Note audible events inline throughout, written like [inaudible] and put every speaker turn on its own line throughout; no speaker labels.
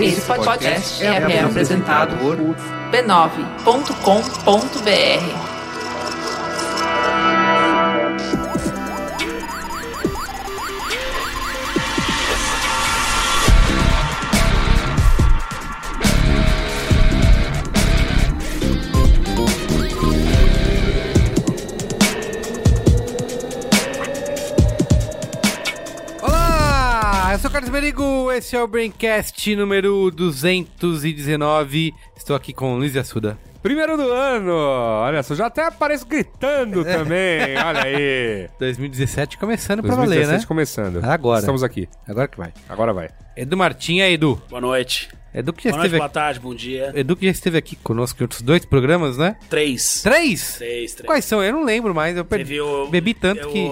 Esse podcast é, é apresentado por b9.com.br.
Olá, eu sou o Carlos Merigo, esse é o Braincast número 219. Estou aqui com o Luiz Assuda.
Primeiro do ano! Olha só, já até apareço gritando também, olha aí!
2017 começando pra
2017
valer, né?
começando.
Agora.
Estamos aqui.
Agora que vai.
Agora vai.
Edu Martim, é Edu.
Boa noite.
Edu que já
Boa noite,
esteve
boa
aqui.
tarde, bom dia.
Edu que já esteve aqui conosco em outros dois programas, né?
Três.
Três?
Três, três.
Quais são? Eu não lembro mais. Eu perdi.
Teve o-
Bebi tanto
é o-
que.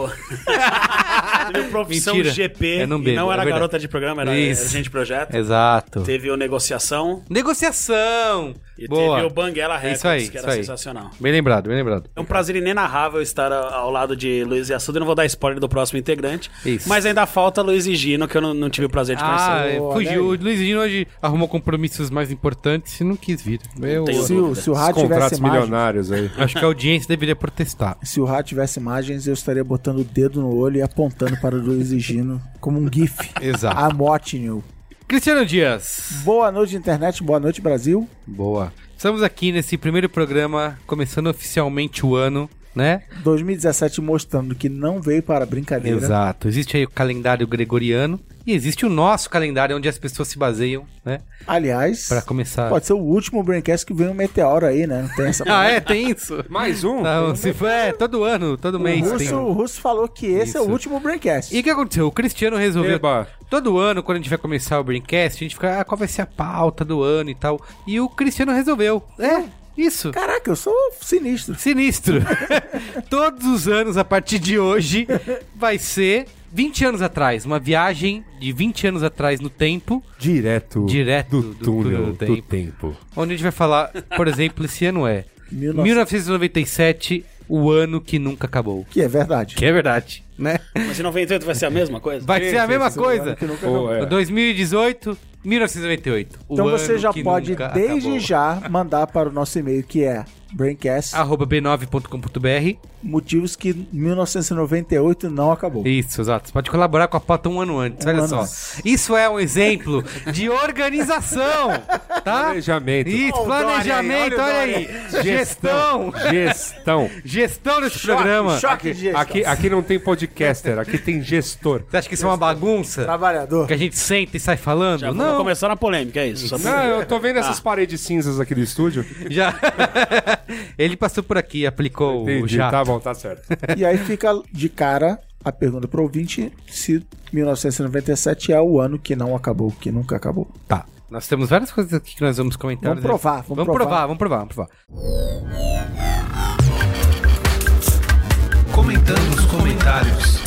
Teve profissão
Ah, Mentira.
GP,
Eu não
e
bebo, é
era
verdade.
garota de programa, era, era
Isso. É.
gente de
[laughs]
projeto.
Exato.
Teve o Negociação
Negociação!
e
Boa. É
teve o Banguela Records,
Isso aí,
que
isso
era
aí.
sensacional.
Bem lembrado, bem lembrado.
É um prazer inenarrável estar a- ao lado de Luiz e Assuda. Eu não vou dar spoiler do próximo integrante.
Isso.
Mas ainda falta Luiz e Gino, que eu não, não tive o prazer de
Ah,
conhecer. Boa,
fugiu.
né?
O Luizinho hoje arrumou compromissos mais importantes e não quis vir. Eu
tenho
Se o,
dúvida.
se o
Os
rádio
contratos
tivesse imagens,
milionários aí.
acho que a audiência deveria protestar.
se o rádio tivesse imagens, eu estaria botando o dedo no olho e apontando para o Luiz e Gino como um gif.
[laughs] Exato.
A mote new.
Cristiano Dias.
Boa noite, internet. Boa noite, Brasil.
Boa. Estamos aqui nesse primeiro programa, começando oficialmente o ano, né?
2017 mostrando que não veio para brincadeira.
Exato. Existe aí o calendário gregoriano e existe o nosso calendário onde as pessoas se baseiam, né?
Aliás,
Pra começar.
pode ser o último Braincast que vem um meteoro aí, né? Não tem essa
[laughs] Ah, é? Tem isso?
Mais um?
Não, se for, é, todo ano, todo mês
o,
tem. um-
russo, o russo falou que esse é o
Isso.
último Braincast.
E o que aconteceu? O Cristiano resolveu.
Eba.
Todo ano, quando a gente vai começar o Braincast, a gente fica, ah, qual vai ser a pauta do ano e tal. E o Cristiano resolveu. É, isso.
Caraca, eu sou sinistro.
[laughs] Sinistro. Todos os anos, a partir de hoje, vai ser 20 anos atrás. Uma viagem de 20 anos atrás no tempo, [laughs]
Direto,
Direto
do,
do túnel
túnel
do
do tempo.
onde a gente vai falar, por exemplo, esse ano é 1997, o ano que nunca acabou.
Que é verdade.
Que é verdade, né?
Mas em 98 vai ser a mesma coisa?
Vai ser a
esse
mesma
é o
coisa.
Que nunca
Ou, é.
2018, 1998. o
Então você
ano
já
que
pode,
nunca
desde
acabou.
já, mandar para o nosso e-mail que é Braincast,
Arroba b9.com.br.
motivos que 1998 não acabou.
Isso, exato. Você pode colaborar com a pauta um ano antes,
Um
olha
ano
só.
antes.
Isso é um exemplo de organização, tá?
Planejamento.
Isso,
Olha o Dória aí,
planejamento,
olha o
olha
Dória
aí. Gestão.
Gestão. Gestão.
Gestão desse programa.
Choque de gestão.
Aqui, aqui não tem podcaster, aqui tem gestor.
Você acha que isso é uma
Tá
bagunça?
Trabalhador.
Que a gente senta e sai falando?
Já
Não,
começou na polêmica, é isso. Só pra-
Não, eu tô vendo essas paredes cinzas aqui do estúdio.
já. [laughs] Ele passou por aqui, aplicou o
Entendi,
jato.
tá bom, tá certo.
E aí fica de cara a pergunta para o ouvinte se 1997 é o ano que não acabou, que nunca acabou.
Tá. Nós temos várias coisas aqui que nós vamos comentar.
Vamos provar,
vamos,
vamos
provar.
provar,
Vamos provar, vamos provar.
Comentando os comentários.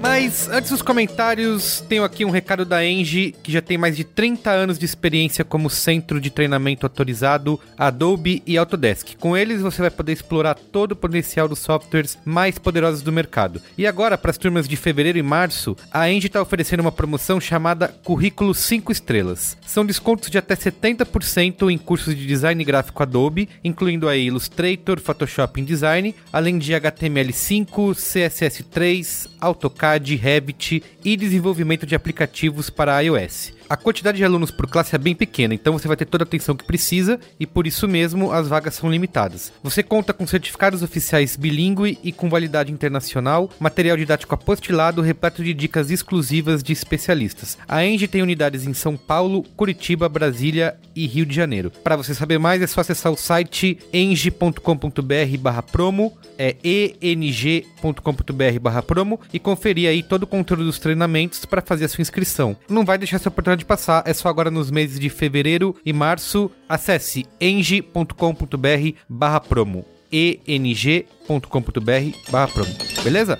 Mas antes dos comentários, tenho aqui um recado da Engie, que já tem mais de 30 anos de experiência como centro de treinamento autorizado Adobe e Autodesk. Com eles você vai poder explorar todo o potencial dos softwares mais poderosos do mercado. E agora, para as turmas de fevereiro e março, a Engie está oferecendo uma promoção chamada Currículo 5 Estrelas. São descontos de até 70% em cursos de design gráfico Adobe, incluindo aí Illustrator, Photoshop e InDesign, além de HTML5, CSS3, AutoCAD, Revit e desenvolvimento de aplicativos para iOS. A quantidade de alunos por classe é bem pequena, então você vai ter toda a atenção que precisa e por isso mesmo as vagas são limitadas. Você conta com certificados oficiais bilíngue e com validade internacional, material didático apostilado repleto de dicas exclusivas de especialistas. A Engie tem unidades em São Paulo, Curitiba, Brasília e Rio de Janeiro. Para você saber mais é só acessar o site eng.com.br/promo, é eng.com.br/promo e conferir aí todo o conteúdo dos treinamentos para fazer a sua inscrição. Não vai deixar essa oportunidade passar, é só agora nos meses de fevereiro e março. Acesse eng.com.br/promo, eng.com.br/promo. Beleza?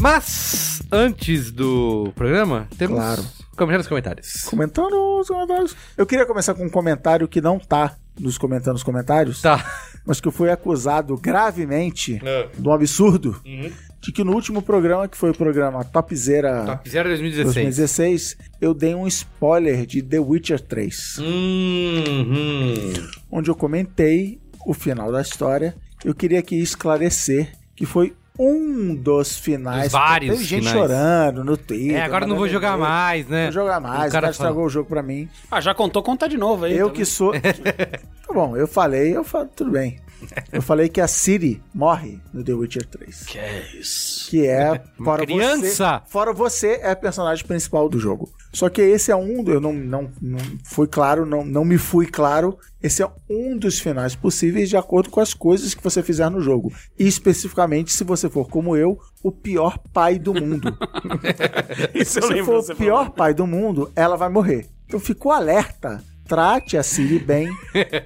Mas, antes do programa, temos.
Claro.
Comentários comentários.
Comentando os comentários. Eu queria começar com um comentário que não tá nos comentando os comentários,
Tá.
mas que eu fui acusado gravemente
Ah.
de um absurdo
Uhum.
de que no último programa, que foi o programa Topzera
Top 0 2016.
2016, eu dei um spoiler de The Witcher 3,
Uhum.
onde eu comentei o final da história. Eu queria aqui esclarecer que foi um dos finais.
Dos vários
Teve gente
finais.
chorando no Twitter.
É, agora
na
não vou
BBB.
jogar mais,
Não
né?
vou jogar mais, tá o cara,
cara
estragou o jogo pra mim.
Ah, já contou, conta de novo aí. então.
Eu
também.
que sou. [laughs] tá bom, eu falei, eu falo, tudo bem. Eu falei que a Siri morre no The Witcher 3.
Que é isso.
Que é fora
criança!
você. Fora você é a personagem principal do jogo. Só que esse é um. Eu não, não, não fui claro, não, não me fui claro. Esse é um dos finais possíveis de acordo com as coisas que você fizer no jogo. E especificamente, se você for como eu, o pior pai do mundo.
Isso eu
[laughs] se
lembro. [laughs]
for
você
o pior pai do mundo, ela vai morrer. Então ficou alerta. Trate a
[laughs]
Siri bem,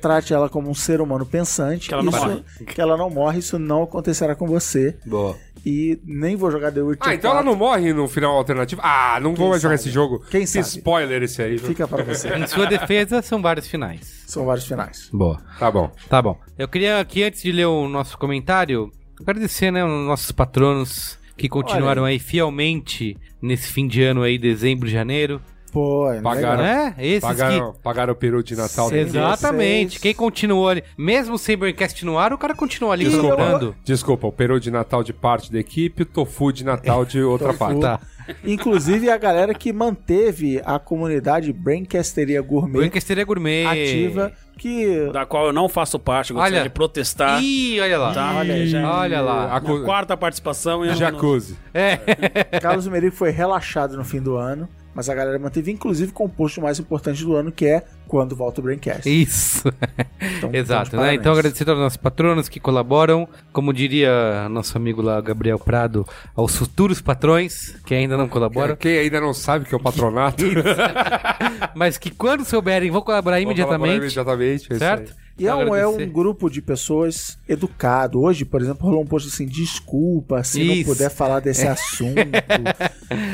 trate ela como um ser humano pensante.
Que ela não
isso-
morre.
Que ela não morre, isso não acontecerá com você.
Boa.
E nem vou jogar The Witcher.
Ah, então ela
4,
não morre no final alternativo? Ah, não vou mais jogar esse jogo.
Quem
que
sabe?
spoiler esse aí. viu?
Fica pra
[laughs]
você.
Em sua defesa, são vários finais.
São vários finais.
Boa.
Tá bom.
Tá bom. Eu queria aqui, antes de ler o nosso comentário, agradecer, né, os nossos patronos que continuaram aí fielmente nesse fim de ano aí, dezembro, janeiro.
Pô, é
Pagaram.
legal.
Né? Esses
Pagaram, pagaram o peru de Natal
que...
dele.
Exatamente.
vocês.
Quem continuou ali, mesmo sem Braincast no ar, o cara continua ali
Desculpa,
cobrando.
desculpa, o peru de Natal de parte da equipe, o tofu de Natal [laughs] de outra parte.
Tá.
Inclusive a galera que manteve a comunidade Braincasteria Gourmet
Brancasteria é Gourmet.
ativa, que
Da qual eu não faço parte, eu gostaria
Olha.
de protestar.
Ih, olha lá.
Tá, olha aí, já-
Olha lá. É,
Na
Acu...
quarta participação eu não-
Jacuzzi.
Carlos Merigo foi relaxado no fim do ano, mas a galera manteve inclusive com o post mais importante do ano, que é quando volta o Braincast.
[laughs] Isso.
Então,
Exato,
então,
né?
parabéns.
Então agradecer aos nossos patronos que colaboram, como diria nosso amigo lá, Gabriel Prado, aos futuros patrões que ainda não
[laughs]
colaboram,
Quem ainda não sabe que é o [laughs] patronato,
mas que quando souberem vão colaborar
Vou colaborar
imediatamente,
imediatamente. é isso aí.
certo?
E é um, é
Agradecer.
um grupo de pessoas educado. Hoje, por exemplo, rolou um post assim, desculpa se
Isso. É.
não puder falar
[laughs]
desse assunto.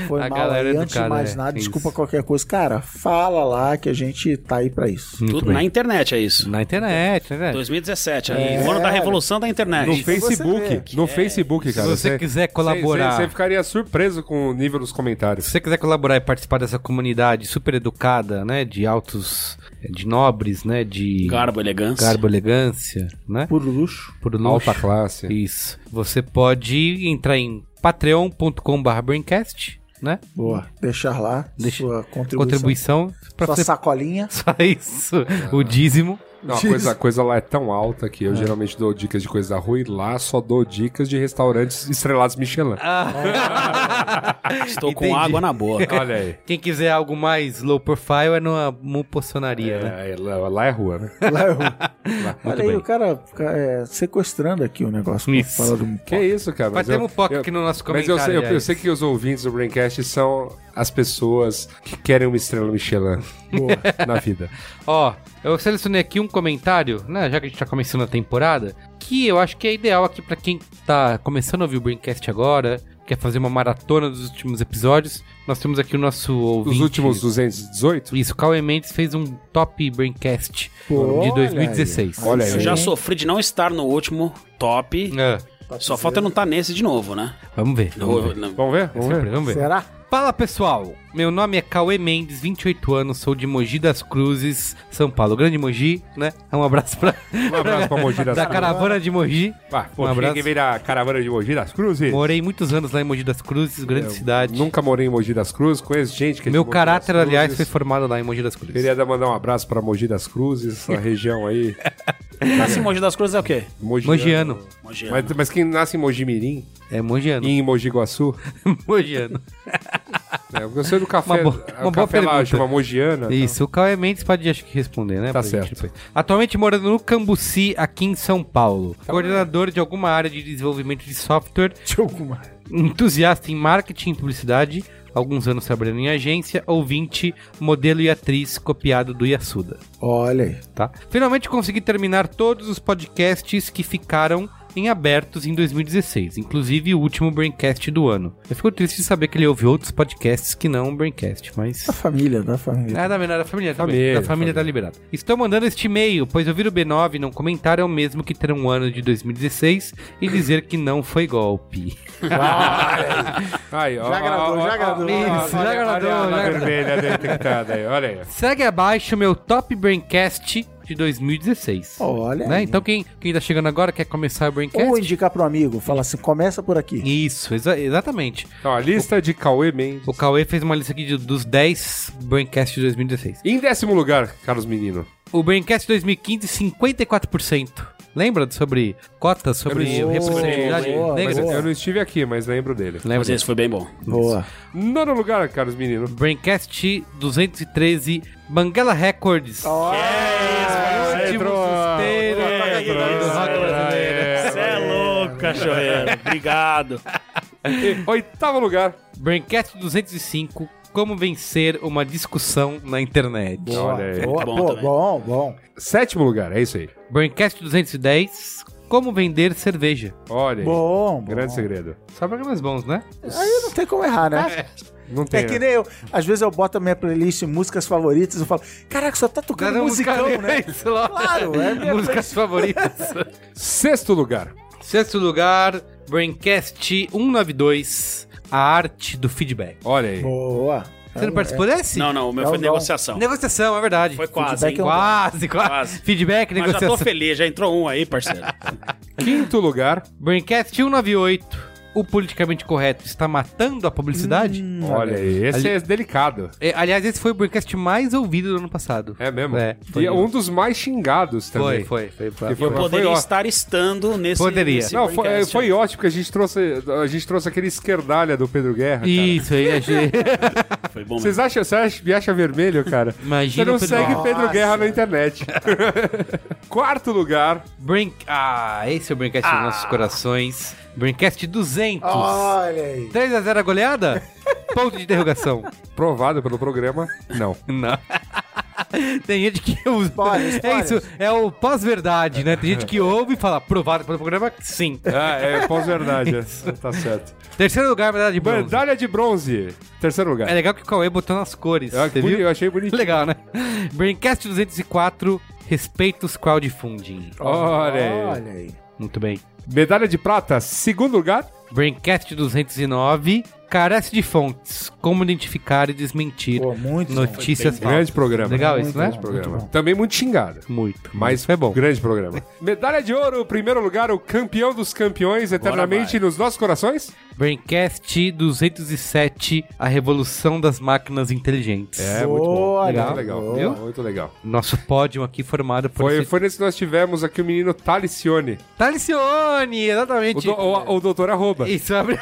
Foi
A
mal.
galera
E antes de
educada,
mais
é.
nada,
Isso.
desculpa qualquer coisa. Cara, fala lá que a gente tá aí pra isso.
Muito
Tudo
bem.
na internet é isso.
Na internet, né?
2017, aí, o ano da revolução da internet.
No
Isso.
você vê
Facebook. No Facebook,
Se
cara.
você quiser colaborar.
Você ficaria surpreso com o nível dos comentários.
Se você quiser colaborar e participar dessa comunidade super educada, né? De altos, de nobres, né? De
Garbo, elegância.
garbo, elegância, né?
Por luxo.
Por
Alta
luxo.
classe.
Isso. Você pode entrar em patreon.com.br Braincast, né?
Boa. Deixar lá
Deixa-
sua contribuição.
Contribuição. pra
Sua
você... [laughs]
sacolinha.
Só isso. O dízimo.
Não, a coisa, a coisa lá é tão alta que eu geralmente dou dicas de coisa ruim. Lá só dou dicas de restaurantes estrelados Michelin.
Estou com
Entendi.
água
[laughs]
na boca.
Olha aí.
[laughs] Quem quiser algo mais low profile é numa mupocionaria, né?
É, é, lá lá é rua, né?
Lá eu... [laughs] Olha aí,
bem.
o cara fica, é, sequestrando aqui o negócio.
Isso. [laughs]
Fala do...
Que isso, cara.
Mas
eu-
temos POC
eu-
aqui no nosso
Mas
comentário.
eu sei, eu- eu,
aliás.
sei que os ouvintes do Braincast são as pessoas que querem uma estrela Michelin
Boa.
na vida.
[laughs] Ó, eu selecionei aqui um comentário, né? Já que a gente tá começando a temporada, que eu acho que é ideal aqui pra quem tá começando a ouvir o Braincast agora, quer fazer uma maratona dos últimos episódios. Nós temos aqui o nosso ouvinte.
Os últimos 218?
Isso, Cauê Mendes fez um top Braincast
Pô,
de
olha
2016.
aí.
Olha aí.
Eu já sofri de não estar no último top.
É,
Só falta eu não estar nesse de novo, né?
vamos ver. Vamos ver.
Eu- não-
Vamos ver? Vamos ver.
Sempre, vamos ver.
Será?
Fala pessoal, meu nome é Cauê Mendes, 28 anos, sou de Mogi das Cruzes, São Paulo. Grande Mogi, né? Um abraço pra,
Um abraço pra Mogi
[laughs]
das
da
Cruzes.
caravana de Mogi.
Vai,
Um
pô,
abraço.
quem é que veio da caravana de Mogi das Cruzes?
Morei muitos anos lá em Mogi das Cruzes, grande cidade.
Nunca morei em Mogi das Cruzes, conheço gente que... é de
Meu
Mogi
caráter,
das
aliás, foi
Cruzes.
formado lá em Mogi das Cruzes.
Queria dar- mandar um abraço pra Mogi das Cruzes,
[laughs]
essa região aí.
Nasce em Mogi das Cruzes é o quê?
Mogiano.
Mogiano.
Mogi. é.
Mas, mas quem nasce em Mogi Mirim
É Mogiano.
e em Mogi Guaçu,
[laughs] Mogiano.
né, eu sei do café, é
Uma boa-
o
uma boa
café lá
pergunta.
chama Mogiana.
Isso, o Cauê Mendes pode acho que responder, né?
Tá
pra gente
certo.
depois. Atualmente morando no Cambuci, aqui em São Paulo. Coordenador de alguma área de desenvolvimento de software
De alguma.
entusiasta em marketing e publicidade, alguns anos trabalhando em agência, ouvinte, modelo e atriz copiado do Yasuda,
Olha aí.
tá? Finalmente consegui terminar todos os podcasts que ficaram em abertos em 2016, inclusive o último Braincast do ano. Eu fico triste de saber que ele ouve outros podcasts que não o Braincast, mas...
Da família, da família.
Ah, da menor da família também.
Família,
da família, tá liberada. Estou mandando este e-mail, pois ouvir o B9 não comentar é o mesmo que ter um ano de 2016 e dizer que não foi golpe. [laughs]
Aí, ó,
Já
ó,
gravou,
ó,
já
ó,
gravou.
ó, ó,
Isso,
olha-
já gravou,
Olha a
já
ala
gravou.
vermelha detectada aí, olha aí.
Segue abaixo meu Top Braincast de 2016.
Olha
Né?
aí.
Então quem, quem tá chegando agora quer começar o Braincast?
Ou indicar pro amigo, fala assim, começa por aqui.
Isso, exa- exatamente.
Então, a lista de Cauê Mendes.
O Cauê fez uma lista aqui de- dos 10 Braincast de 2016.
Em décimo lugar, caros meninos.
O Braincast 2015, 54%. Lembra de- sobre cotas, sobre
Boa,
representatividade
boa,
Mas
negra?
boa.
eu não estive aqui, mas lembro dele.
Lembra
Mas
dele?
esse foi bem bom.
Boa.
Nono lugar, caros meninos.
Braincast 213, Banguela Records.
É,
Último suspiro do rock brasileiro.
Você é louco, cachorreiro. Obrigado.
Oitavo lugar.
Braincast 205, Como Vencer uma Discussão na Internet.
Boa,
Olha aí.
boa,
É bom
boa,
também.
bom, bom.
Sétimo lugar, é isso aí.
Braincast 210, Como Vender Cerveja.
Olha aí.
Bom, bom.
Grande segredo.
Só programas bons, né?
Aí não tem como errar, né?
Não tem.
É que
né?
nem eu. Às vezes eu boto a minha playlist músicas favoritas e falo, caraca, só tá tocando
Cada música
musicão,
é
né?
[laughs] isso, lá.
Claro, é minha
Músicas favoritas.
Sexto lugar.
Sexto lugar, Braincast 192, A Arte do Feedback.
Olha aí.
Boa.
Você não participou desse?
Não, não, o meu
Não,
foi
não.
negociação.
Negociação, é verdade.
Foi quase, hein?
Feedback é um-
Quase, quase.
Quase.
Feedback,
Mas já tô
negociação.
feliz, já entrou um aí, parceiro.
Quinto lugar.
Braincast 198. O politicamente correto está matando a publicidade?
Hum.
Olha aí. Esse é delicado.
É, aliás, esse foi o Braincast mais ouvido do ano passado.
É mesmo?
É,
e é um dos mais xingados
Foi,
também.
foi, foi. foi,
Que foi-
Eu poderia
ó-
estar estando nesse.
Poderia.
nesse
Não, foi, é,
podcast.
foi ótimo que a gente trouxe, a gente trouxe aquele esquerdalha do Pedro Guerra. cara.
Isso aí, a gente...
[laughs]
Foi bom mesmo.
Vocês acham, você acha, me acha vermelho, cara?
Imagina
Você não
o Pedro
segue
Guerra.
Pedro
Nossa.
Guerra
[laughs]
na internet. Quarto lugar.
Brain... Ah, esse é o Braincast dos nossos corações. Braincast 200.
Olha aí.
3x0 a goleada? Ponto de
[laughs]
interrogação.
Provado pelo programa.
[laughs]
Não.
Não. Tem gente que usa.
Spoiler,
é
spoiler.
isso, é o pós-verdade, né? Tem gente que ouve e fala, aprovado pelo programa, sim.
Ah, é pós-verdade. é. tá certo.
Terceiro lugar, medalha de bronze.
Medalha de bronze. Terceiro lugar.
É legal que o Cauê botou nas cores,
eu,
você
boni-
viu?
eu achei
[laughs]
bonito.
Legal, né? Braincast 204, respeita os crowdfunding.
Olha aí.
Olha aí.
Muito bem.
Medalha de prata, segundo lugar.
Braincast 209, carece de fontes, como identificar e desmentir
Pô, muito bom.
notícias
Grande
falsas.
programa.
Legal isso, né?
Grande programa. Também muito xingado.
Muito.
Mas
foi bom.
Grande programa. [laughs] Medalha de ouro, primeiro lugar, o campeão dos campeões, eternamente nos nossos corações.
Braincast 207, a revolução das máquinas inteligentes.
É, muito bom.
Boa,
Muito
legal.
legal.
Boa.
Viu? Muito legal.
Nosso pódio aqui formado por
Foi,
esse-
foi nesse que nós tivemos aqui o menino Talicione,
Talicione,
o,
exatamente.
do, o, o doutor Arroba.
Isso, [laughs] abri...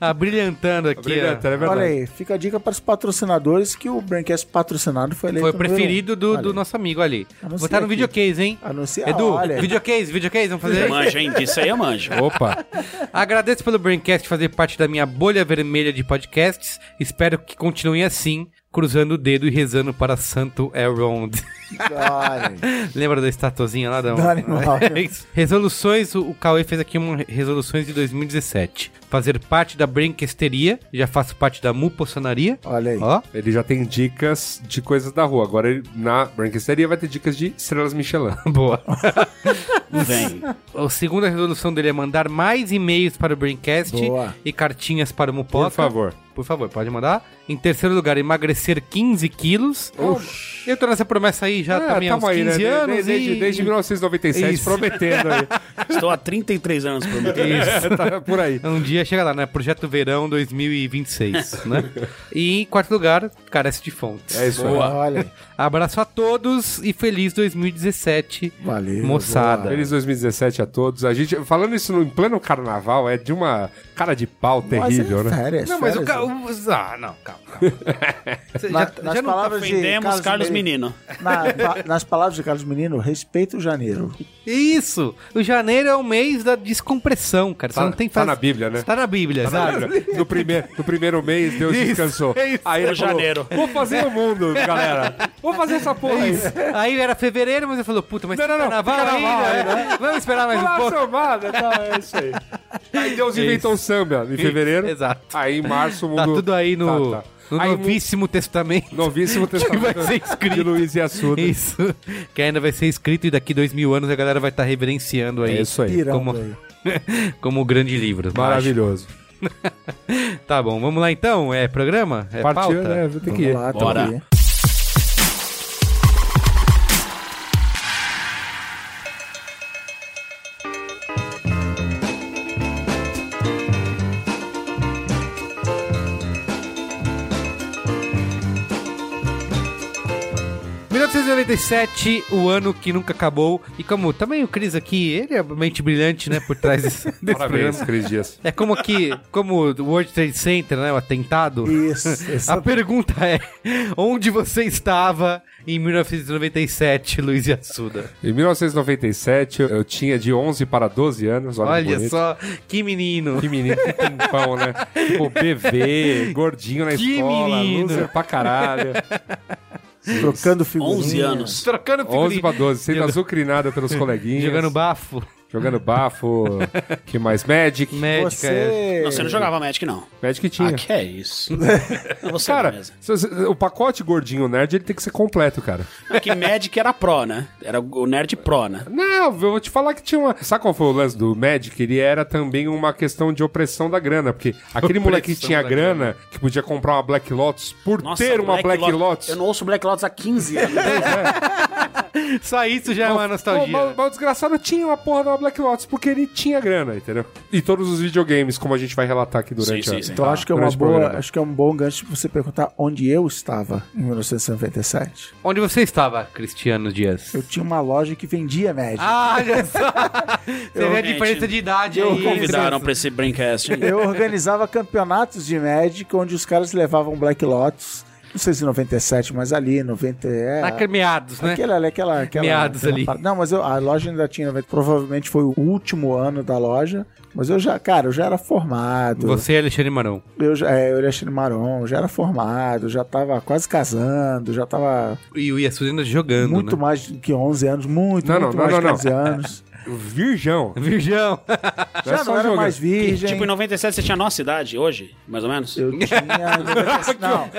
abrilhantando aqui. ó.
Brilhante, é verdade.
Olha aí, fica a dica para os patrocinadores que o Braincast patrocinado foi eleito.
Foi o
número
preferido
um.
do,
Olha
do
aí.
nosso amigo ali.
Anuncia
Botar no
aqui.
videocase, hein?
Anuncia,
Edu,
olha.
videocase, videocase, vamos fazer?
Manja, hein? Disso aí eu manjo.
Opa,
[laughs] Agradeço pelo Braincast fazer parte da minha bolha vermelha de podcasts. Espero que continuem assim, cruzando o dedo e rezando para Santo Elrond. [laughs]
Olha aí.
Lembra da estatuazinha lá? Da...
Do animal.
[laughs] É isso. resoluções, o o Cauê fez aqui uma re- resoluções de 2017. Fazer parte da Braincasteria, já faço parte da Mupossonaria.
Olha aí.
Ó,
ele já tem dicas de coisas da rua. Agora ele, na Branquisteria vai ter dicas de estrelas Michelin.
[laughs] boa.
Vem.
a segunda resolução dele é mandar mais e-mails para o Braincast
Boa.
e cartinhas para o Mupoca.
Por favor.
Por favor, pode mandar. Em terceiro lugar, emagrecer 15 quilos.
Oxi.
Eu tô nessa promessa aí já
É,
também há uns
tamo aí,
15
né? De-
anos.
Desde,
e... [laughs]
desde, 1997,
Isso.
prometendo [laughs] aí.
Estou há 33 anos prometendo.
Isso. [laughs] tá por aí.
Um dia chega lá, né? Projeto Verão
[laughs]
2026, né? E em quarto lugar, carece de fontes.
É isso aí.
Olha aí.
Abraço a todos e feliz 2017,
Valeu.
moçada.
Feliz 2017 a todos. A gente, falando isso no- em pleno carnaval, é de uma cara de pau
Mas é
terrível, né?
é
Férias,
Não, mas o
férias,
cara. Ah, não, calma.
calma.
[laughs]
calma. Você
Na-
já, já
nas
não tá
palavras de
Temos Carlos,
Menino.
Menino.
Na- pa- nas palavras de Carlos Menino, respeita o janeiro.
Isso! O janeiro é o mês da descompressão, cara. Você
Tá-
não tem
tá na Bíblia, né?
Tá na Bíblia, exato.
No, primeiro, no primeiro mês, Deus
Isso,
descansou.
é isso.
Aí ele
É
falou,
janeiro.
Vou fazer o mundo, galera. Vou fazer essa porra aí.
É Aí era fevereiro, mas ele falou, puta, mas
Não, não, não,
carnaval
tem
ainda,
carnaval
né? Vamos esperar mais um
Pula a
pouco.
somada, tá, é isso aí. Aí Deus inventou o samba em fevereiro.
Exato.
Aí em março o mundo...
Tá tudo aí no,
Tá, tá.
no
Aí,
novíssimo testamento. [laughs]
Novíssimo testamento
vai ser escrito.
de Luiz e Assuda.
Isso. Que ainda vai ser escrito e daqui dois mil anos a galera vai estar reverenciando aí.
É isso aí.
Pirando
Como-
aí.
[laughs] Como o grande livro.
Maravilhoso.
Tá bom, vamos lá então. É programa? É
Partiu,
pauta?
né? Tem que
Vamos
ir.
lá,
Bora.
tá aqui.
Bora. 1997, o ano que nunca acabou. E como também o Cris aqui, ele é uma mente brilhante, né, por trás desse, [laughs] desse
Parabéns,
programa.
Cris Dias.
É como que, como o World Trade Center, né, o atentado.
[laughs]
Isso,
A
essa-
pergunta é, onde você estava em 1997, Luiz Assuda?
Em 1997, eu tinha de 11 para 12 anos. Olha, que
Olha
bonito.
só, que menino.
Que menino, que tempão, né?
[laughs]
Tipo, bebê, gordinho na
Que
escola,
menino.
loser
[laughs]
pra caralho.
trocando figurinha.
11 anos.
Trocando
11 pra
figurinha.
12, sendo azucrinada pelos coleguinhas.
[laughs] Jogando bafo.
Jogando
[laughs]
bafo. que mais? Magic.
Médica. é.
Você...
Não, você não jogava Magic, não.
Magic tinha.
Ah, que é isso. É você
Cara,
mesmo.
se você- o pacote gordinho nerd, ele tem que ser completo, cara.
É que Magic era pro, né? Era o nerd pro, né?
Não, eu vou te falar que tinha uma. Sabe qual foi o lance do Magic? Ele era também uma questão de opressão da grana, porque aquele moleque que tinha
da
grana, que podia comprar uma Black Lotus por ter uma Black, Lotus.
Eu não ouço Black Lotus há 15 anos.
Só isso já é uma nostalgia.
O, o, o desgraçado tinha uma porra de uma Black Lotus porque ele tinha grana, entendeu? E todos os videogames, como a gente vai relatar aqui durante
sim,
a...
sim.
Então acho que é uma
Ah, Grande
boa,
programa.
acho que é um bom gancho pra você perguntar onde eu estava em 1997.
Onde você estava, Cristiano Dias?
Eu tinha uma loja que vendia Magic.
Ah, olha só! Você vê a diferença de idade
Eu
aí. né?
convidaram pra esse Braincast. Tipo, hein?
Eu organizava campeonatos de Magic onde os caras levavam Black Lotus. Não sei se 97, mas ali, 90. É,
Naquele meados, né?
Aquela, ali, aquela, aquela,
Meados
aquela
ali.
parada. Não, mas eu- a loja ainda tinha. Provavelmente foi o último ano da loja. Mas eu já, cara, eu já era formado.
Você e Alexandre Marão.
Eu já, é, eu era Alexandre Maron, já era formado, já tava quase casando, já tava
E o Yasuda ainda jogando,
muito
né?
mais do que 11 anos, muito,
Não, não,
muito
não,
mais
não,
que
não.
11 anos.
Virgão.
Virgão!
Não
Já
é
não
só
era
jogo.
mais virgem.
Tipo, em 97 você tinha a nossa idade, hoje, mais ou menos?
Eu tinha. 97, não,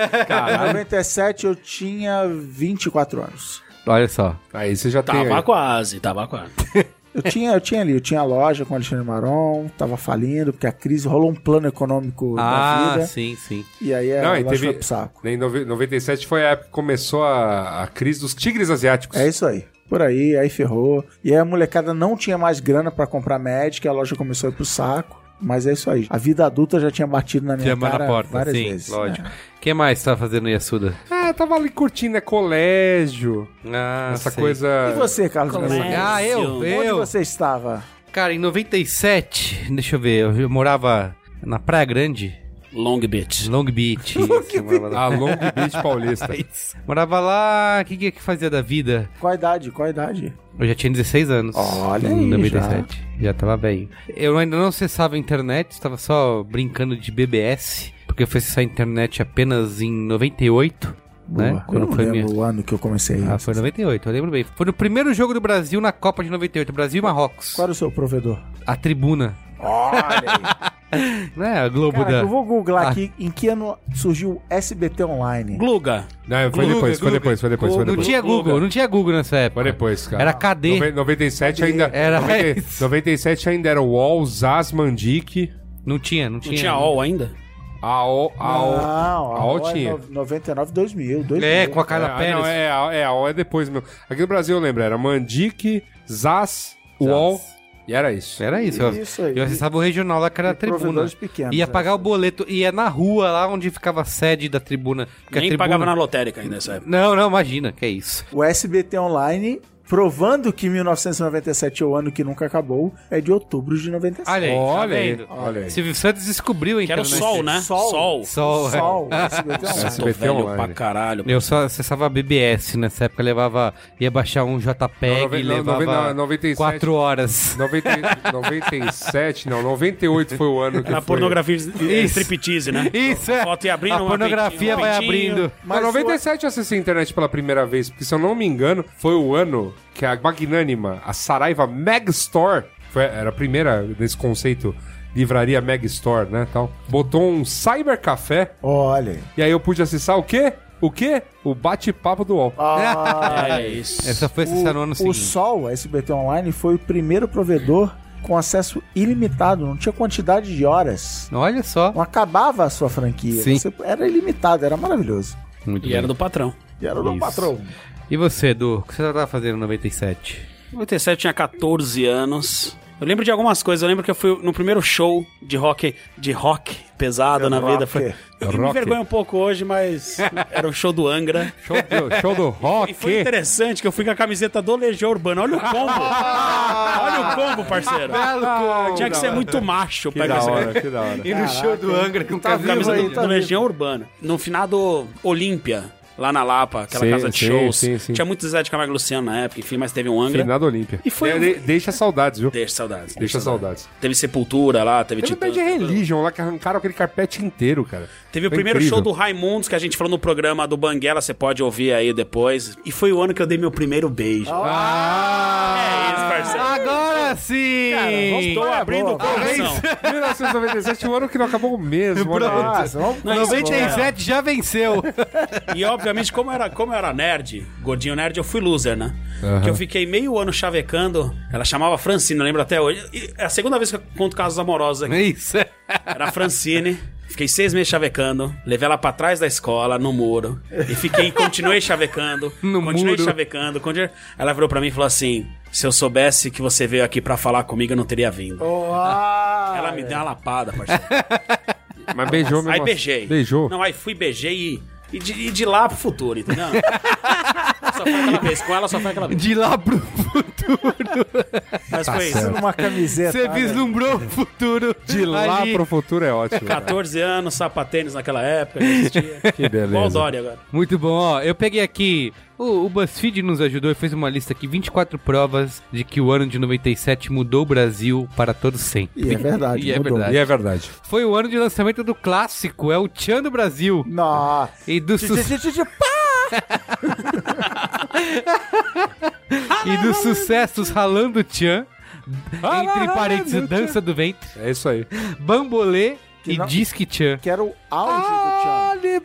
em 97 eu tinha 24 anos.
Olha só.
Aí você já tem...
Tava
aí.
quase, tava quase.
Eu tinha, eu tinha ali, eu tinha a loja com o Alexandre Maron, tava falindo, porque a crise rolou um plano econômico da
Ah,
vida.
sim, sim.
E aí é a
Não, e
loja
teve-
foi pro saco.
Em nove- 97 foi a época que começou a, a crise dos tigres asiáticos.
É isso aí. Por aí, aí ferrou. E aí a molecada não tinha mais grana pra comprar médica, a loja começou a ir pro saco. Mas é isso aí. A vida adulta já tinha batido na minha
Chamar
cara
na porta,
várias
sim,
vezes.
lógico. Quem mais tá fazendo Yasuda?
Ah, tava ali curtindo, né? Colégio.
Ah,
essa
sei.
coisa...
E você, Carlos?
Colégio.
Messias?
Ah, eu,
Onde
eu.
você estava?
Cara, em 97, deixa eu ver, eu eu morava na Praia Grande,
Long Beach.
Long [laughs] Beach. Isso, eu morava lá.
A Long Beach paulista.
[laughs] Morava lá, o que, é que que fazia da vida?
Qual a idade? Qual a idade?
Eu já tinha 16 anos.
Olha
em
aí,
97. Já. tava bem. Eu ainda não acessava a internet, estava só brincando de BBS, porque eu fui acessar a internet apenas em 98, né?
Boa. eu não
foi
lembro
minha.
o ano que eu comecei.
Ah, foi 98, eu lembro bem. Foi no primeiro jogo do Brasil na Copa de 98, Brasil e Marrocos.
Qual era o
[laughs]
seu provedor?
A tribuna.
Olha
Né? A Globo
Cara,
da.
eu vou googlar
Ah.
aqui em que ano surgiu o SBT Online.
Gluga.
Não, foi depois, foi depois, foi depois, foi
Não
depois.
tinha Google, não tinha Google nessa época.
Foi depois, cara.
Era KD.
Nove- 97 ainda...
Era
90
isso.
97 ainda era o Wall, Zaz, Mandic...
Não tinha, não
Não
tinha.
tinha AOL ainda?
A O, a o,
Ah,
Não,
a o
é
tinha.
no- 99, 2000, 2000.
É, com a Carla
Ah,
Pérez.
não, é, a, é, a O é depois mesmo. Aqui no Brasil eu lembro, era Mandic, Zaz, UOL, e era isso.
Era isso. eu-
Isso aí.
Eu acessava o regional lá que era a
E
tribuna.
provedores pequenos,
Ia
né?
pagar o boleto. Ia na rua lá onde ficava a sede da tribuna. porque a
Nem
tribuna-
pagava na lotérica ainda nessa época.
Não, não, imagina, que é isso.
O SBT Online provando que 1997 é o ano que nunca acabou, é de outubro de 97.
Olha aí,
Olha aí,
tá vendo?
olha aí.
Silvio Santos descobriu,
Que
então.
era o sol, né?
Sol.
Sol, é. [laughs]
Sol, SBT online.
Ah, Tô
SBT
velho
online.
pra caralho.
Eu só acessava BBS nessa época, levava. ia baixar um
Não,
JPEG
nove-
e
não,
levava
noventa- noventa e sete.
4 horas.
90, 97, não, 98 foi o ano que
É Na
foi.
pornografia e striptease, né?
Isso é.
Foto ia abrindo, um
a
uma
pornografia
peitinho,
vai
peitinho.
abrindo.
Mas
Mas
não, 97 eu acessei a internet pela primeira vez, porque se eu não me engano, foi o ano que a Magnânima, a Saraiva Meg Store, foi- era a primeira desse conceito, livraria Meg Store, né, tal, botou um cyber café,
Olha. aí.
e aí eu pude acessar o quê? O quê? O bate-papo do UOL.
Ah,
É isso.
Essa foi acessar [laughs] no ano
o, o
seguinte.
Sol, a SBT Online, foi o primeiro provedor com acesso ilimitado, não tinha quantidade de horas.
Olha só.
Não acabava a sua franquia.
Sim.
Você- era ilimitado, era maravilhoso.
Muito
E era do patrão.
E era do patrão.
E você, Edu? O que você tava fazendo em 97?
97 tinha 14 anos. Eu lembro de algumas coisas. Eu lembro que eu fui no primeiro show de rock, de rock pesado na
rock.
vida. Foi, eu me
Rock.
envergonho um pouco hoje, mas era o show do Angra.
Show do, show do rock.
E foi interessante que eu fui com a camiseta do Legião Urbana. Olha o combo! Olha o combo, parceiro! Tinha que ser muito macho
Que
pegar
da
essa
hora, que da hora.
E no show do Angra com
Tá
camisa
vivo
camisa do,
aí, tá
do
vivo.
Legião Urbana. No finado Olímpia, lá na Lapa, aquela
Sim,
casa de
sim,
shows.
sim, sim.
Tinha muito Zé de Camargo e Luciano na época, enfim, mas teve um Angra.
Finado Olímpia. É,
E foi-
De- de- deixa saudades, viu?
Deixa saudades.
Deixa saudades.
Teve Sepultura lá, teve
Teve o Bad
Titãs.
Religion lá que arrancaram aquele carpete inteiro, cara.
Teve o
Foi
primeiro
incrível.
show do Raimundos que a gente falou no programa do Banguela, você pode ouvir aí depois. E foi o ano que eu dei meu primeiro beijo.
Ah!
É isso, parceiro.
Agora sim!
Estou abrindo o
boa.
coração.
1997, um ano que não acabou mesmo. olha aí.
Nossa, Ah, vamos
Não, isso-
97 já venceu.
E obviamente, como era, como eu era nerd, gordinho nerd, eu fui loser, né? Que eu fiquei meio ano chavecando. Ela chamava Francine, eu lembro até hoje. E é a segunda vez que eu conto casos
[laughs]
amorosos aqui.
É isso.
Era a Francine. Fiquei seis meses chavecando, levei ela pra trás da escola, no muro. E fiquei, continuei chavecando.
[laughs] No
continuei
muro.
chavecando. continuei- Ela virou pra mim e falou assim: se eu soubesse que você veio aqui pra falar comigo, eu não teria vindo. ela me deu uma lapada, parceiro.
Mas beijou mesmo.
Aí
assim.
beijei.
Beijou.
Não, aí fui, beijei e. E de, e de lá pro futuro,
[laughs]
entendeu? só foi aquela vez. Com ela só foi aquela vez.
De lá pro futuro.
Tá
Mas foi isso.
isso numa camiseta.
Você
né?
vislumbrou o futuro.
De lá
ali.
pro futuro é ótimo.
14 anos, sapatênis naquela época, não existia.
[laughs] Que beleza.
Igual o Dória agora.
Muito bom, ó. Eu peguei aqui. O, o BuzzFeed nos ajudou e fez uma lista aqui: 24 provas de que o ano de 97 mudou o Brasil para todo sempre.
E é verdade,
E é
mudou.
verdade.
E é verdade.
Foi o ano de lançamento do clássico, é o Tchan do Brasil.
Nossa.
E do, su- e dos sucessos Ralando Tchan, entre parênteses, Dança do Ventre,
É isso aí.
Bambolê e
não-
Disque Tchan.
Que era o auge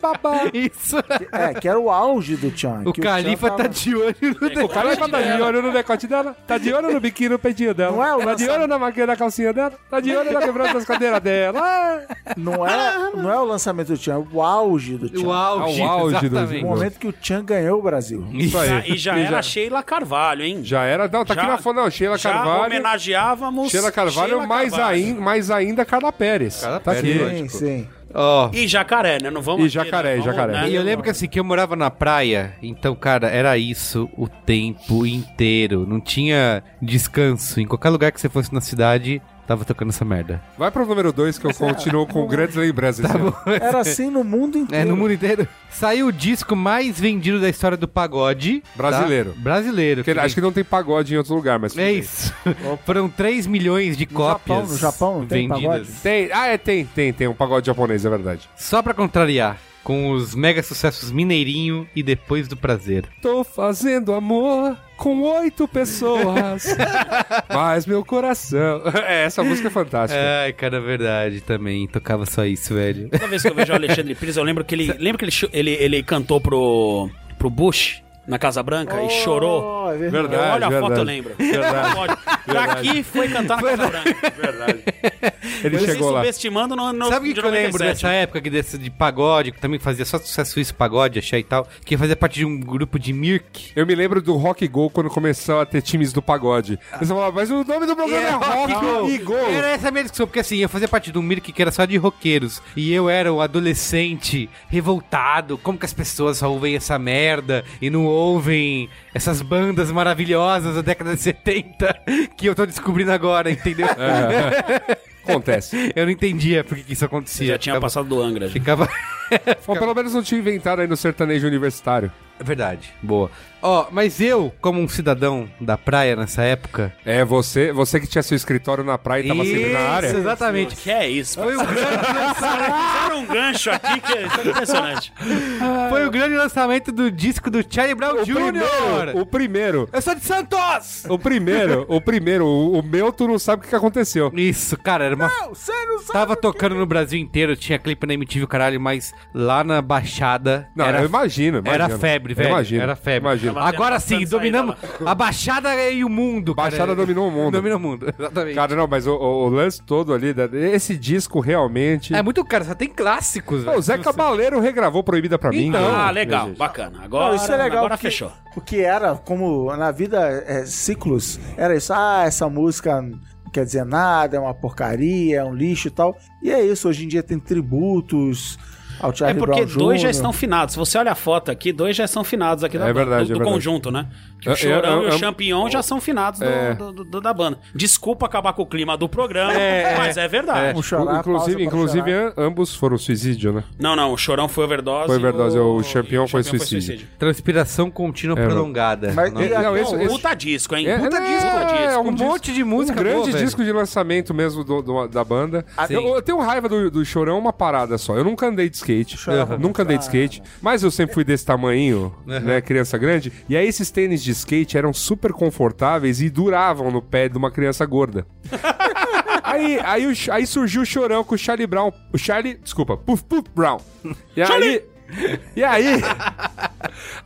babá.
[laughs] Isso,
do Tchan. É, que era o auge do Tchan.
o
que
Califa
Tchan
tá
tava-
de olho no
O cara tá de olho no decote dela, tá de olho no biquíni no peitinho dela,
Não é o
tá de olho na maquinha da calcinha dela, tá de olho na quebrança das cadeiras
[laughs]
dela. Ah,
Não é, não é o lançamento do Tchan, é o auge do Tchan.
O auge, Hum,
É o auge do-
O
exatamente.
momento que o Tchan ganhou o Brasil.
Isso aí.
E já era Sheila Carvalho, hein?
Já era. Não, tá aqui na foto, não. Sheila
já
Carvalho.
homenageávamos
Sheila Carvalho, é
Sheila
mais,
Carvalho.
Ainda, mais ainda Carla Pérez.
Carla
tá
Pérez,
aqui.
Sim, sim.
Ó,
E jacaré, né? Não vamos
E
aqui,
jacaré,
né?
jacaré.
E
Vamos,
eu lembro que assim, que eu morava na praia, então, cara, era isso o tempo inteiro. Não tinha descanso. Em qualquer lugar que você fosse na cidade, tava tocando essa merda.
Vai pro número 2 que eu continuo com grandes lembranças. Tá bom.
Era assim no mundo inteiro.
É, no mundo inteiro. Saiu o disco mais vendido da história do pagode. tá?
Brasileiro.
Brasileiro.
Porque acho que não tem pagode em outro lugar, mas. tudo
É
bem.
isso. [laughs] Foram 3 milhões de cópias
Japão, no Japão tem
vendidas.
pagode?
Tem, ah, é, tem, tem, tem um pagode japonês, é verdade.
Só pra contrariar, com os mega sucessos Mineirinho e Depois do Prazer.
Tô fazendo amor com oito pessoas, mas meu coração. [laughs] É, essa música é fantástica.
Ai, cara, é verdade também. Tocava só isso, velho.
Toda vez que eu vejo o Alexandre Pires, eu lembro que ele. Lembra que ele, cho- ele, ele cantou pro, pro Bush na Casa Branca e chorou?
Oh, é verdade.
Eu olho a
Verdade,
foto, eu
verdade.
lembro.
Verdade.
Pode. Daqui foi cantar na Casa Branca.
Ele
Vocês
chegou lá.
subestimando no, no
Sabe o que,
de
que eu lembro
97?
dessa época que desse de pagode, que também fazia só sucesso isso, pagode, axé e tal, que fazia parte de um grupo de Mirk.
Eu me lembro do Rock Go quando começou a ter times do pagode. Eles falavam, "Ah, mas o nome do
[laughs]
programa é Rock e Go.
Era essa a minha discussão, porque assim, eu fazia parte de um Mirk que era só de roqueiros. E eu era um adolescente revoltado. Como que as pessoas só ouvem essa merda e não ouvem essas bandas bandas maravilhosas da década de 70 [laughs] que eu tô descobrindo agora, entendeu?
É.
É. [laughs] Acontece.
Eu não entendia por que que isso acontecia.
já tinha
Ficava-
passado do Angra. já.
Ficava.
Bom, pelo menos não tinha inventado aí no sertanejo universitário.
É verdade. Boa. Ó, mas eu, como um cidadão da praia nessa época.
É, você, você que tinha seu escritório na praia e tava sempre Tá na
Isso,
área.
Exatamente.
Que é isso?
Foi o,
[laughs]
grande lançamento,
Fizeram um gancho aqui que é impressionante.
foi o grande lançamento do disco do Charlie Brown Jr.
O primeiro.
Eu sou de Santos!
O primeiro, o primeiro, o, o meu, tu não sabe o que, que aconteceu.
Isso, cara, era uma.
Você não sabe.
Tava tocando no Brasil inteiro, tinha clipe na MTV, o caralho, mas lá na Baixada.
Não, eu imagino, imagino.
Era febre,
Eu
velho.
imagino,
Era febre.
imagino.
Agora
Tava
sim,
tentando sair
dominamos. A Baixada e o mundo. cara.
Baixada dominou o mundo.
Dominou o mundo, [laughs] exatamente.
Cara, não, mas o, o- o lance todo ali, da- esse disco realmente.
É muito caro, só tem clássicos.
Não, o Zé Cabaleiro regravou Proibida pra mim. né?
Então,
cara.
Ah, legal, bacana. Agora,
Não, isso é legal.
agora
porque-
fechou.
Porque era como na vida, é, ciclos, era isso. Ah, essa música não quer dizer nada, é uma porcaria, é um lixo e tal. E é isso, hoje em dia tem tributos ao
É
Charlie
porque
Brown
dois
Jr.
já estão finados. Se você olha a foto aqui, dois já são finados aqui da
É
banda,
verdade,
do,
é
do
verdade.
conjunto, né?
Eu-
O Chorão
eu-
e
eu-
o Champignon já são finados do- do- do- do- da banda. Desculpa acabar com o clima do programa, mas é verdade.
Vamos chorar, pausa
inclusive,
pra
inclusive
chorar.
an- ambos foram suicídio, né?
Não, não, o Chorão foi overdose.
Foi overdose,
e
o Champignon
e
foi suicídio.
Transpiração contínua prolongada.
Mas-
Não.
e a-
Não,
Não,
esse- esse-
puta disco, hein?
É,
puta
é,
disco, puta
é
disco.
um
disco-
monte de música
Um grande
boa, velho. Ah,
disco de lançamento mesmo do- do- da banda.
Sim.
Eu, eu tenho raiva do, do Chorão, uma parada só. Eu nunca andei de skate. Uhum. Nunca andei de skate. Mas eu sempre fui desse tamanhinho, né? Criança grande. E aí esses tênis de skate eram super confortáveis e duravam no pé de uma criança gorda. [laughs] Aí, aí, o- aí surgiu o chorão com o Charlie Brown. O Charlie. Desculpa, Puff Puff Brown. E aí. E aí.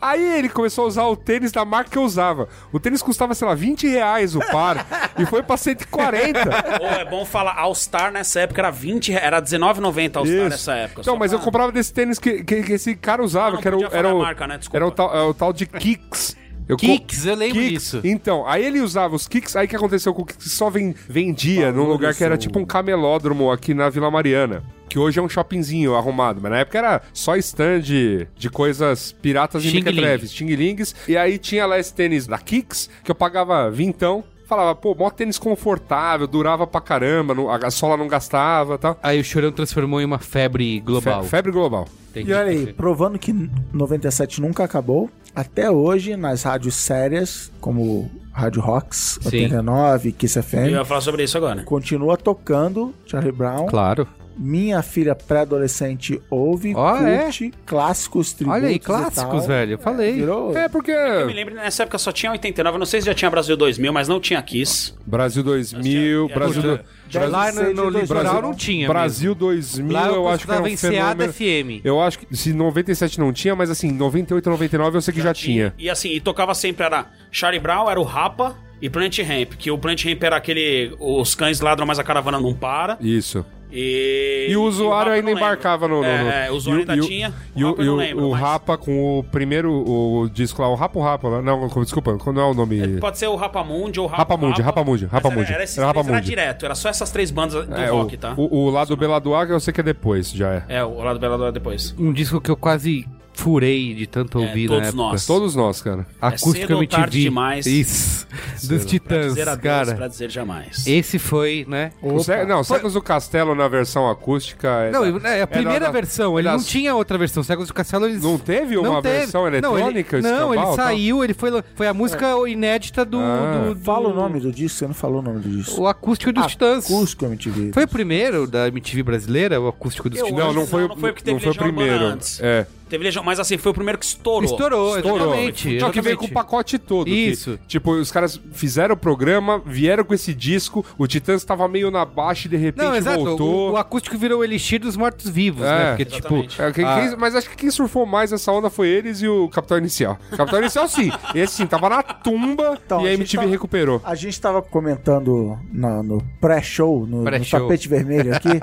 Aí ele começou a usar o tênis da marca que eu usava. O tênis custava, sei lá, 20 reais o par. e foi pra
[laughs]
140.
Ou é bom falar All Star nessa época era 20, re- era 19,90 All Star
Isso.
nessa época.
Então,
só
mas
pra-
eu comprava desse tênis que, que, que esse cara
Ah,
usava,
não
que era o.
podia
Era
falar
o,
a marca, né? Desculpa.
era o, tal, é o tal de Kicks. Eu co-
Kicks, eu lembro disso.
Então, aí ele usava os kicks, aí o que aconteceu com o kicks só ven- vendia num lugar que era tipo um camelódromo aqui na Vila Mariana. Que hoje é um shoppingzinho arrumado, mas na época era só stand de, de coisas piratas e
Xing-ling.
mequetrefes, xing-lings. E aí tinha lá esse tênis da Kicks, que eu pagava vintão. Falava, pô, mó tênis confortável, durava pra caramba, não- a sola não gastava e tal.
Aí o chorão transformou em uma febre
Fe-
global.
febre global.
Entendi.
E olha aí, provando que 97 nunca acabou, até hoje nas rádios sérias, como Rádio Rocks,
Sim.
89, Kiss
Eu
FM,
ia falar sobre isso agora.
continua tocando Charlie Brown.
Claro.
Minha filha pré-adolescente ouve,
Ó,
curte, clássicos, tributos
Ah, é? Olha aí,
e tal.
clássicos, velho. Eu falei.
Virou...
É, porque
Eu me lembro, nessa época só tinha 89, eu não sei se já tinha Brasil 2000, mas não tinha Kiss.
Brasil 2000, Brasil...
Puta,
Brasil
lá no, no
seis de
litoral
dois,
não
né?
tinha.
Brasil
mesmo.
2000,
Lá
eu acho que era
costumava
um
é
em Seada
fenômeno...
FM.
Eu acho que se 97 não tinha, mas assim, 98, 99 eu sei que já, tinha.
E, e assim, e tocava sempre, era Charlie Brown, era o Rapa e Plant Ramp, que o Plant Ramp era aquele, os cães ladram, mas a caravana não para.
Isso.
E,
E, o
Rapa
usuário
eu
ainda
não lembro.
embarcava no. no- no-
É, é, o
e
usuário ainda
e
tinha,
E o,
Rapa eu
e
não
o,
lembro,
o
mas-
Rapa com o primeiro o disco lá, o Rapo Rapa. lá. Não, desculpa, qual não é o nome.
Pode ser o Rapamundi ou o Rapa
Rapamundi,
Rapa.
Rapamundi,
Mas
Rapamundi.
Era, era, esses
Era
três, era
Rapamundi.
direto, era só essas três bandas do
É,
rock,
o,
tá?
o, o lado Bela do Águia eu sei que é depois, já é.
É, o lado Bela Dora depois.
Um disco que eu quase furei de tanto
É,
ouvir na
né,
todos
época.
nós. É
Todos nós, cara.
Acústica
cedo ou
MTV.
tarde demais.
Isso. Dos
Pra
Titãs,
dizer adeus, pra
cara.
dizer jamais.
Esse foi, né?
O Sé- não, Séculos do Castelo na versão acústica. é
Não,
da-
ele- é a
é
primeira
da-
versão. Ele
das-
não tinha outra versão. Séculos do Castelo, eles...
Não teve uma versão eletrônica,
Não, ele, não,
escambau,
ele
tal?
saiu. Ele foi, foi a música inédita do,
Ah.
do, do-
Fala o nome do disco, você não falou o nome do disco.
um. O acústico dos Titãs.
Acústico MTV.
Foi o primeiro da MTV brasileira, o acústico dos
Eu
Titãs?
Não, não
Não,
foi,
não foi porque
não
teve
foi o
Legião Urbana
primeiro.
antes.
É.
Teve Legião, mas assim, foi o primeiro que estourou.
Estourou,
Estourou.
exatamente.
Só que veio com o
exatamente.
pacote todo. que,
Isso.
tipo, os caras fizeram o programa, vieram com esse disco, o Titãs tava meio na baixa e de repente
Não, exato.
voltou.
O, o acústico virou o elixir dos mortos-vivos,
É.
né? Porque,
Exatamente.
tipo...
É, quem-
Ah.
quem- mas acho que quem surfou mais essa onda foi eles e o Capitão Inicial. Capitão Inicial, sim. Esse sim, tava na tumba
[laughs] Então,
e a
a gente
MTV
tava-
recuperou.
A gente tava comentando na- no, pré-show, no, no
Pré-show.
tapete vermelho
[laughs]
aqui,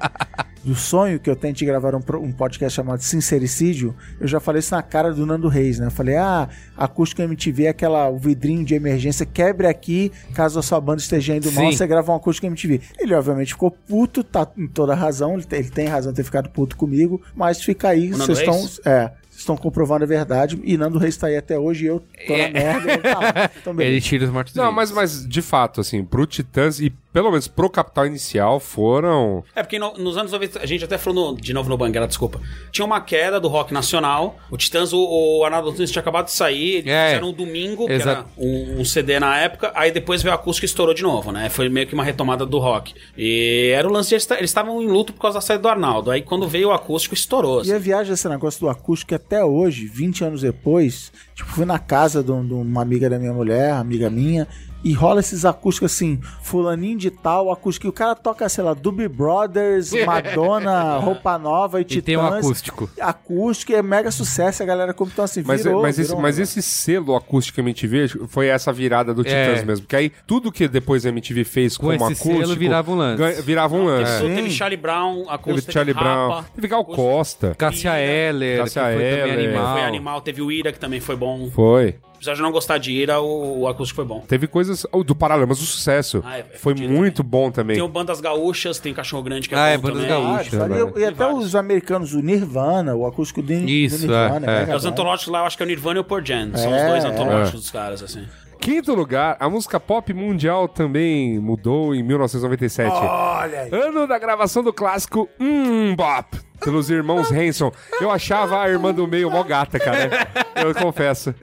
do sonho que eu tenho de gravar um, pro- um podcast chamado Sincericídio. Eu já falei isso na cara do Nando Reis, né? Eu falei, ah, acústica MTV é aquela, o vidrinho de emergência, quebre aqui, caso a sua banda esteja indo mal,
Sim.
você grava um acústica MTV. Ele obviamente ficou puto, tá em toda razão, ele, te- ele tem razão de ter ficado puto comigo, mas fica aí,
O Nando
vocês estão...
Reis?
É, vocês estão comprovando a verdade e Nando Reis tá aí até hoje e eu tô na merda. e ele
[laughs]
tá lá. Então, beleza.
É. Ele tira os mortos
Não, mas, mas de fato, assim, pro Titãs e pelo menos pro Capital Inicial foram.
É porque no- nos anos 90, a gente até falou no- de novo no Banguela, desculpa. Tinha uma queda do rock nacional. O Titãs, o, o Arnaldo Antunes tinha acabado de sair. Eles
É.
fizeram um domingo, que
Exato.
era um, um CD na época. Aí depois veio a acústica e estourou de novo, né? Foi meio que uma retomada do rock. E era o lance de eles ta- eles estavam em luto por causa da saída do Arnaldo. Aí quando veio o acústico, estourou.
E
assim.
a viagem desse negócio do acústico, que até hoje, 20 anos depois, tipo, fui na casa de, um- de uma amiga da minha mulher, amiga minha, e rola esses acústicos assim, fulaninho de tal, acústico, e o cara toca, sei lá, Doobie Brothers, Madonna, Roupa Nova e,
E
Titãs.
tem um acústico. é-
Acústico, é mega sucesso, a galera como então assim,
Mas,
virou,
mas, esse,
virou um
mas
negócio.
esse selo acusticamente vejo foi essa virada do
É.
Titãs mesmo. Que aí tudo que depois a MTV fez
Com
como
esse
acústico.
selo virava um lance.
ganha- Virava um
Isso,
lance.
Teve Charlie Brown,
Teve
acústico,
Charlie
Rapa,
Brown, teve Gal
acústico
Costa.
Cássia Eller,
Cássia
que foi
Eller.
também animal.
Foi animal, teve o Ira, que também foi bom.
Foi.
Apesar de não gostar de Ira, o, o acústico foi bom.
Teve coisas. O do Paralamas, o sucesso.
Ah, é- é
foi
fudido,
muito bom também.
Tem um o Bandas Gaúchas, tem Cachorro Grande, que é
Ah, é
bom
Bandas
também.
Gaúchas.
Ah,
Puxa,
sabe,
velho.
e até
Tem vários.
os americanos, o Nirvana, o acústico do, do
Isso,
Nirvana,
é, é.
mega
É, os
bom.
antológicos lá, eu acho que é o Nirvana e o Pearl Jam. São
É,
os dois
é.
antológicos dos caras, assim.
Quinto lugar, a música pop mundial também mudou em 1997.
Ah. Olha aí.
Ano da gravação do clássico Hum Bop, pelos irmãos Hanson. Eu achava a irmã do meio mó gata, cara. Eu confesso.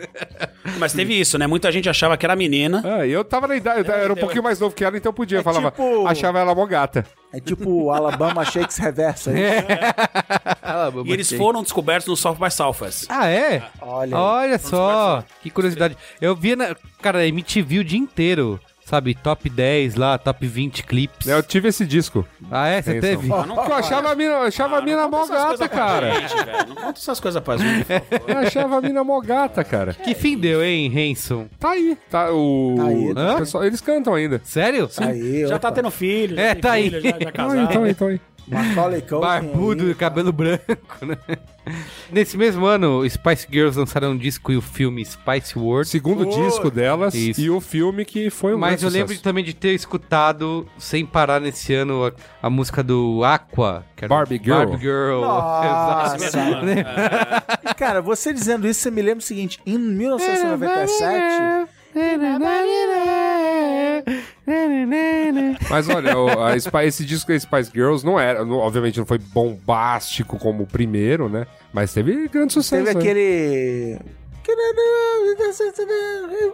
Mas teve isso, né? Muita gente achava que era menina.
Ah, e eu tava na
É,
idade, eu era um pouquinho mais novo que ela, então podia. Eu falava,
tipo-
achava ela mó gata.
É tipo o Alabama Shakes Reverso é
[laughs]
aí.
É.
E eles foram descobertos no South by Southwest.
Ah, é?
Olha
Olha,
aí.
só, que curiosidade. Eu via, na, cara, MTV o dia inteiro, sabe? Top 10 lá, top 20 clipes.
Né, Eu tive esse disco.
Ah, é? Você
Hanson.
teve?
Ah, não
Eu
fala.
achava a mina, eu achava a
Ah,
mina
não
é mó
conta essas
gata,
coisas pra
cara.
gente, velho. Não conta essas coisas pra gente,
[laughs]
por favor.
Eu achava a mina mó gata, cara.
Que fim deu, hein, Hanson?
Tá aí. Tá, o...
Tá aí.
o pessoal- eles cantam ainda.
Sério?
Aí,
Já
opa.
tá tendo filho, já
É,
tem
tá aí.
filho, já, já
Então,
casado.
então, então. aí.
Macaulay Culkin
Barbudo
aí.
e cabelo branco, né? Nesse mesmo ano, Spice Girls lançaram um disco e o filme Spice
O
World.
segundo disco delas
Isso.
e o filme que foi um
Mas
grande
eu lembro
sucesso.
também de ter escutado, sem parar nesse ano, a, a música do Aqua. Que era
Barbie Girl.
Barbie Girl. Exato.
Nossa.
Né?
Essa
né?
mesma, é.
E, Cara, você dizendo isso, você me lembra o seguinte: em
É,
1997,
Mas olha, o- a Spice- esse disco da Spice Girls não era, não- obviamente não foi bombástico como o primeiro, né? Mas teve grande sucesso.
teve
né?
aquele.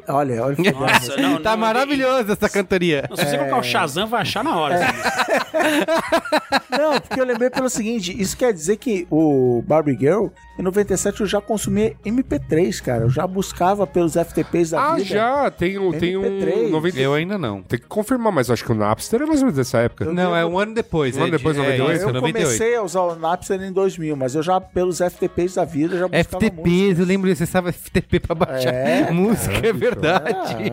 Olha, olha.
É,
[laughs]
Nossa, não,
tá
não,
maravilhosa essa cantoria.
não, se você
É.
colocar o Shazam, vai achar na hora. assim.
Não, porque eu lembrei pelo seguinte: isso quer dizer que o Barbie Girl, em 97, eu já consumia MP3, cara. Eu já buscava pelos FTPs da
Ah,
vida.
já, tem um, tem
MP3.
um 90...
Eu ainda não.
Tem que confirmar, mas eu acho que o Napster é mais ou menos dessa época.
Não, é um ano depois.
Um ano
é
depois,
de-
98?
É, isso,
Eu
98.
comecei a usar o Napster em 2000, mas eu já, pelos FTPs da vida, eu já
É
buscava muito.
FTPs, eu lembro que você estava FTP pra baixar
É,
música, é verdade.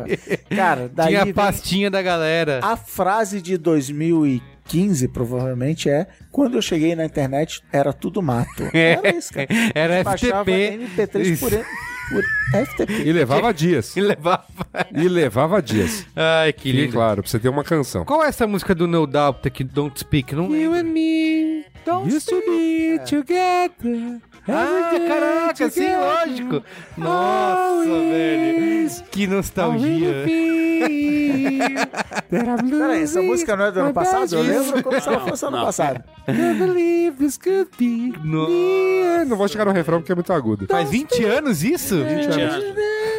Cara, daí
Tinha a
vem-
pastinha da galera.
A frase de 2015, provavelmente, é Quando eu cheguei na internet, era tudo mato. Era isso, cara.
Era
Baixava
FTP
MP3 por,
Isso.
por FTP.
E levava
[laughs]
dias.
e levava.
E levava dias.
Ai, que
E
lindo.
claro, pra você ter uma canção.
Qual é essa música do No Doubt que Don't Speak? Não lembro.
me used to be together.
Ah, caraca, sim, lógico. Nossa, velho. Que nostalgia.
Peraí, essa música não é do ano passado? Eu lembro como se ela fosse ano
Não.
passado.
No-
Não vou chegar no refrão porque é muito agudo.
Faz 20 anos isso?
Esse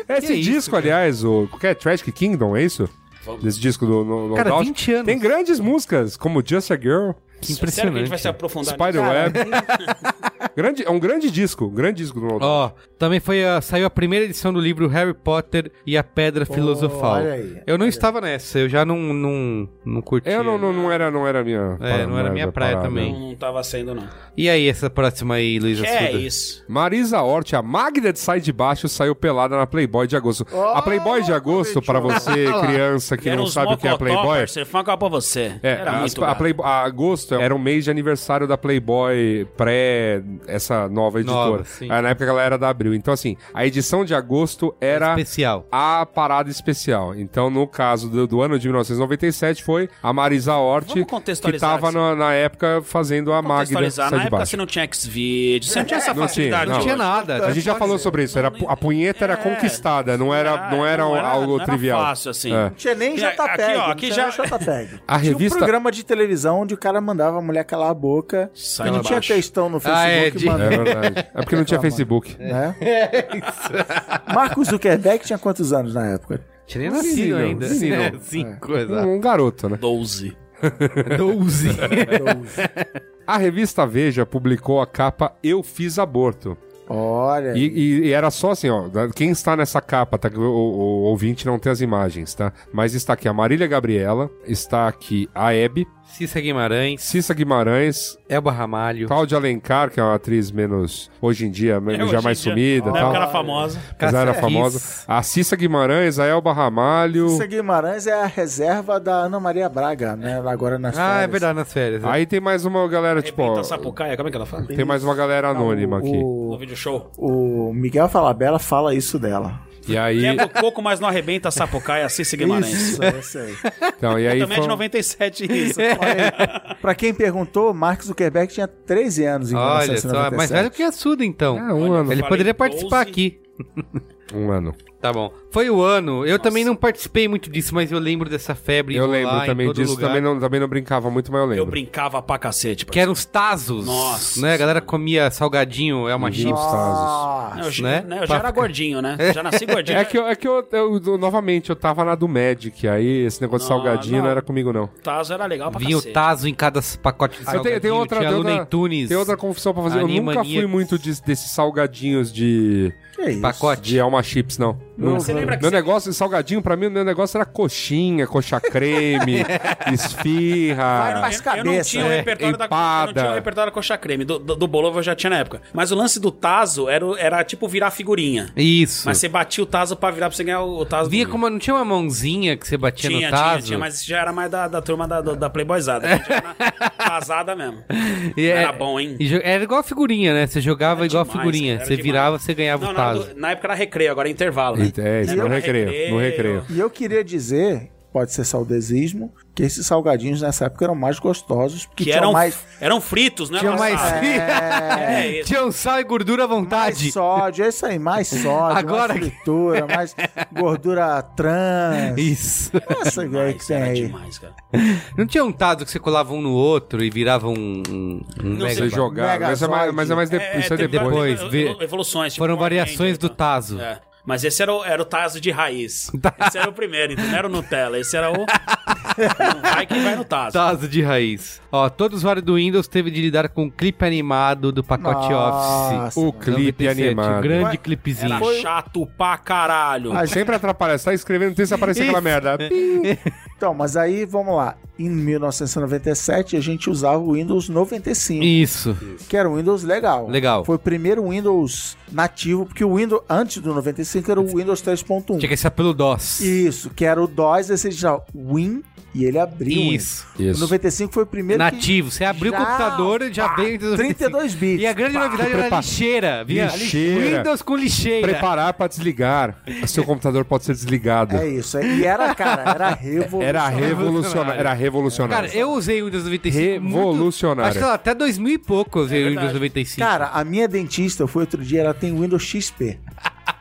Que é isso,
disco, aliás, o que é Tragic Kingdom, é isso? Esse disco do No, no
Cara,
Doubt.
20 anos.
Tem grandes músicas, como Just a Girl,
Que
Sério que a gente vai
impressionante.
se aprofundar
Spiderweb. [laughs] grande, é um grande disco, um grande disco do No Doubt.
Ó, também foi a- saiu a primeira edição do livro Harry Potter e a Pedra Filosofal.
olha aí.
eu não estava nessa, eu já não, não, não curti.
Eu não, não, não era, não era minha.
É, não era minha praia também.
Não, não tava saindo, não.
E aí, essa próxima aí, Luiz
Que
Assuda?
é isso.
Marisa Hort, a Magda de Sai de Baixo, saiu pelada na Playboy de agosto. a Playboy de agosto, pra você, criança que
Era
não
uns
sabe o que é a
mocotó,
Playboy.
parceiro, Foi uma capa pra você.
É,
Era
as-
muito
a
gato.
Playboy- a agosto era um mês de aniversário da Playboy pré essa nova editora.
Nova, sim.
Ah, na época ela era da Abril. Então, assim, a edição de agosto era
Especial.
a parada especial. Então, no caso do, do ano de 1997, foi a Marisa Hort,
Vamos
que
contextualizar
tava
isso.
na, na época fazendo a Magda
contextualizar,
Sai
na
de
época
Baixo.
você não tinha Xvideos, você não tinha essa
Não tinha,
facilidade.
não.
Não
de
tinha
hoje.
nada.
A gente já
Pode
falou
ser.
sobre isso, era,
Não,
a punheta era
é.
conquistada, não era, né? não era, algo
não era
trivial.
fácil, assim.
É.
Não tinha nem
Aqui, ó,
JPEG.
aqui
não
já-
tinha nem JPEG.
A
Tinha
revista-
um programa de televisão onde o cara mandava a mulher calar a boca
Sai
e não
lá
tinha
abaixo.
textão no Facebook.
Ah, é, de-
É
mandando,
[laughs]
verdade. É porque não tinha Facebook.
né? Marcos Zuckerberg tinha quantos anos na época?
Tinha nem
nascido
nascido
ainda.
ainda.
É,
Cinco,
Um garoto, né?
12.
[laughs]
Doze.
A revista Veja publicou a capa Eu Fiz Aborto.
Olha.
E, e- e era só assim, ó. da- Quem está nessa capa, tá? O, o- o ouvinte não tem as imagens, tá? Mas está aqui a Marília Gabriela, está aqui a Hebe,
Cissa Guimarães,
Cissa Guimarães,
Elba Ramalho,
Cláudia Alencar, que é uma atriz menos. hoje em dia,
É,
já
hoje
mais
em dia,
sumida e
Na época era
tal.
famosa.
Mas era
Cássia
famosa.
Kiss.
A Cissa Guimarães, a Elba Ramalho.
Cissa Guimarães é a reserva da Ana Maria Braga, né? Ela Agora nas
Ah, é
férias.
verdade, nas férias.
Aí tem mais uma galera, tipo, ó,
Repita Sapucaia, como é que ela fala?
tem mais uma galera anônima aqui.
No
O,
vídeo show.
o Miguel Falabella fala isso dela.
E aí,
Quebra o coco, mas não arrebenta a Sapucaia, Cissa
[laughs]
Guimarães.
Isso, eu sei.
então, e aí
Também é de
foi- [laughs] É.
97 isso.
Olha aí, pra quem perguntou, Mark Zuckerberg tinha 13 anos em
Olha só,
1997.
mais velho que a Suda, então.
Ah,
É, um ano.
Ele
Falei
poderia
12.
participar aqui.
Um ano.
Tá bom. Foi o ano. Eu também não participei muito disso, mas eu lembro dessa febre.
Eu
em
lembro
rolar em
também
todo
disso,
lugar.
também não, também não brincava muito, mas eu lembro.
Eu brincava pra cacete.
Que eram os Tazos.
Nossa.
Né? A galera comia salgadinho, Elma
Nossa.
Chips.
Nossa.
Eu, já-
né?
né, eu já era
Pra-
gordinho, né? Já nasci gordinho.
É que, eu, é que eu, eu- eu- novamente, eu tava na do Magic, aí esse negócio de
Não,
salgadinho não.
não.
era comigo, não.
O Tazo era legal pra
Vinha o
cacete.
Tazo em cada pacote de
Eu
salgadinho.
tenho, tenho outra,
Tinha
tem
Luna
outra,
e Tunes.
tem outra confissão pra fazer. Eu nunca fui
Animaniacs.
muito de- desses salgadinhos de,
Que isso?
Pacote.
de alma chips, não. não
Você lembra que
meu
você-
negócio, salgadinho, pra mim, meu negócio era coxinha, coxa creme, esfirra.
Vai pra- As
Eu não
cabeças,
tinha o
É,
né?
repertório da eu não
Empada.
tinha o repertório da coxa creme. Do, do, do Bolova eu já tinha na época. Mas o lance do Tazo era, o- era tipo virar figurinha.
Isso.
Mas você batia o Tazo pra virar pra você ganhar o o Tazo.
Via
do-
como não tinha uma mãozinha que você batia
Tinha,
no Tazo?
tinha, tinha, mas isso já era mais da, da turma da, da, da Playboyzada. né? Já era
[laughs]
Tazada mesmo.
E
era
é-
bom, hein?
e jo- Era igual a figurinha, né? Você jogava
Era
igual a
demais,
figurinha.
cara,
Você
era
virava,
demais.
você ganhava
Não,
o
na,
Tazo. Então.
do- na época era recreio, agora é intervalo. Né?
É, isso, no
Era
recreio, no recreio.
E eu queria dizer, pode ser saudesismo, que esses salgadinhos nessa época eram mais gostosos, porque
Que
tinham
eram,
mais,
eram fritos, né?
Tinha mais. [laughs]
Nossa, É, isso.
tinha um sal e gordura à vontade.
mais sódio, é isso
[laughs]
aí, mais sódio,
Agora
mais
que-
fritura, mais gordura
[laughs]
trans.
Isso.
Essa ideia que
Demais,
tem
era
aí.
demais, cara.
Não tinha um Tazo que você colava um no outro e virava um. um, um
Não
mega-
Você jogava. Mas é mais, mas é mais de- isso é
teve
depois.
depois.
várias
vê-
evolu- Evoluções. tipo
Foram
Power
variações
Rangers,
do
né?
Tazo.
É. Mas esse era o, era o Tazo de raiz. Esse era o primeiro, então não era o Nutella. Esse era o. Não vai quem vai no Tazo.
Tazo de raiz. Ó, todo usuário do Windows teve de lidar com o clipe animado do pacote Office.
Nossa.
O clipe
97,
animado.
O grande clipezinho.
Era chato pra caralho.
Ah, sempre atrapalha. Você tá escrevendo texto e aparece aquela merda.
Então, mas aí, vamos lá. Em 1997, a gente usava o Windows 95,
Isso.
que era um Windows legal.
Legal.
Foi o primeiro Windows nativo, porque o Windows, antes do 95, era o Windows 3.1.
Tinha que ser pelo DOS.
Isso, que era o DOS, aí você digitava Win e ele abriu. o Windows.
Isso.
O 95 foi o primeiro que-
Nativo. Você abriu o
Já,
computador e já
pá,
veio. [laughs]
32 bits.
E a grande novidade era a
Prepa-
lixeira. Vinha
Lixeira.
Windows com lixeira.
Preparar pra desligar. Seu computador pode ser desligado.
É isso. é- E era,
[laughs]
cara, era revolucionário.
Era revolucionário. Era revolucionário.
Cara, eu usei o Windows 95. muito-
Revolucionário.
acho que sei lá, até 2000 e pouco eu usei o Windows 95.
Cara, a minha dentista, eu fui outro dia, ela tem Windows XP.
[laughs]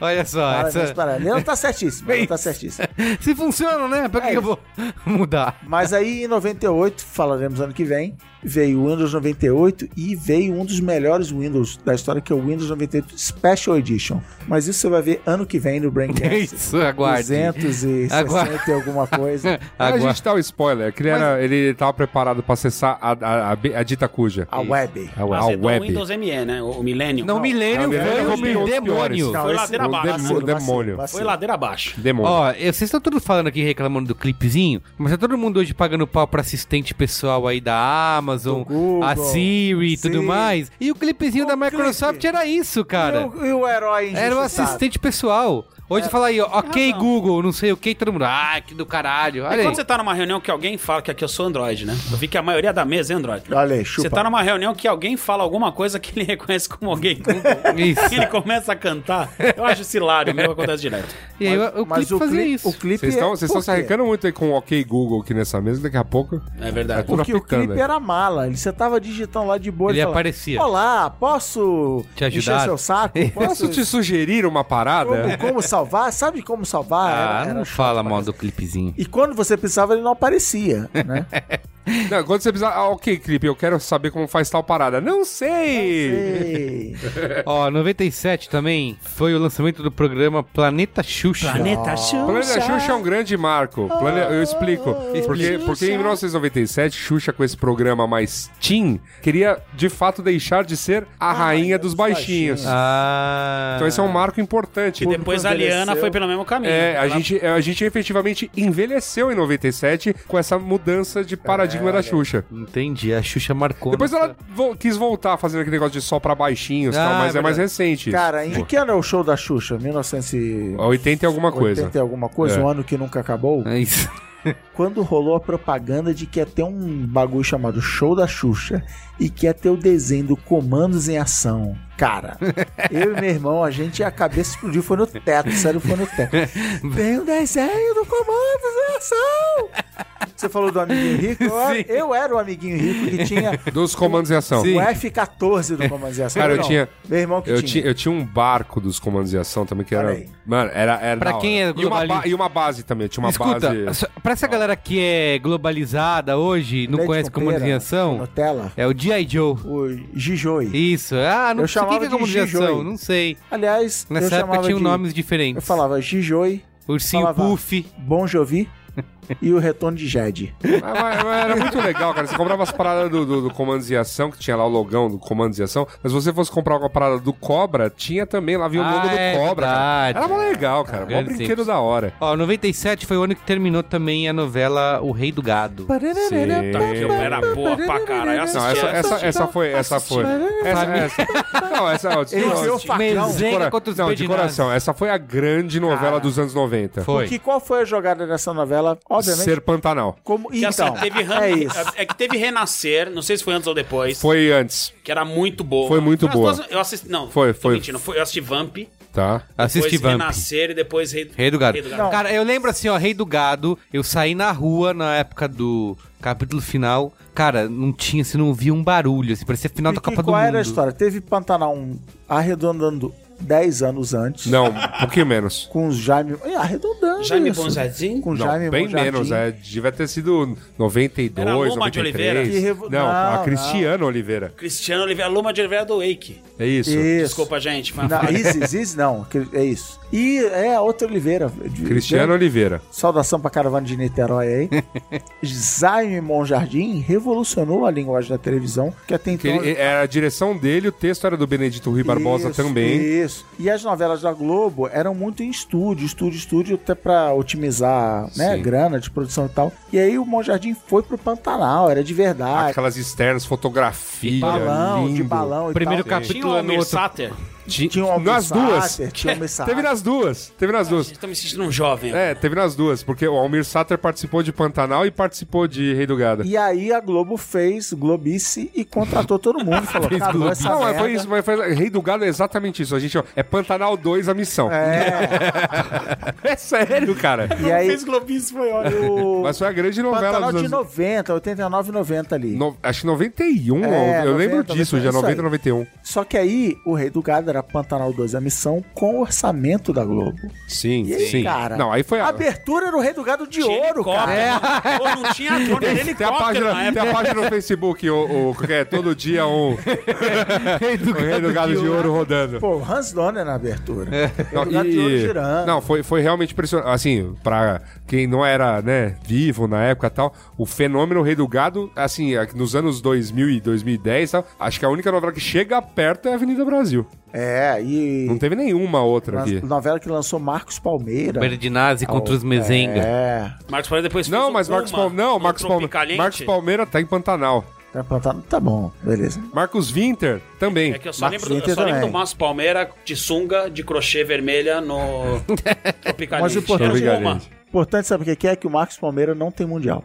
Olha só.
Parabéns
Ah, essa-
para ela. Ela tá certíssima, ela tá certíssima.
[laughs] Se funciona, né? Pra que,
É
que eu vou [laughs] mudar?
Mas aí em 98, falaremos ano que vem, veio o Windows 98 e veio um dos melhores Windows da história, que é o Windows 98 Special Edition. Mas isso você vai ver ano que vem
[laughs]
no Braincast.
É Isso, aguarde.
260
Aguarde.
e
[laughs]
alguma coisa.
A
Agora,
gente dá o spoiler, que ele, era, ele tava preparado pra acessar a, a, a, a dita cuja.
A web.
A, a
Mas é do
web.
Windows ME, né? O, o Millennium.
não, o
É, o
Milênio
Millennium
foi
rompeu
um
os
demônio.
piores.
Foi
esse-
ladeira abaixo.
né?
demo-
vacilo,
demônio.
vacilo.
Foi ladeira abaixo.
Demônio.
Ó, eu- vocês estão todos falando aqui, reclamando do clipezinho, mas tá todo mundo hoje pagando pau pra assistente pessoal aí da Amazon,
Do Google.
a Siri e tudo
Sim.
mais. E o clipezinho da
clipe.
Microsoft era isso, cara.
E o, e o herói
Era um o
injustiçado?
assistente pessoal. Hoje você fala aí, ó, ok
razão.
Google, não sei o que, todo mundo, ah, que do caralho.
É
Olha aí.
quando você tá numa reunião que alguém fala que aqui eu sou Android, né? Eu vi que a maioria da mesa é Android.
Olha aí, Ah, chupa.
Você tá numa reunião que alguém fala alguma coisa que ele [laughs] reconhece como alguém Google. [laughs]
Isso.
E ele começa a cantar. Eu acho isso hilário, meu acontece direto.
E aí o, o clipe fazia
cli-
isso.
O clipe
Vocês estão
é-
vocês estão
por
se
quê?
arrecando muito aí com o OK Google aqui nessa mesa, daqui a pouco.
É
É
verdade.
tudo
Porque o
apitando
clipe
aí.
era mala. Ele- Você tava digitando lá de boa.
Ele
falava,
aparecia.
Olá, posso
Te ajudar?"
encher
[laughs]
seu saco?
Posso te é. sugerir uma
como,
parada?
como salvar? Sabe como salvar?
Ah,
Era- era
não
chato
fala
pra
mal
cacete.
do clipezinho.
E quando você pensava, ele não
[laughs]
aparecia, né?
Não, quando você precisar, ah, ok, clipe, eu quero saber como faz tal parada. Não sei!
Ei.
Ó, 97 também foi o lançamento do programa Planeta Xuxa.
Planeta
Planeta Xuxa é um grande marco. Plane- Eu explico. Porque,
Xuxa.
porque em 1997, Xuxa, com esse programa mais teen, queria de fato deixar de ser a rainha dos baixinhos.
Ah.
Então esse é um marco importante.
E depois a Liana foi pelo mesmo caminho.
É, a
Ela-
gente, a gente efetivamente envelheceu em 97 com essa mudança de paradigma da Xuxa.
Entendi, a Xuxa marcou. né?
Depois
nossa-
ela vo- quis voltar fazendo aquele negócio de só pra baixinhos e
Ah,
tal, mas é
verdade.
mais recente.
Cara, em que ano é o show da Xuxa? 1980
80 e alguma coisa.
e alguma coisa?
É.
Um ano que nunca acabou?
É isso.
Quando rolou a propaganda de que ia ter um bagulho chamado Show da Xuxa e que ia ter o desenho do Comandos em Ação.
[laughs]
Cara, eu e meu irmão, a gente, a cabeça explodiu, foi no teto, sério, foi no
[laughs]
teto. Tem o desenho do Comandos em Ação! Você falou do amiguinho rico?
Sim.
Eu, eu era o amiguinho rico que tinha
Dos comandos em ação.
o F-14 do Comandos em Ação.
Cara, eu
Não,
tinha-
Meu irmão que
Eu
tinha.
tinha, eu tinha um barco dos comandos em ação também, que
Olha
era.
aí.
Mano, era. era
Pra
da hora.
quem é
e uma,
globalista?
ba- e uma base também, eu tinha
[laughs]
uma
Escuta,
base.
só- pra essa galera que é globalizada hoje, não
Leite
conhece
com pera,
Comandos em Ação,
Nutella,
é o G.I. Joe.
o Gijoi.
Isso. Ah, não
Eu
sei o que que
chamava
é
de
Comandos em
Gijoi.
Ação, não sei.
Aliás, eu
Nessa época um
chamava
tinham
de-
nomes diferentes.
Eu falava Gijoi,
Ursinho
falava- "Ah,
Puff.
Bon Jovi e o Retorno de Jade.
Ah, mas- mas era muito legal, cara. Você comprava as paradas do, do, do comandos em ação, que tinha lá o logão do comandos em ação. Mas se você fosse comprar alguma parada do Cobra, tinha também lá, vinha o
Ah,
logo
é
do Cobra. cara.
verdade.
Era mó legal, cara. Mó
Grandes
brinquedo
tempos.
da hora.
Ó, 97 foi o ano que terminou também a novela O Rei do Gado.
Puta
Tá,
que eu era boa pra caralho. Eu
Não, essa,
assistia-
essa, essa foi, essa foi. Essa, essa. Não, essa, ó, de-
Ele
não,
enfiou o
de-
facão.
Mezenga
cora-
contra os
não, de
Pedinares.
coração, essa foi a grande novela dos anos 90.
Foi.
Que qual foi a jogada dessa novela? Obviamente,
Ser Pantanal.
como
Que, assim,
então.
teve ran-
é isso.
é que teve Renascer, não sei se foi antes ou depois,
Foi antes,
que era muito boa.
Foi muito
As
boa.
duas- eu assisti, não,
Foi,
tô
foi.
mentindo, foi- eu assisti Vamp,
tá?
Assisti
depois
Vamp.
Renascer e depois Rei,
Rei do Gado.
Rei do
Não.
Cara, eu lembro assim, ó, Rei do Gado, eu saí na rua na época do capítulo final. Cara, não tinha, você não ouvia um barulho, assim, parecia final da
E que-
Copa do
qual
Mundo.
era a história? Teve Pantanal 1 arredondando 10 anos antes.
Não, um pouquinho menos.
Com os Jaime. Ih, Arredondando.
Jaime
isso.
Bonjardim?
Com
Não,
Jaime
bem
Bonjardim.
menos, é, devia ter sido 92,
Era Loma de
93.
Oliveira.
Que revo-
Não,
Não,
a Cristiano Oliveira.
Cristiano Oliveira, Luma de Oliveira do Wake.
É isso.
Isso.
Desculpa, gente.
[laughs]
Mas
Não, Isis, Isis não, que- é isso. E é a outra Oliveira. de-
Cristiano Oliveira.
Saudação pra caravana
[laughs]
de Niterói aí. Jaime Monjardim revolucionou a linguagem da televisão, que até
Que
então...
ele- era a direção dele, o texto era do Benedito Rui Barbosa
Isso,
também.
Isso. E as novelas da Globo eram muito em estúdio, estúdio, estúdio, até pra otimizar né,
Sim.
grana de produção e tal. E aí o Monjardim foi pro Pantanal, era de verdade.
Aquelas externas, fotografia,
balão,
lindo.
de balão e
Primeiro
tal.
Tinha
capítulo
o
é no
Almir
outro.
Sater.
Ti-
Tinha um
nas duas.
Almir Sater, Tinha um Sater.
[laughs] Teve nas duas. Teve nas duas.
Vocês estão me sentindo um jovem.
É, teve nas duas, porque o Almir Sater participou de Pantanal e participou de Rei do Gado.
E aí a Globo fez Globice e contratou todo
[laughs]
mundo. Falou, acabou essa
Não, mas
merda.
foi isso, mas foi, Rei do Gado é exatamente isso. A gente, ó, é Pantanal 2 a missão. [laughs] É,
É,
sério, cara.
e aí...
Fez Globis, foi ótimo.
o-
Mas foi a grande novela
Pantanal
dos
de
anos...
90, 89, 90 ali.
No, acho que 91,
É,
eu lembro
90,
disso, já
isso aí.
90, 91.
Só que aí o Rei do Gado era Pantanal 2 a missão com o orçamento da Globo.
Sim,
E aí,
sim.
cara?
Não, aí foi a...
Abertura era o Rei do Gado de ouro, cara.
Pô, não tinha ator,
[laughs] Tem
era
a,
helicóptero na
página, tem
época.
a página no Facebook, o, o, que é todo dia um
Rei do
o [laughs] Rei do Gado de Ouro rodando.
Pô, o Hans Donner na abertura.
Não,
tá
Lugar de ouro girando.
É. não, foi, foi realmente impressionante. Assim, pra quem não era, né, vivo na época e tal, o fenômeno Rei do Gado, assim, a- nos anos 2000 e 2010 e tal, acho que a única novela que chega perto é a Avenida Brasil.
É,
Não
e
teve nenhuma outra
na
aqui.
novela que lançou Marcos Palmeira.
Berdinazzi contra os Mezenga.
É.
Marcos Palmeira depois fez
Não,
o
mas Marcos
Goma
Palmeira. Não,
no
Marcos Palmeira.
Tropicaliente.
Marcos Palmeira tá em Pantanal.
Tá plantado? Tá bom, beleza.
Marcos Winter também.
É que eu só
Marcos
lembro, eu
Winter
só lembro do
também.
Márcio Palmeira de sunga, de crochê vermelha
[laughs]
no Tropicalista.
Mas o importante-
Era uma.
Importante saber o que que é que o Marcos Palmeira não tem mundial.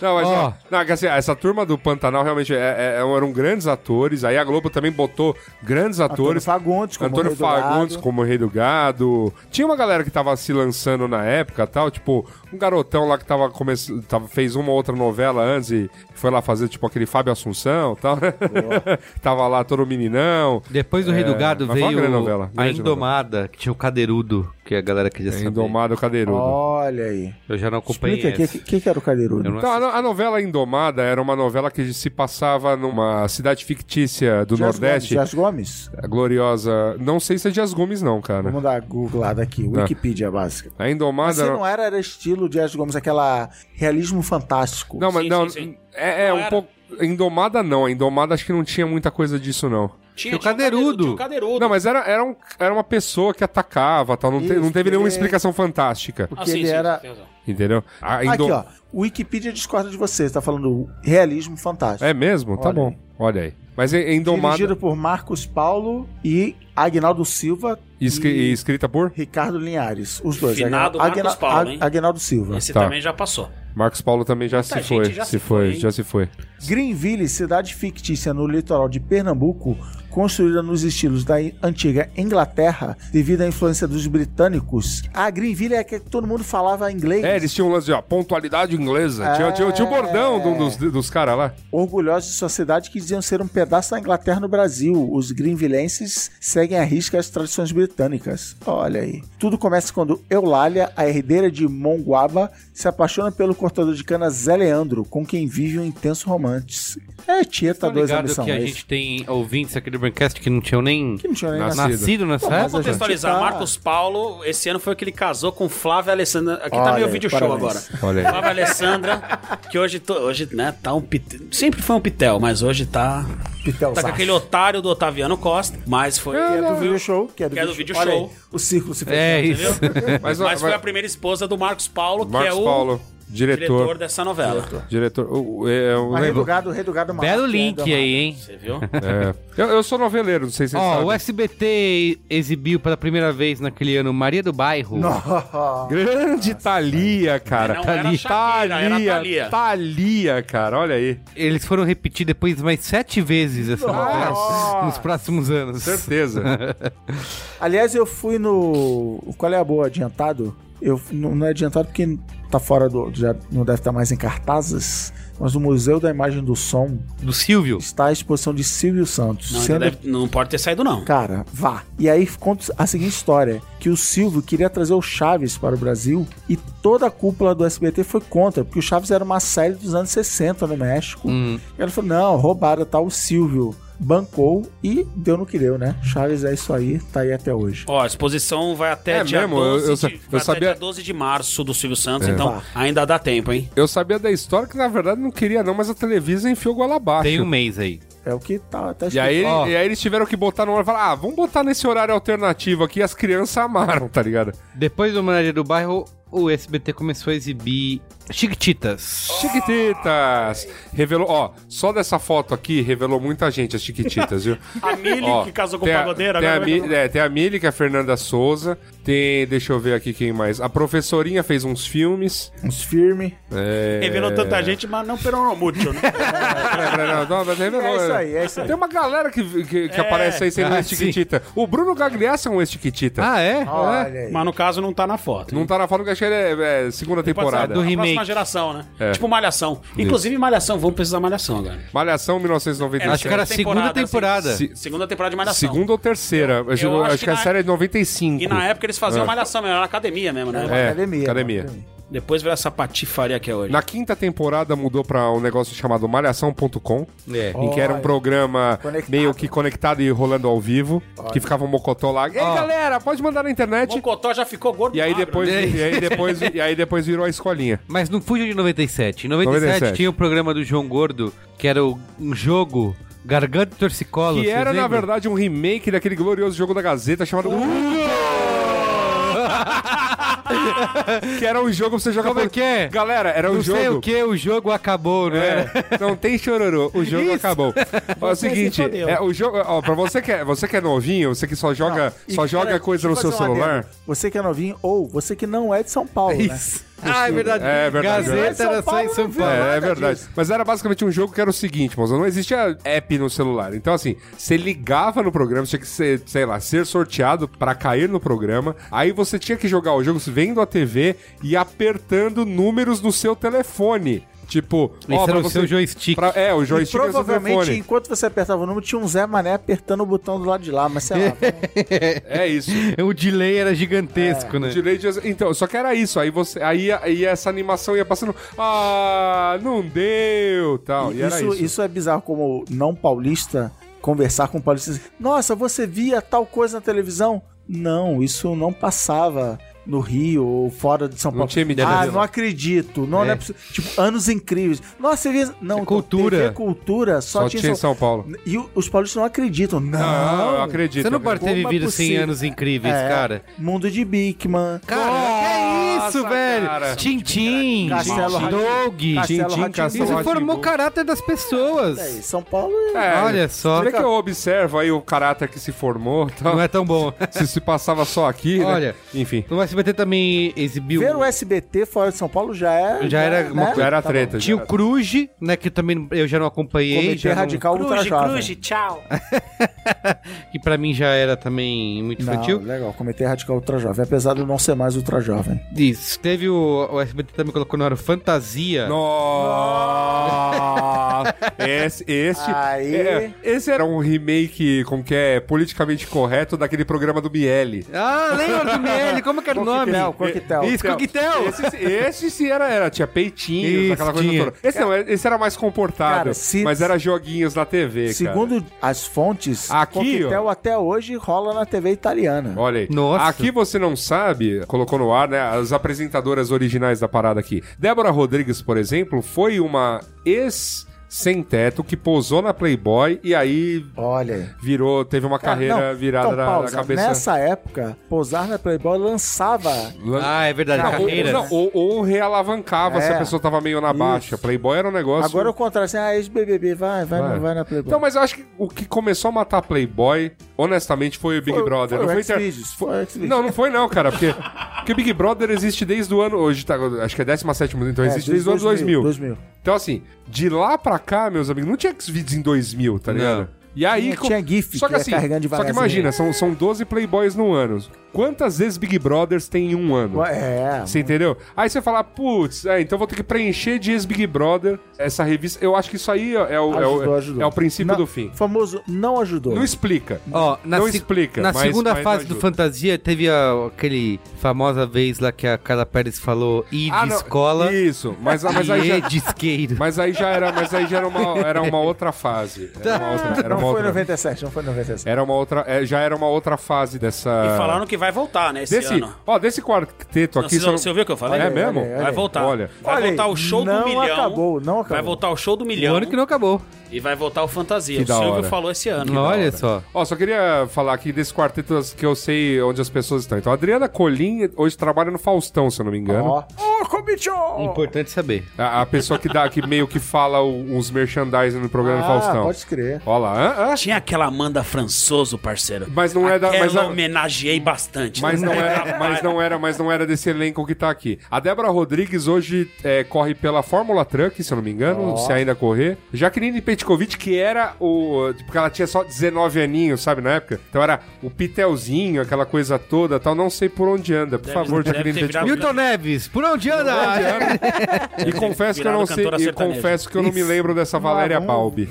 Não, mas
Ó.
não, que assim, essa turma do Pantanal realmente é- é- eram grandes atores. Aí a Globo também botou grandes
Antônio
atores.
Fagundes, Tipo, como
Antônio
Rei do Gado.
Fagundes como Rei do Gado. Tinha uma galera que tava se lançando na época tal, tipo, um garotão lá que tava começando. Tava, fez uma ou outra novela antes e foi lá fazer, tipo, aquele Fábio Assunção tal. né? [laughs] tava lá todo meninão.
Depois do Rei do
É,
Gado
mas foi uma
veio
grande novela,
a
grande
Indomada, que tinha o Cadeirudo, que a galera queria saber.
Indomado Cadeirudo.
Olha aí.
Eu já não acompanhei
Explica aqui, o
essa.
que, que, que era o Cadeirudo?
Eu não
Então, a, no- a novela Indomada era uma novela que se passava numa cidade fictícia do
Dias
Nordeste.
Gomes, Dias Gomes?
A gloriosa. Não sei se é Dias Gomes, não, cara.
Vamos dar googlada aqui, Wikipedia básica.
A
Mas
Indomada.
se não era, era estilo Dias Gomes, aquela realismo fantástico.
Não, mas
Sim,
não.
sim, sim.
É, é
Não
um
era.
pouco. Indomada não, a Indomada acho que não tinha muita coisa disso, não.
Tinha,
o Cadeirudo.
Tinha o Cadeirudo.
Não, mas era, era, um- era uma pessoa que atacava tal. Não, te-
Isso, é.
não teve nenhuma
ele-
explicação
Ah,
fantástica.
Porque ele era-
tem razão.
Entendeu? Ah, A
Aqui,
Indo-
ó. Wikipedia discorda de você, tá falando realismo fantástico.
É mesmo? Tá
Olha
bom. Olha aí. Mas a Indomada.
Dirigido por Marcos Paulo e Agnaldo Silva
escri- E escrita por
Ricardo Linhares. Os dois.
Finado
Agna-
Marcos Paulo,
Ag-
hein?
Agnaldo Silva.
Esse
Tá.
também já passou.
Marcos Paulo também já
Muita
se foi.
gente já
se
se
foi,
foi, hein?
já se foi.
Greenville, cidade fictícia no litoral de Pernambuco, construída nos estilos da in- antiga Inglaterra, devido à influência dos britânicos. A Greenville é que todo mundo falava inglês.
É, eles tinham um lance de ó, pontualidade inglesa. Tinha, tinha, tinha o
É.
bordão de um dos, dos caras lá.
Orgulhosos de sua cidade que diziam ser um pedaço da Inglaterra no Brasil, os greenvilenses seguem à risca as tradições britânicas. Olha aí. Tudo começa quando Eulália, a herdeira de Monguaba, se apaixona pelo cortador de cana Zé Leandro, com quem vive um intenso romance. É
Tá
Tieta 2 a
ligado
missão.
que a
é
gente tem ouvintes aqui do Braincast que não tinham nem
isso? que não tinha nem
Nascido.
nascido.
nascido nessa
Pô,
época?
mas a gente
Contextualizar,
tá-
Marcos Paulo, esse ano foi que ele casou com Flávia Alessandra. Aqui
Olha
tá meu
aí,
vídeo show
parabéns.
agora.
Olha aí.
Flávia Alessandra, que hoje, to- hoje né, tá um pitel. Sempre foi um pitel, mas hoje tá.
Pitel
Tá com
Sarto.
aquele otário do Otaviano Costa, mas foi.
Que é do vídeo show. Que é do,
Que é do vídeo
Olha
show.
aí, o círculo se né? fechou.
É
Entendeu?
isso.
[laughs]
Mas,
[laughs] Mas,
ó,
foi
mas-
a primeira esposa do Marcos Paulo, que
Marcos
é o
Paulo,
diretor.
diretor.
dessa novela.
Diretor. o- o- é, eu
Mas
lembro-
redugado, redugado maior,
[laughs] Belo
que é
link
do-
[laughs] aí, hein?
[laughs]
Você viu?
é. eu, eu sou noveleiro, não sei se vocês
Ó, o
sabem.
SBT exibiu pela primeira vez naquele ano Maria do Bairro.
Nossa.
Grande Thalia, cara.
Não era Shakira, era
Thalia.
Thalia.
Thalia, cara, olha aí.
Eles foram repetir depois mais sete vezes essa novela nos próximos anos.
Certeza.
Aliás, eu fui no. Qual é a boa? Adiantado? Eu não não é adiantado porque tá fora do. Já não deve estar mais em cartazes. Mas o Museu da Imagem do Som
Do Silvio.
está à exposição de Silvio Santos.
Não,
sendo-
ele deve- não pode ter saído, não.
Cara, vá. E aí conta a seguinte história: que o Silvio queria trazer o Chaves para o Brasil e toda a cúpula do SBT foi contra, porque o Chaves era uma série dos anos 60 no México.
Hum.
E ele falou: não, roubaram, tá? O Silvio bancou e deu no que deu, né? Chaves é isso aí, tá aí até hoje.
Ó, a exposição vai até
É
dia
mesmo,
12
eu- eu
de,
sa-
vai
eu
até
sabia- É.
dia 12 de março do Silvio Santos, então
Tá.
ainda dá tempo, hein?
[laughs] eu sabia da história que, na verdade, não queria, não, mas a Televisa enfiou goela abaixo.
Tem um mês aí.
É o que tá até
E aí, ele-
Ó.
e aí eles tiveram que botar no horário e falar: ah, vamos botar nesse horário alternativo aqui. E as crianças amaram, tá ligado?
Depois do Maria do Bairro, o SBT começou a exibir Chiquititas.
Chiquititas! Revelou, ó, só dessa foto aqui revelou muita gente as Chiquititas, viu?
[laughs] A Mili,
Ó,
que casou com o
tem a-
pagodeiro,
tem a,
agora né? vai
Mi- é, tem a Mili, que é a Fernanda Souza. Tem, deixa eu ver aqui quem mais. A professorinha fez uns filmes.
uns firme.
É...
Revelou tanta gente, mas não peronou muito, né?
Peraí, peraí, não, não, mas revelou. né?
É isso aí, é isso aí.
Tem uma galera que, que,
É.
que aparece aí sendo
Ah,
ex-Chiquitita. O Bruno Gagliasso é um ex-Chiquitita.
Ah, é?
Olha
[laughs]
aí.
mas no caso não tá na foto.
Não tá na foto, que acho que ele é, é segunda temporada.
do
a próxima
remake.
geração, né?
É.
Tipo Malhação. Inclusive Malhação, vamos precisar de Malhação agora.
Malhação
Acho que era a
1997.
segunda temporada.
É, assim, segunda temporada de Malhação.
Segunda ou terceira? Eu, acho,
acho
que,
que
a
na-
série é de 95.
E na época eles faziam Malhação mesmo, era academia mesmo, né?
Ah. É,
academia.
academia.
Depois virou essa patifaria que é hoje.
Na quinta temporada mudou pra um negócio chamado Malhação.com,
É.
em que era um
Olha.
programa
Conectado.
meio que conectado e rolando ao vivo, que ficava um mocotó lá. Ei, galera, pode mandar na
O
internet.
Mocotó já ficou gordo
E aí,
magro,
depois,
né?
e, aí depois, e aí depois virou a escolinha.
Mas não fuja de 97. Em 97,
97.
tinha o programa do João Gordo, que era o- um jogo Garganta e Torcicolo.
Que
vocês
era, na
lembram?
verdade, um remake daquele glorioso jogo da Gazeta chamado... [laughs] que era um jogo pra você jogar.
Como é que é?
Galera, era um
Não
jogo.
sei o que, o jogo acabou, né?
É, não tem chororô, o jogo
Isso.
[laughs]
acabou. Ó, é o
Você se
seguinte,
fodeu.
é o jogo, ó, pra você que é, você que é novinho, você que só joga,
Não, e,
só joga
peraí,
coisa no
deixa
seu
eu fazer um
celular.
adendo. Você que é novinho ou você que não é de São Paulo, né?
Ah, é verdade.
É verdade.
Gazeta era só em São Paulo.
É, é
nada
verdade.
disso.
Mas era basicamente um jogo que era o seguinte, moço, não existia app no celular. Então, assim, você ligava no programa, tinha que ser, sei lá, ser sorteado pra cair no programa. Aí você tinha que jogar o jogo vendo a TV e apertando números no seu telefone. Tipo,
Esse era
pra
o seu joystick.
pra- é, o
E
joystick era o seu
provavelmente,
telefone.
enquanto você apertava o número, tinha um Zé Mané apertando o botão do lado de lá, mas sei
[laughs]
lá. né?
É isso.
O delay era gigantesco, né?
Direito de- Então, só que era isso. Aí você. Aí, aí essa animação ia passando. Ah, não deu! Tal. E era
isso,
isso.
isso é bizarro como não paulista conversar com um paulista. Nossa, você via tal coisa na televisão? Não, isso não passava no Rio ou fora de São
Não
Paulo.
tinha mídia
ah,
brasileira.
não acredito. Não,
É.
não é possível. Tipo, anos incríveis. Nossa, você via... Não,
É cultura.
TV cultura
Só,
só,
tinha em São Paulo.
E o- os paulistas não acreditam. Não.
Ah, eu acredito.
Você não
eu
pode ter
Como é
vivido 100
possível?
anos incríveis,
É,
cara.
Mundo de Bigman.
Cara, que
Nossa,
é isso, velho?
cara.
Tintim,
Castelo
Doug.
Castelo
Tintim,
Rá-Tim-Bum.
Castelo
Isso
Rá-Tim-Bum.
formou o caráter das
É, e
pessoas.
São Paulo é-
É,
Olha só.
Será que eu observo aí o caráter que se formou? [laughs] Tal?
Não é tão bom.
Se se passava só aqui, né?
Olha.
Enfim.
O SBT também exibiu.
Ver o SBT fora de São Paulo já é.
Já era uma
Já
coisa-
era
Tá
treta. já
Né? Tio
era-
Cruz, né? Que também eu já não acompanhei.
Cometer
já não-
radical
um
ultra
Cruz,
jovem.
Cruz, tchau.
É.
Que pra mim já era também muito
Não,
infantil.
legal, cometer radical ultra jovem, apesar de eu não ser mais ultra jovem.
Isso. Teve o, o SBT também colocou no ar o Fantasia. [laughs]
Nossa! esse, esse,
Aí.
é, esse era um remake, como que é, politicamente correto daquele programa do Miele.
Ah, lembra do Miele? Como que era o
Ah,
nome?
Coquetel, coquetel.
Isso, coquetel.
Esse, esse sim era, era, tinha peitinhos,
Isso,
aquela coisa
tinha.
toda. Esse não, esse era mais comportado,
Cara, se-
mas era joguinhos na TV, cara.
Segundo as fontes,
Aqui,
coquetel
ó.
até hoje rola na TV italiana.
Olha aí.
Nossa.
Aqui você não sabe, colocou no ar, né? As apresentadoras originais da parada aqui. Débora Rodrigues, por exemplo, foi uma ex sem teto que posou na Playboy e aí
Olha.
virou, teve uma
Cara,
carreira
não,
virada
então,
na-
pausa.
na cabeça.
Nessa época, posar na Playboy lançava.
Lan-
Ah, é verdade.
Não, ou,
carreiras.
não, ou- ou realavancava
É.
se a pessoa tava meio na
Isso.
baixa. Playboy era um negócio.
Agora o contrário, assim, ah, ex-BBB, vai, vai,
Vai.
vai. vai na Playboy.
Então, mas eu acho que o que começou a matar Playboy, honestamente, foi o Big
Foi-
Brother.
foi
não
o
foi
Xvideos, foi o Xvideos.
Não, não foi não, cara, porque, porque Big Brother existe desde o ano... Hoje tá, acho que é 17, então
É,
existe desde o ano 2000.
2000.
Então, assim, de lá pra cá, meus amigos, não tinha Xvideos em 2000, tá ligado? E aí...
Tinha-
com-
tinha GIF,
só que,
que ia
assim,
carregando
só que
devagarzinho.
imagina, são, são 12 Playboys no ano. Quantas vezes Big Brothers tem em um ano?
É.
Você entendeu? Aí você fala, putz, é, então vou ter que preencher de ex-Big Brother essa revista. Eu acho que isso aí é o, é o-
Ajudou, ajudou.
é o princípio
Não-
do fim.
Famoso, não ajudou.
Não explica.
Ó, na
Não
se-
explica,
Na
mas-
segunda
mas
fase
ajuda.
do Fantasia teve a, aquele famosa vez lá que a Carla Pérez falou ir
Ah,
de
não.
escola
Isso, mas, mas, aí
e é
já,
de isqueiro.
mas aí já era, mas aí já era uma, era uma outra fase. Era uma outra, era
Tá. não
uma
foi
outra,
97, não foi 97.
era uma outra- é, já era uma outra fase dessa.
E falaram que vai voltar, né, esse
desse,
ano.
ó, desse quarteto aqui.
Você,
só-
você ouviu o que eu falei?
É
aí,
mesmo?
olha aí, olha
Vai voltar.
Olha.
vai
Olha aí,
voltar o show
não
do milhão.
acabou, não acabou.
Vai voltar o show do
O
milhão.
ano que não acabou.
E vai voltar o fantasia.
Que
o
da
Silvio
hora.
falou esse ano.
Olha só.
Ó, só queria falar aqui desse quarteto que eu sei onde as pessoas estão. Então, a Adriana Colim hoje trabalha no Faustão, se eu não me engano.
Ó. um Ô, Comichon!
Importante saber.
A, a pessoa que dá, que meio que fala o- os merchandising no programa do Faustão.
Ah, pode crer.
Ó lá, hã? Hã?
Tinha aquela Amanda Françoso, parceiro.
Mas não é da-
Aquela
mas a-
homenageei bastante.
Mas não, era,
Rapaz,
mas, não era, mas não era desse elenco que tá aqui. A Débora Rodrigues hoje é, corre pela Fórmula Truck, se eu não me engano, se ainda correr. Jaqueline Petkovic, que era o. Porque ela tinha só 19 aninhos, sabe, na época? Então era o Pitelzinho, aquela coisa toda tal. Não sei por onde anda. Por é favor,
deve
Jaqueline
ter
Petkovic.
virado
Milton Neves, por onde anda?
E confesso que eu
virado
não sei,
cantora
e
sertaneja. Ah,
confesso que eu não me lembro dessa Valéria
[laughs]
Balbi.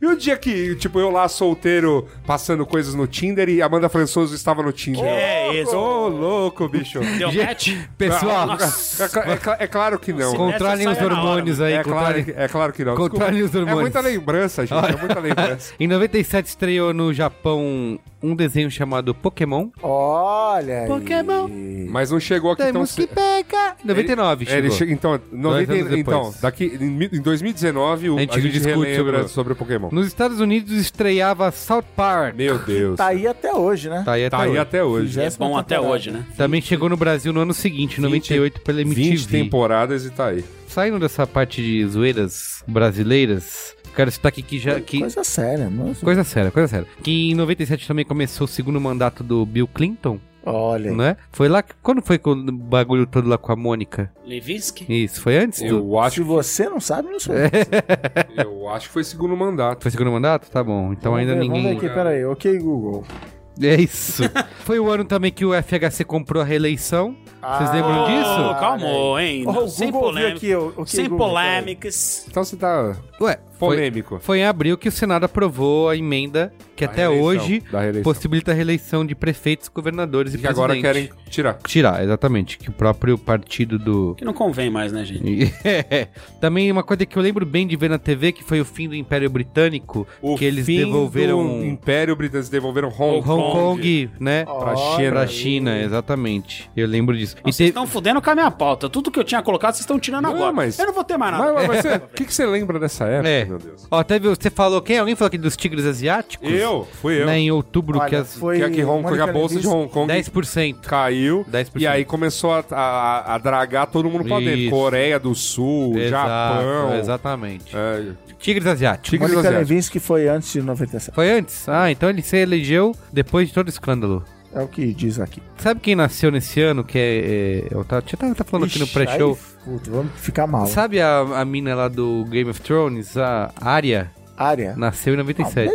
E o dia que, tipo, eu lá solteiro, passando coisas no Tinder e Amanda Françoso estava no Tinder.
É
Ô,
isso.
louco, bicho.
Deu match?
Pessoal,
É, cla- é cla- é claro que não.
Com-
contralhem os
Essa sai na
hormônios aí.
É claro,
contralhem-
que- é claro que não.
Contrário
Desculpa.
dos hormônios.
É muita lembrança, gente. É
[laughs]
muita lembrança.
Em 97 estreou no Japão um desenho chamado Pokémon.
Olha aí.
Pokémon.
Mas não chegou aqui tão
Temos que
cedo.
pegar. 99
É, Então ele
chegou.
chega, então, 90
anos depois.
então daqui, em mi- em 2019, o- a
A
gente,
gente discute
relembra sobre,
sobre-
o Pokémon.
Nos Estados Unidos estreava South Park.
Meu Deus.
Tá aí até hoje, né?
Tá aí até,
Tá aí
hoje.
até hoje.
Já
É bom até hoje, né?
Também chegou no Brasil no ano seguinte, 98, pela MTV.
20 temporadas e tá aí.
Saindo dessa parte de zoeiras brasileiras, quero citar aqui que já... Que...
Coisa séria, mano.
Coisa séria, coisa séria. Que em 97 também começou o segundo mandato do Bill Clinton,
Olha aí.
né? Foi lá... que- Quando foi que o bagulho todo lá com a Mônica?
Levinsky?
Isso, foi antes do...
Eu acho,
Se você não sabe, não sou.
eu acho que foi segundo mandato.
Foi segundo mandato? Tá bom. Então ainda
Vamos ver,
ninguém...
Vamos ver aqui, peraí. Ok, Google.
É
[laughs]
isso. Foi o ano também que o FHC comprou a reeleição. Vocês lembram
Ah,
Ô,
disso?
Oh, calmou, hein?
Ó, o Google
sem
viu
polêmica.
aqui, ó, ok,
sem
Google,
polêmicas.
Então você tá
Ué, foi,
polêmico.
foi em abril que o Senado aprovou a emenda que
Da
até
reeleição,
hoje
da reeleição.
possibilita a reeleição de prefeitos, governadores e
que agora
presidente.
querem tirar.
tirar, exatamente, que o próprio partido do
Que não convém mais, né, gente?
É. [laughs] Também uma coisa que eu lembro bem de ver na TV que foi o fim do Império Britânico,
O
que eles
fim
devolveram um-
do Império Britânico, devolveram
Hong
Hong Kong.
Kong, né?
Pra China.
Pra China, exatamente. Eu lembro disso.
Não, Vocês estão fudendo com a minha pauta. Tudo que eu tinha colocado, vocês estão tirando
Não,
agora.
mas-
Eu não vou ter mais nada.
Mas, mas você- o que, que você lembra dessa época,
É.
meu Deus?
Ó, teve, você falou quem? Alguém falou aqui dos tigres asiáticos?
Eu? Fui eu.
Né, em outubro, que
Olha,
as
foi
Que aqui Hong Kong,
Mônica
a bolsa de
Lewinsky.
Hong Kong
10%.
caiu.
10%.
E aí começou a, a, a dragar todo mundo pra dentro.
Isso.
Coreia do Sul, Japão.
Exatamente.
É,
Tigres asiáticos.
Tigres
Mônica
asiáticos.
Levinsky foi antes de 97.
Foi antes? Ah, então ele se elegeu depois de todo o escândalo.
É o que diz aqui.
Sabe quem nasceu nesse ano? Que é. é eu tava, tinha tava falando aqui no
Ixi, aí,
pré-show.
puto, vamos ficar mal.
Sabe a, a mina lá do Game of Thrones, a Arya?
Área.
Nasceu em
Ah,
97.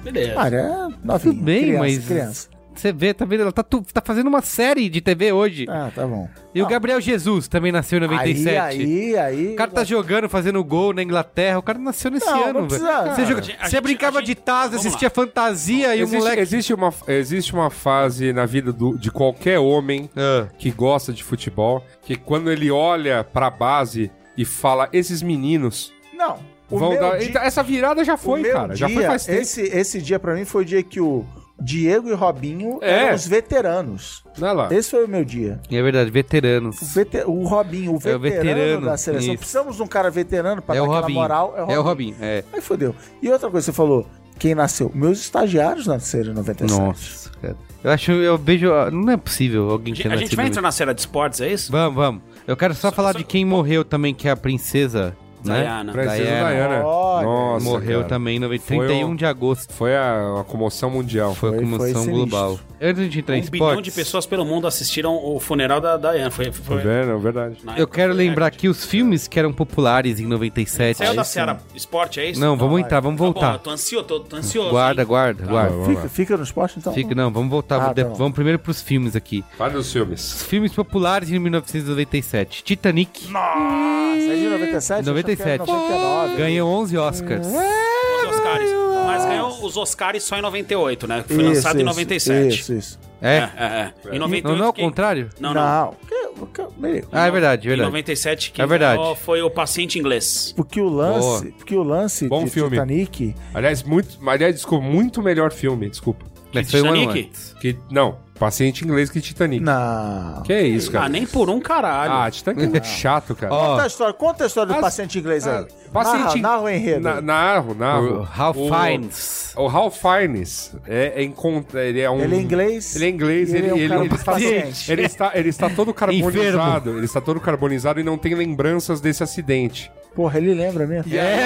[laughs] Beleza.
Área é novinha.
Tudo bem,
criança,
mas-
Criança.
Você vê, tá vendo? Ela tá, tu- tá fazendo uma série de TV hoje.
Ah, tá bom.
E o Gabriel Jesus também nasceu em 97.
Aí, aí, aí.
O cara tá jogando, fazendo gol na Inglaterra. O cara nasceu nesse
Não, não
ano, velho.
precisa-
Você, joga-
A gente- a
você
gente-
brincava
a gente-
de Taz,
Vamos
assistia fantasia e
existe,
o moleque.
existe uma, existe uma fase na vida do- de qualquer homem
Ah.
que gosta de futebol, que quando ele olha pra base e fala, esses meninos
Não. o
vão
meu
dar...
dia-
Então, Essa virada já
o
foi,
meu
cara. já foi
dia-
faz tempo.
Esse, esse dia pra mim foi o dia que o Diego e Robinho
É.
eram os veteranos.
Olha
Ah.
lá.
Esse foi o meu dia.
É verdade, veteranos.
O, vete- o Robinho, o
É o
veterano,
veterano,
da seleção.
isso.
Precisamos de um cara veterano pra
É
dar
o
aquela
Robinho.
moral.
É o Robin, é.
Aí fodeu. E outra coisa, você falou, quem nasceu? Meus estagiários nasceram em 97.
Nossa, cara. Eu acho, eu vejo. Não é possível alguém
A
que
gente- A gente vai entrar na cena de esportes, é isso?
Vamos, vamos. Eu quero só, falar de quem morreu também, que é a princesa. Né?
Diana. Um
Princesa
Diana.
Diana.
Olha.
Nossa,
morreu
cara.
também em nove-
Foi
31
um-
de agosto.
Foi a, uma comoção mundial.
Foi, a
Foi- foi
comoção
sinistro.
global. Antes de entrar
Um
em
bilhão
esportes,
de pessoas pelo mundo assistiram o funeral da Diana. Foi, foi-
Verdade, é verdade.
na
eu
época,
quero
foi
lembrar
recorde.
aqui os filmes que eram populares em 97.
Saiu é da Seara Esporte, é isso?
Não, vamos entrar, vamos
Tá bom,
voltar.
eu tô ansioso, tô, tô ansioso.
Guarda,
hein?
guarda, guarda.
Vamos lá.
Fica, fica no esporte, então?
Fica, não, vamos voltar.
Ah,
de-
tá bom.
vamos primeiro pros filmes aqui.
Fala dos filmes.
Os filmes populares em 1997. Titanic
Nossa, é de 97?
97.
Eu achava que era 99.
ganhou 11 Oscars.
Os Oscars. Mas ganhou os Oscars só em 98, né? Foi
Isso,
lançado em
isso,
97.
Isso, isso.
É.
É, é, é. Em 98.
Não, não é o
quem-
contrário?
Não, não.
Não, que- que- meio.
Ah, é verdade, é
Em
verdade.
97, quem
É verdade.
ganhou foi o paciente inglês.
Porque o lance,
Boa.
porque o lance
Bom
de
filme.
Titanic,
Aliás, muito. Aliás, desculpa, muito melhor filme, desculpa.
Mas foi um ano
Titanic?
antes.
Que. Não, paciente inglês que Titanic.
não.
Que é isso,
Ah,
cara?
nem por um caralho.
Ah, Titanic é muito chato, cara.
Ó,
Conta a história, conta a história do
As- Ah,
paciente inglês aí.
Paciente-
Narra, narra o enredo.
Na, narro, narro.
O Ralph
O-
Fiennes.
O Ralph Fiennes é, é, encont- ele é um...
Ele é inglês.
Ele é inglês,
E
ele,
ele é um
ele,
cara
ele, está,
paciente.
ele, está, ele está todo carbonizado. ele está todo carbonizado e não tem lembranças desse acidente.
Porra, ele lembra mesmo.
E aí,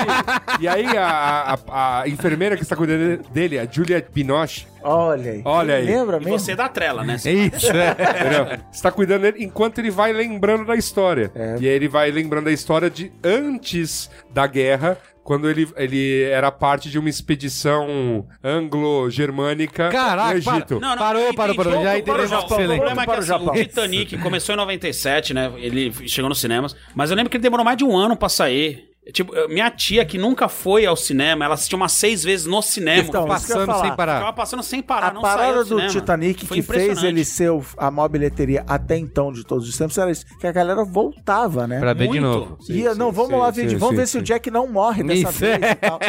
e aí a, a- a enfermeira que está cuidando dele, a Juliette Binoche,
Olha aí.
Olha
Ele
aí.
Lembra
E
mesmo?
você dá trela, né?
É isso, é.
Entendeu? Está cuidando dele enquanto ele vai lembrando da história.
É.
E aí ele vai lembrando da história de antes da guerra, quando ele, ele era parte de uma expedição anglo-germânica
Caraca,
no Egito.
para. Parou,
entendi.
parou, parou. Já
Vamos
entendi
para o
o que
Japão.
você
O problema
lembra.
é que
Para o
assim, o
[laughs]
Japão.
Titanic começou em 97, né? Ele chegou nos cinemas. Mas eu lembro que ele demorou mais de um ano pra sair. Tipo, eh, minha tia, que nunca foi ao cinema, ela assistiu umas seis vezes no cinema.
Então, isso que
Passando
eu ia
sem
falar.
Ficava
parar.
passando sem parar,
a
não saía
parada
do,
do
cinema.
Titanic
Foi
que fez
impressionante.
ele ser o- a maior bilheteria até então de todos os tempos era isso, que a galera voltava, né?
Pra ver de
Muito.
novo.
Sim,
Ia,
sim,
não, vamos
sim,
lá
sim,
ver, de- vamos
sim,
ver se
sim.
o Jack não morre dessa
Isso.
vez e tal.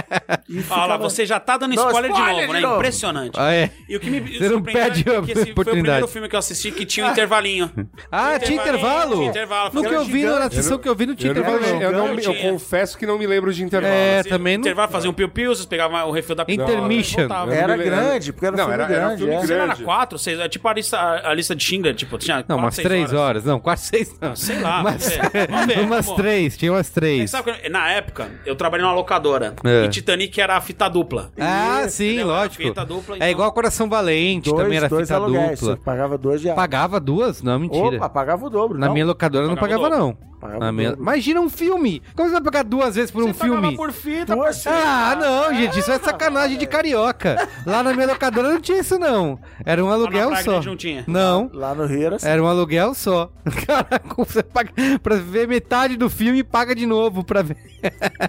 E
Olha lá,
ficava-
você já tá dando
Não,
spoiler, de
spoiler
novo,
de
né?
novo.
Impressionante.
Ah, é.
E o que me
não
surpreendeu
perde
é
a
que esse foi o
oportunidade.
primeiro filme que eu assisti que tinha um
[laughs]
intervalinho.
Ah,
Tinha
tinha
intervalo,
intervalo?
tinha intervalo,
No que eu vi,
gigante.
na sessão que eu vi, não tinha
Eu, não,
intervalo, não.
eu, não-
Não
eu
tinha.
confesso que não me lembro de intervalo.
É,
Fazia-
também não.
Intervalo, fazia um piu-piu, vocês pegavam o refil da pipoca,
Intermission. É
voltava.
Era
Eu me lembro.
grande, porque era um
Não,
filme
era- era um
grande.
filme
é.
grande.
Sei lá, era quatro, seis, é tipo a lista, a lista de Schindler, tipo, tinha
Não,
quatro,
umas
seis
três horas. Não, quase seis não. [laughs]
Sei lá,
Mas-
não sei. Vamos ver,
umas
pô.
três, tinha umas
É que
três.
sabe que na época, eu trabalhei numa locadora.
É.
E Titanic era a fita dupla.
Ah, sim,
Entendeu? Era
lógico.
fita dupla, então.
É igual Coração Valente, também era
dois
fita
aluguéis,
dupla.
você pagava dois reais.
Pagava duas? Não, mentira.
Opa, pagava o dobro.
Na
não.
minha locadora eu não
Pagava
pagava,
o
não.
Pagava
Na
o
minha...
dobro.
Imagina um filme. Como você vai pagar duas vezes por um filme?
Pagava por fita,
Duas-
Ah, não, gente, isso é sacanagem de carioca. Lá na minha locadora não tinha isso, não. Era um aluguel
Praga
só.
não tinha?
Não,
Lá no Rio era assim.
era um aluguel só. [laughs] Caraca, você paga pra ver metade do filme e paga de novo pra ver.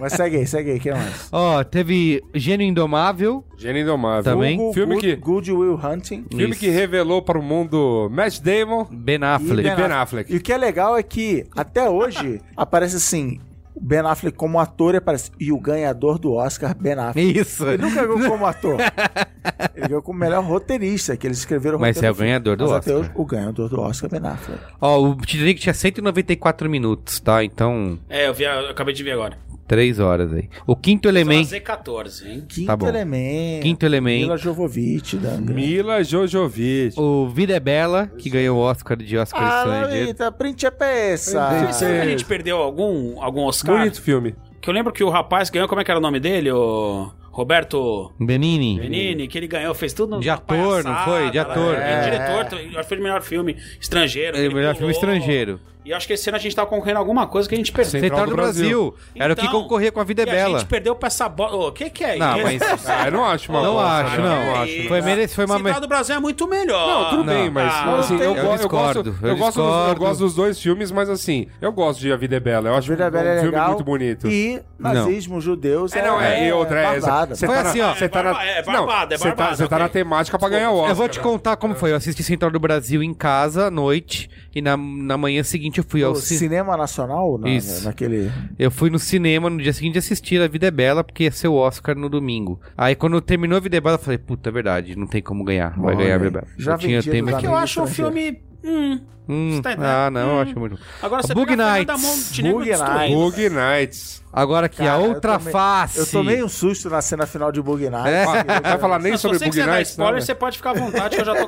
Mas segue aí, segue aí, que mais?
Ó, teve Gênio Indomável.
Gênio Indomável.
Também.
Google
Filme
Good,
que-
Good Will Hunting.
Filme que revelou para o mundo Matt Damon.
Ben Affleck.
E Ben Affleck.
E o que é legal é que, até hoje, [laughs] aparece assim, o Ben Affleck como ator e aparece, e o ganhador do Oscar, Ben Affleck.
Isso.
Ele nunca ganhou como ator. Ele ganhou como melhor roteirista, que eles escreveram
Mas
roteiro
é o
do filme.
ganhador do
Mas
Oscar. Tá
Até hoje, o ganhador do Oscar é Ben Affleck.
Ó, o Titanic tinha 194 minutos, tá? Então,
É, eu, vi, eu acabei de ver agora.
três horas aí. O Quinto
Também.
Elemento.
Z14, hein?
Quinto
Tá bom.
elemento.
Quinto Elemento.
Mila Jovovich, da
Mila Jojovic.
O Vida é Bela, que ganhou o Oscar de Oscar
Ah,
Ah,
Estrangeiro.
Eita, Principessa.
é
Será
É.
que a gente perdeu algum, algum Oscar?
Bonito filme.
Que eu lembro que o rapaz que ganhou, como é que era o nome dele? O Roberto
Benini.
Benini, que ele ganhou, fez tudo no
Uhum. De ator, não foi? De ator.
É. Diretor, eu acho que foi o melhor filme estrangeiro.
É o melhor filme
pulou.
estrangeiro.
E eu acho que esse ano a gente tava concorrendo a alguma coisa que a gente perdeu.
Central, do Brasil. Era o que
Então,
concorria com a Vida é
e
Bela.
A gente perdeu pra essa bola. Ô, O que, que é
Não,
isso?
mas-
Ah, eu não acho uma
Não
bosta,
acho,
né?
não.
Eu
isso.
Foi, merece,
[laughs]
foi uma.
Central
me-
do Brasil é muito melhor.
Não, tudo
Não.
bem, mas
Ah,
assim, eu,
eu
go- eu
discordo,
gosto,
eu
eu, gosto dos, eu
discordo.
gosto dos dois filmes, mas assim, eu gosto de A Vida é Bela. Eu acho
Vida
um
Bela é
filme
legal.
muito bonito.
E
Não.
nazismo, judeus.
É, não, é, e outra é essa.
barbada.
Você
Foi
tá na-
assim, ó.
Você tá na,
É barba- é
não,
barbada, é
você tá-
barbada,
você tá na
ok.
temática pra ganhar o Oscar.
Eu vou te contar como foi. Eu assisti Central do Brasil em casa à noite e na, na manhã seguinte eu fui
O
ao ci-
cinema nacional, na,
Isso.
naquele...
eu fui no cinema no dia seguinte assistir A Vida é Bela porque ia ser o Oscar no domingo. Aí quando terminou A Vida é Bela eu falei, puta, é verdade, não tem como ganhar, vai
Olha
ganhar a Vida
aí.
é Bela.
né? Já
eu tinha
vendido
tema
já
aqui.
Eu acho um
Estrangeiro.
filme. Hum.
Hum,
Você tá entendendo?
ah, não, eu acho muito.
Agora você
Bug
pega a Fernanda
Nights.
Montenegro
Bug
destruída.
Nights.
Bug Nights.
Agora que a
Cara, eu
outra
tomei-
face.
Eu tomei um susto na cena final de Bug Nights.
É.
Porque-
Não [laughs] vai falar nem
Não, se
sobre
você
Bug
quiser dar
Nights, não,
spoiler,
né?
você pode ficar à vontade, que eu já tô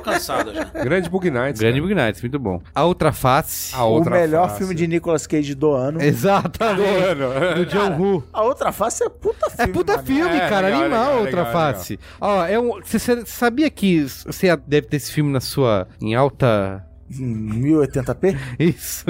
[laughs]
cansado já.
Grande Bug Nights.
Grande
cara.
Big Nights, muito bom. A outra face.
A
O
outra
melhor
face.
filme de Nicolas Cage do ano.
[laughs] Exatamente. Do
Mano,
John Woo.
A outra face é puta
É
filme.
puta
mano.
filme,
É,
cara.
legal,
animal
legal,
outra
legal,
face. Ó, é um. Você sabia que você deve ter esse filme na sua. em alta. [laughs]
Em 1080p?
Isso.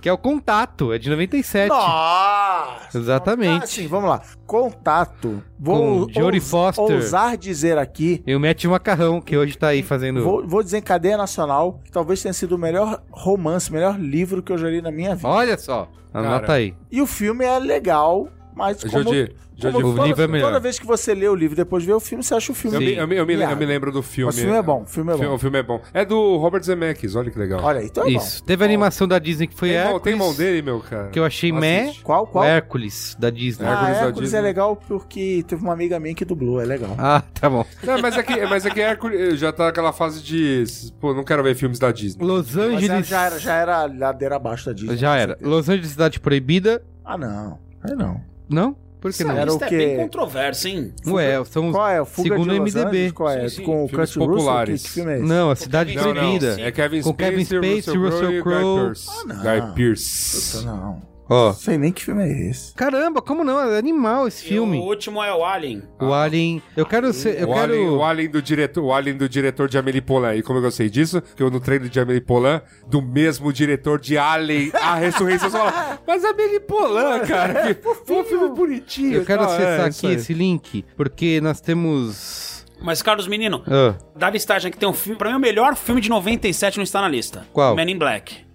Que é o Contato, é de 97.
Nossa!
Exatamente.
Ah, sim, vamos lá. Contato. Vou
Com Jodie
ous-
Foster.
ousar dizer aqui.
E o Matt
um
Macarrão, que hoje tá aí fazendo.
Vou, vou dizer em cadeia nacional, que talvez tenha sido o melhor romance, o melhor livro que eu já li na minha vida.
Olha só. Anota
Cara.
aí.
E o filme é legal, mas como,
Jodi,
como
Jodi,
o
toda,
livro é melhor.
toda vez que você lê o livro e depois vê o filme, você acha o filme.
Eu me, eu, me, eu, me, eu
Viado.
me lembro do filme.
Mas o filme é bom, o filme é
Fi-
bom.
O filme é bom. É do Robert Zemeckis, olha que legal.
Olha, então é
Isso. Teve a animação da Disney que foi
tem, mão,
Hércules.
tem mão dele, meu cara.
Que eu achei meh.
bom. Qual,
O
qual?
Hércules, da Disney.
Ah,
Hércules né? da
Hércules
Disney.
é legal porque teve uma amiga minha que dublou, é legal.
Ah, tá bom.
Não, mas é que, mas é que Hércules já tá naquela fase de. Pô, não quero ver filmes da Disney.
Los
Mas ela
Angeles.
já era, já era ladeira abaixo da Disney.
Já
com
era.
certeza.
Los Angeles Cidade Proibida.
Ah, não. Aí não.
Não? Por que
Essa
não?
Era
lista
o
é
quê?
bem controversa, hein?
Ué, são os.
Qual é? O Fuga
Segundo
de
o
Los
MDB.
Angeles? Qual é?
Sim, sim.
Com o
Filmes
Kurt Russell? Que,
populares.
que filme é esse?
Não, a Cidade
Não, não.
Proibida.
Sim.
É Kevin
Com
Spacey,
Kevin Spacey, Russell Crowe.
Russell Crowe
Ah,
e
não.
Guy Pearce. Guy Pearce.
Não.
Ó.
Sei nem que filme é esse.
Caramba, como não? É animal esse
E
filme.
o último é o Alien.
O Alien. Eu quero ser. Eu
Ah. o,
quero.
alien, o alien do diretor, o alien do diretor de Amélie Poulain. E como é que eu sei disso? Porque eu no treino de Amélie Poulain, do mesmo diretor de Alien, a ressurreição, você fala, mas Amélie Poulain, cara,
[laughs]
que foi um filme bonitinho.
Eu quero
Tá,
acessar
é,
aqui
isso aí.
esse link, porque nós temos.
Mas, Carlos Menino,
Ah,
é da listagem que tem um filme. Pra mim, o melhor filme de 97 não está na lista.
Qual?
Men in Black.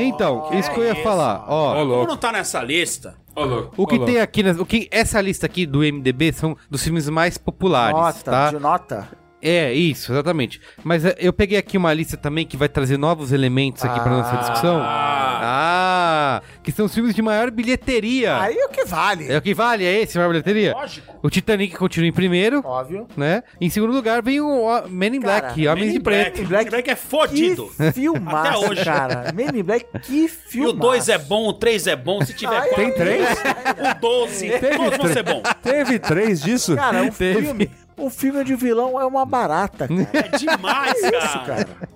Então, isso que eu ia falar,
Ó,
ó.
Como
louco.
não tá nessa lista?
Ó, louco.
O que
Ó,
tem
louco.
aqui, nas- o que essa lista aqui do MDB são dos filmes mais populares,
nota,
tá?
de nota.
É, isso, exatamente. Mas é, eu peguei aqui uma lista também que vai trazer novos elementos aqui pra nossa discussão. Ah, que são os filmes de maior bilheteria.
Aí é o que vale.
É o que vale, é esse a maior bilheteria?
Lógico.
O Titanic continua em primeiro,
Óbvio.
né? Em segundo lugar vem o o- Men in
Cara,
é Black, Homens
Men
de
in
Preto.
Black.
Black-
Black, Black é
Que
fodido.
filmaço,
Até hoje.
cara. Men in Black, que
E
filmaço.
o 2 é bom, o 3 é bom. Se tiver
Ai,
quatro,
tem
três?
O 12, todos vão ser bom.
Teve três disso?
Cara, o
Teve.
filme, o filme de vilão é uma barata, cara.
É demais,
Isso,
cara.
cara.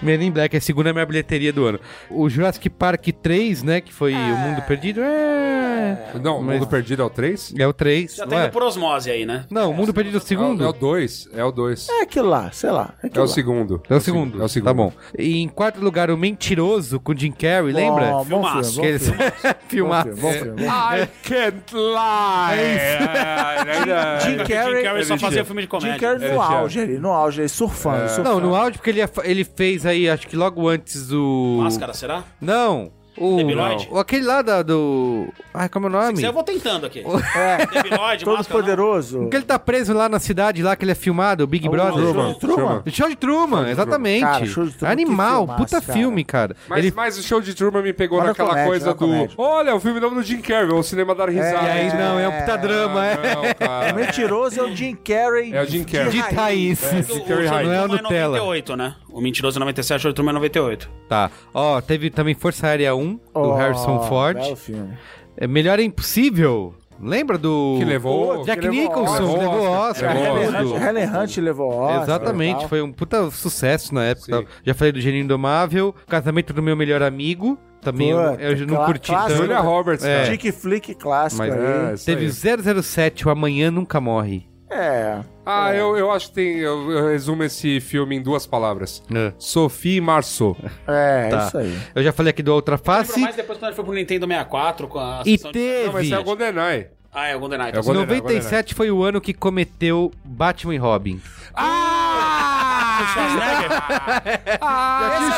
Men in Black é a segunda maior bilheteria do ano. O Jurassic Park 3, né? Que foi O Mundo Perdido. É,
Não, o
Mas-
Mundo Perdido é o 3?
é o 3.
Já
não,
tá
é?
indo por osmose aí, né?
não, o Mundo Perdido é o segundo.
É o 2. É o 2.
É aquilo lá, sei lá.
É
É, aquilo
o
lá.
segundo.
É o segundo.
É o segundo.
Tá bom. E em quarto lugar, o Mentiroso com Jim Carrey, lembra?
Bom, bom
Filmaço.
filme, bom
que é eles [laughs]
filme.
filmaram.
Bom filme, bom filme.
I can't lie. É,
Jim Carrey, só fazia filme de comédia.
Jim Carrey no
É,
auge ali, no auge ali, surfando, surfando.
É. Não, no áudio, porque ele, ia fa- ele fez aí, acho que logo antes é o.
Máscara, será?
Não. O,
Debiloid?
o aquele lá da, do. Ai, como é o nome?
Se eu vou tentando aqui.
É,
Debilóide, máscara,
todo
né? não.
poderoso.
Porque ele tá preso lá na cidade, lá que ele é filmado, o Big Brother.
Truman. Truman.
Show de Truman, exatamente.
Cara, Show de Truman,
Animal,
que filmaço,
puta
cara.
filme, cara.
Mas,
ele...
mas o show de Truman me pegou
Olha a
naquela
comédia,
coisa
olha a
do.
comédia.
Olha, o filme novo do Jim Carrey, o cinema dar risada.
E aí, não, é um puta drama,
Ah,
é.
não,
O
cara.
mentiroso é o Jim Carrey.
É o Jim
de
Carrey.
De
raiz.
Thaís.
O- o
Carrey
Show de
Não é a
Truman
Nutella.
98, né? O Mentiroso é 97, o Show de Truman é 98.
Tá. Ó, teve também Força Aérea 1, do
Oh,
Harrison Ford.
belo filme.
É Melhor é Impossível. Lembra do.
Que levou.
Jack
que levou
Nicholson,
Oscar,
levou Oscar,
levou
levou
Oscar.
tudo. É
Helen Hunt levou Oscar. e
Exatamente,
tal.
foi um puta sucesso na época.
Sim.
tá? Já falei do Gênio Indomável, Casamento do Meu Melhor Amigo, também eu,
Puta,
eu já não
clá-
curti
clássico.
tanto.
Julia Roberts,
É.
cara. é,
Dick Flick clássico
Mas-
aí.
isso
Teve
aí.
007, O Amanhã Nunca Morre.
É.
Ah, eu, eu acho que tem. Eu, eu resumo esse filme em duas palavras:
É.
Sophie e Marceau.
É,
Tá.
isso aí.
Eu já falei aqui do Outra
Lembro
Face.
mais depois quando ele foi pro Nintendo 64 com a
E
sessão de-
Não, mas
teve.
esse é o GoldenEye.
Ah, é o Golden Knight.
É o Golden- Goldeneye,
97 foi o ano que cometeu Batman e Robin.
Ah!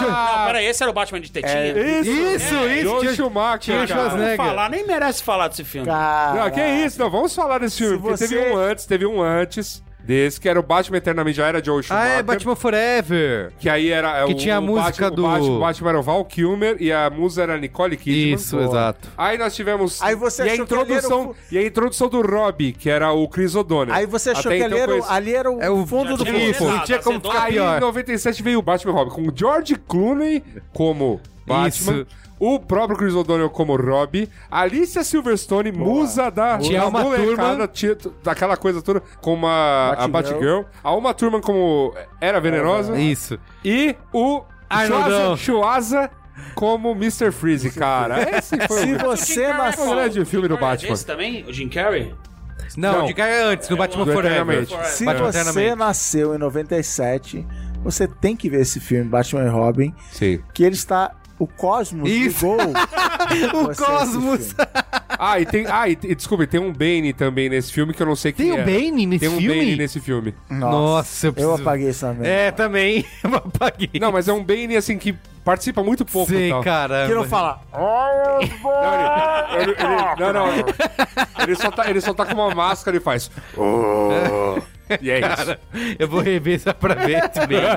Não, peraí, esse era o Batman de
É,
tetinha.
Isso,
é,
isso,
Joe
tinha-
Schumacher,
tinha o
cara.
Schwarzenegger.
falar, nem merece falar desse filme.
Cara.
Não, Ah, que isso, não, vamos falar desse filme,
Se
porque
você-
teve um antes, teve um antes desse, que era o Batman Eternamente, já era Joe
Ah,
Schumacher.
é, Batman Forever.
Que aí era é,
Que
o,
tinha a
o
música
Batman,
do-
O Batman, o Batman era o Val Kilmer e a musa era a Nicole Kidman.
Isso,
Boa.
exato.
Aí nós tivemos...
Aí você
e a
achou que ele era
introdução
o-
E a introdução do Rob, que era o Chris O'Donnell.
Aí você achou
Até
que
então
ali, era, o-
conheci-
ali era o
É o
fundo do
tinha
poço.
Isso, não
Exato,
tinha como
acendou-
ficar
Aí
Aí
em
pior.
97 veio o Batman e Robin, com o George Clooney como Batman,
Isso.
o próprio Chris O'Donnell como Rob, Alicia Silverstone, musa da
Tinha
da
uma
molecada,
turma-
tinha t- daquela coisa toda, como a a
Batgirl.
Batgirl, a uma turma como Era Venenosa
É, Isso.
e o
Arnoldão.
Schwaza, Schwaza como Mr. Freeze, cara. Esse foi
Se
o
você
Carrey é
nasceu.
um grande filme do
Jim Carrey é
Batman.
Esse também? O Jim Carrey?
Não,
Não.
de cara é antes, do Batman
do
Forever.
Eternamente.
Se
Batman
você
Eternamente.
nasceu em 97, você tem que ver esse filme, Batman e Robin,
Sim.
que ele está. O Cosmos
Isso.
ligou.
[laughs] O
você a esse
Cosmos.
filme.
Ah, e tem. Ah, e, e desculpa, tem um Bane também nesse filme que eu não sei quem
Tem
é.
o Bane nesse
Tem um
filme?
Bane nesse filme.
Nossa,
Nossa, eu
eu,
preciso...
apaguei isso também.
É, também. [laughs] Eu apaguei.
Não, mas é um Bane, assim, que participa muito pouco. e
Sei, [laughs]
tal.
caramba.
Que não fala.
Não, ele,
"Oh,
ele- ele- não, não, não. Ele só, tá, ele só tá com uma máscara e faz. "Oh". E é isso.
Eu vou rever só pra ver esse mesmo.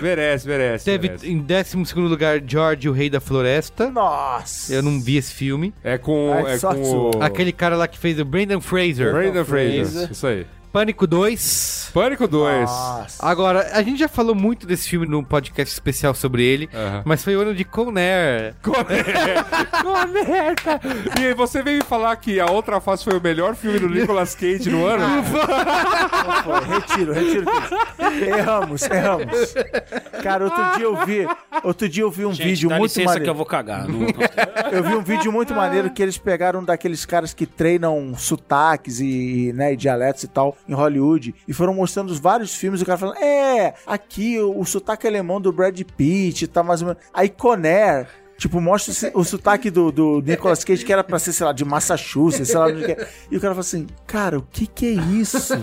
[laughs] Merece, merece.
Teve
merece.
em 12 lugar George, o Rei da Floresta.
Nossa.
Eu não vi esse filme.
É com,
Ai,
é
só
com o.
Aquele cara lá que fez o Brandon Fraser.
Brandon Fraser. Isso aí.
Pânico 2.
Pânico 2.
Nossa.
Agora, a gente já falou muito desse filme num podcast especial sobre ele,
Aham.
mas foi o ano de Conair.
Conecta! E aí você veio me falar que a outra face foi o melhor filme do Nicolas Cage no ano?
Pô, Ah, retiro, retiro. tudo. erramos, erramos. Cara, outro dia eu vi, outro dia eu vi um
Gente,
vídeo
dá
muito
licença que eu
maneiro.
vou cagar. Não-
Eu vi um vídeo muito maneiro que eles pegaram um daqueles caras que treinam sotaques e, né, e dialetos e tal em Hollywood e foram mostrando os vários filmes. O cara falando, é, aqui o, o sotaque alemão do Brad Pitt e tal, mais ou menos. Aí Conair. Tipo, mostra o se- o sotaque do, do Nicolas Cage, que era pra ser, sei lá, de Massachusetts, sei lá. onde que é. E o cara fala assim, cara, o que que é isso? O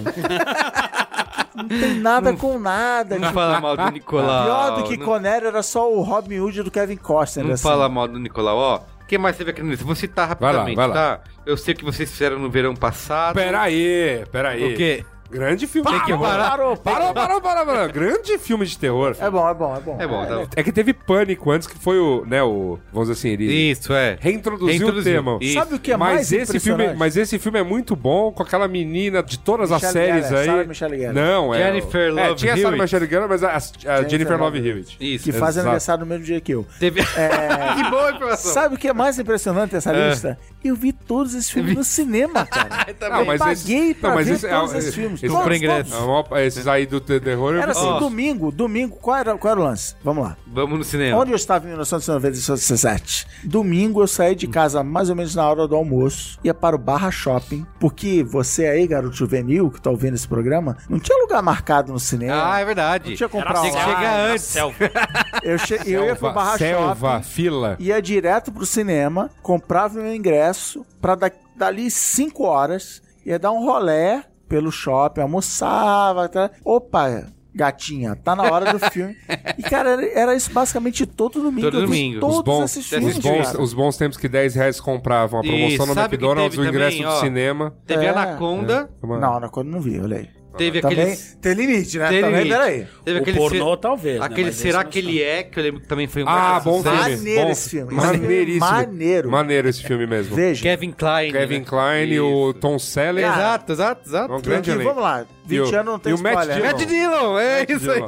[laughs] Não tem nada com nada.
Não
tipo,
fala mal
[laughs]
do Nicolau.
pior do que
não,
Conero era só o Robin Hood do Kevin Costner.
Não
assim.
fala mal do
Nicolau, ó. Quem mais teve aqui no início? Vou citar
Vai lá,
rapidamente,
vai lá.
tá? Eu sei o que vocês fizeram no verão passado.
Peraí, peraí.
O quê?
Grande filme
Tem
de
que
terror.
parar.
Parou, parou, parou, parou, parou. Grande filme de terror.
É bom, é bom, é bom.
É bom, tá bom.
É que teve pânico antes, que foi o, né, o. Vamos dizer assim, ele.
Isso, é.
Reintroduziu,
Reintroduziu.
o tema.
Isso.
Sabe o que é mais
mas esse filme,
impressionante?
Mas esse filme é muito bom com aquela menina de todas as
Michelle
séries
Gellar,
aí.
Sarah Michelle Gellar.
Não, é.
Jennifer
é,
Love
tinha a Sarah
Hewitt.
Michelle Gellar, mas a, a- a Jennifer, Love Hewitt.
Isso.
Que faz
Exato.
aniversário no mesmo dia que eu.
Teve... [laughs]
[laughs]
que boa informação.
É. Sabe o que é mais impressionante dessa
É.
lista? Eu vi todos esses filmes no
[laughs]
cinema, cara.
Não, mas
eu
esse-
paguei pra
não, mas
ver
esse é-
todos
é-
esses filmes.
esse
todos,
compra ingresso.
É
todos.
uma- Esses aí do te- terror.
Era assim,
Ó.
domingo, domingo, qual era, qual era o lance? Vamos lá.
Vamos no
É.
cinema.
Onde eu estava em 1997? Domingo eu saí de casa mais ou menos na hora do almoço, ia para o Barra Shopping, porque você aí, garoto juvenil, que tá ouvindo esse programa, não tinha lugar marcado no cinema.
Ah, é verdade.
não tinha
Era
comprar
Tem que
selva,
lá.
chegar
era
antes.
selva.
Eu, che- eu ia pro Barra
selva,
Shopping,
fila.
ia direto pro cinema, comprava meu ingresso pra da- dali 5 horas, ia dar um rolé pelo shopping, almoçava, tá? opa, gatinha, tá na hora do filme. E cara, era, era isso basicamente todo domingo.
Todo
Eu vi
domingo.
Todos
Os bons,
esses
os,
filmes,
bons,
cara.
os bons tempos que 10 reais compravam a promoção
E
no
sabe o que
McDonald's, o
teve
ingresso
também,
do
ó?
cinema.
Teve
É.
Anaconda,
Uma-
Não, na quando não vi, olha aí.
teve
Também
aquele...
tem limite, né?
Teve
Também,
limite.
peraí.
Teve
O
aquele
pornô,
ser-
talvez. né,
Aquele
mas esse
Será
não
Que Ele É, que eu lembro que também foi um
Ah,
grande
bom
sucesso.
filme.
Maneiro
bom,
esse filme. Esse filme é
Maneiríssimo.
maneiro.
Maneiro esse filme mesmo.
Veja.
Kevin Klein.
Kevin
né?
Klein e o Tom Selleck.
Exato, exato, exato.
É um grande
Porque,
elenco.
tá vamos lá,
E
20
o-
anos não tem
e o Matt
spoiler.
Dillon.
né?
Matt Dillon, é isso aí.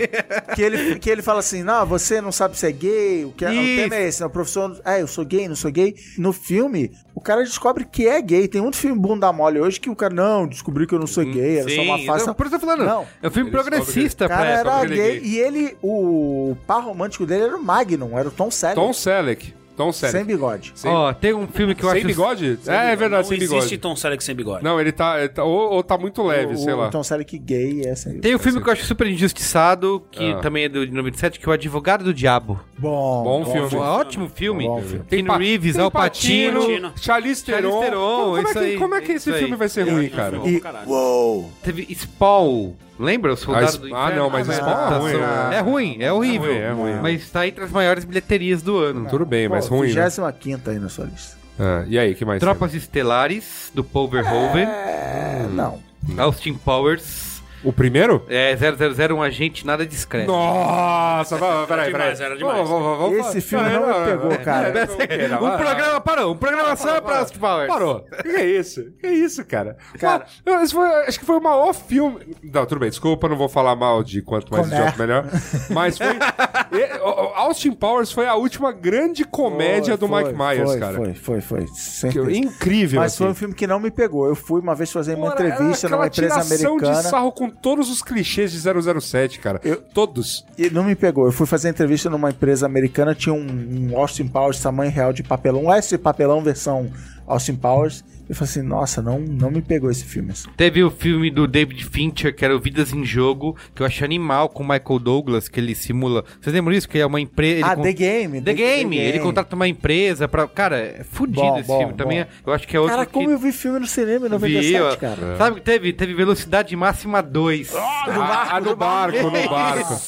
Que ele, que ele fala assim: não, você não sabe se é gay, o que é, o
Isso.
tema é esse, né? O professor, é, eu sou gay, não sou gay. No filme, o cara descobre que é gay. Tem muito filme bunda mole hoje que o cara, não, descobri que eu não sou gay, era só uma
é
Sim,
fase.
não, por isso eu tô falando.
Não.
É um filme
Ele descobre
progressista
O
pra
cara
época.
era
ele é
gay.
gay.
E ele, o par romântico dele era o Magnum, era o Tom Selleck.
Tom Selleck. Tom Selleck.
sem bigode.
Sem-
Ó, tem um filme que eu
sem
acho...
bigode? é, é verdade,
não
sem
existe
bigode.
Tom Selleck sem bigode.
Não, ele tá. ele tá- ou, ou tá muito leve,
o,
sei lá.
O Tom Selleck gay é sem
Tem um filme que eu acho super injustiçado, que
Ah.
também é do, de 97, que é o Advogado do Diabo.
Bom.
Bom
Um
filme.
ótimo
Tá
filme.
Bom filme.
Tem
pa-
Reeves,
tem
Al Patino.
Pacino.
Charlize Theron.
Charlize Theron,
como,
isso
é que,
aí,
como é que esse
isso
filme
aí.
vai ser ruim, cara?
Não,
E,
caralho.
uou!
Teve Spawn. Lembra? O Soldado
Ah,
do
Sp-
Inferno.
ah, não, mas
é
Spawn é ruim, né?
É ruim, é horrível.
É ruim, é ruim.
Mas tá entre as maiores bilheterias do ano.
Tudo bem, mas ruim. né?
25 aí na sua lista.
Ah, e aí, que mais?
Tropas Estelares, do Paul Verhoeven.
Ah.
É, não.
Austin Powers.
O primeiro?
É 000, um agente nada discreto.
Nossa, vai, vai, peraí,
É. Era demais,
peraí.
era
Vamos,
demais.
vamos, vamos, Ah,
Esse
vamos.
filme não me pegou, cara.
pera-
Um programa parou, um programação é pra Austin Powers.
Parou. O que é isso? O que é isso, cara?
Cara-
Ah, eu- esse foi- acho que foi o maior filme. Não, tudo bem, desculpa, não vou falar mal de quanto mais
Comédia.
idiota melhor. Mas
[laughs]
foi. e- o- o- Austin Powers foi a última grande comédia do
Foi,
Mike Myers,
foi,
cara.
Foi, foi, foi.
Que- é
Certeza.
Incrível,
Mas foi um
assim.
filme que não me pegou. Eu fui uma vez fazer uma
Era
entrevista
aquela
numa empresa
tiração de
americana
sarro com todos os clichês de 007, cara.
Eu-
Todos.
e não me pegou. Eu fui fazer entrevista numa empresa americana, tinha um, um Austin Powers tamanho real de papelão, um S papelão versão Austin Powers. Eu falei assim, nossa, não, não me pegou esse filme. assim.
Teve o filme do David Fincher, que era o Vidas em Jogo, que eu achei animal com o Michael Douglas, que ele simula. Vocês lembram disso? Que é uma empresa.
ah, The Game.
The, Game. Ele contrata uma empresa pra. Cara, é fudido
Bom,
esse
bom,
filme também.
bom.
Eu acho que é outro.
Cara,
que
como eu vi filme no cinema em 97,
viu.
cara.
Sabe que teve? Teve Velocidade Máxima 2.
Ah, no barco,
[laughs]
no barco.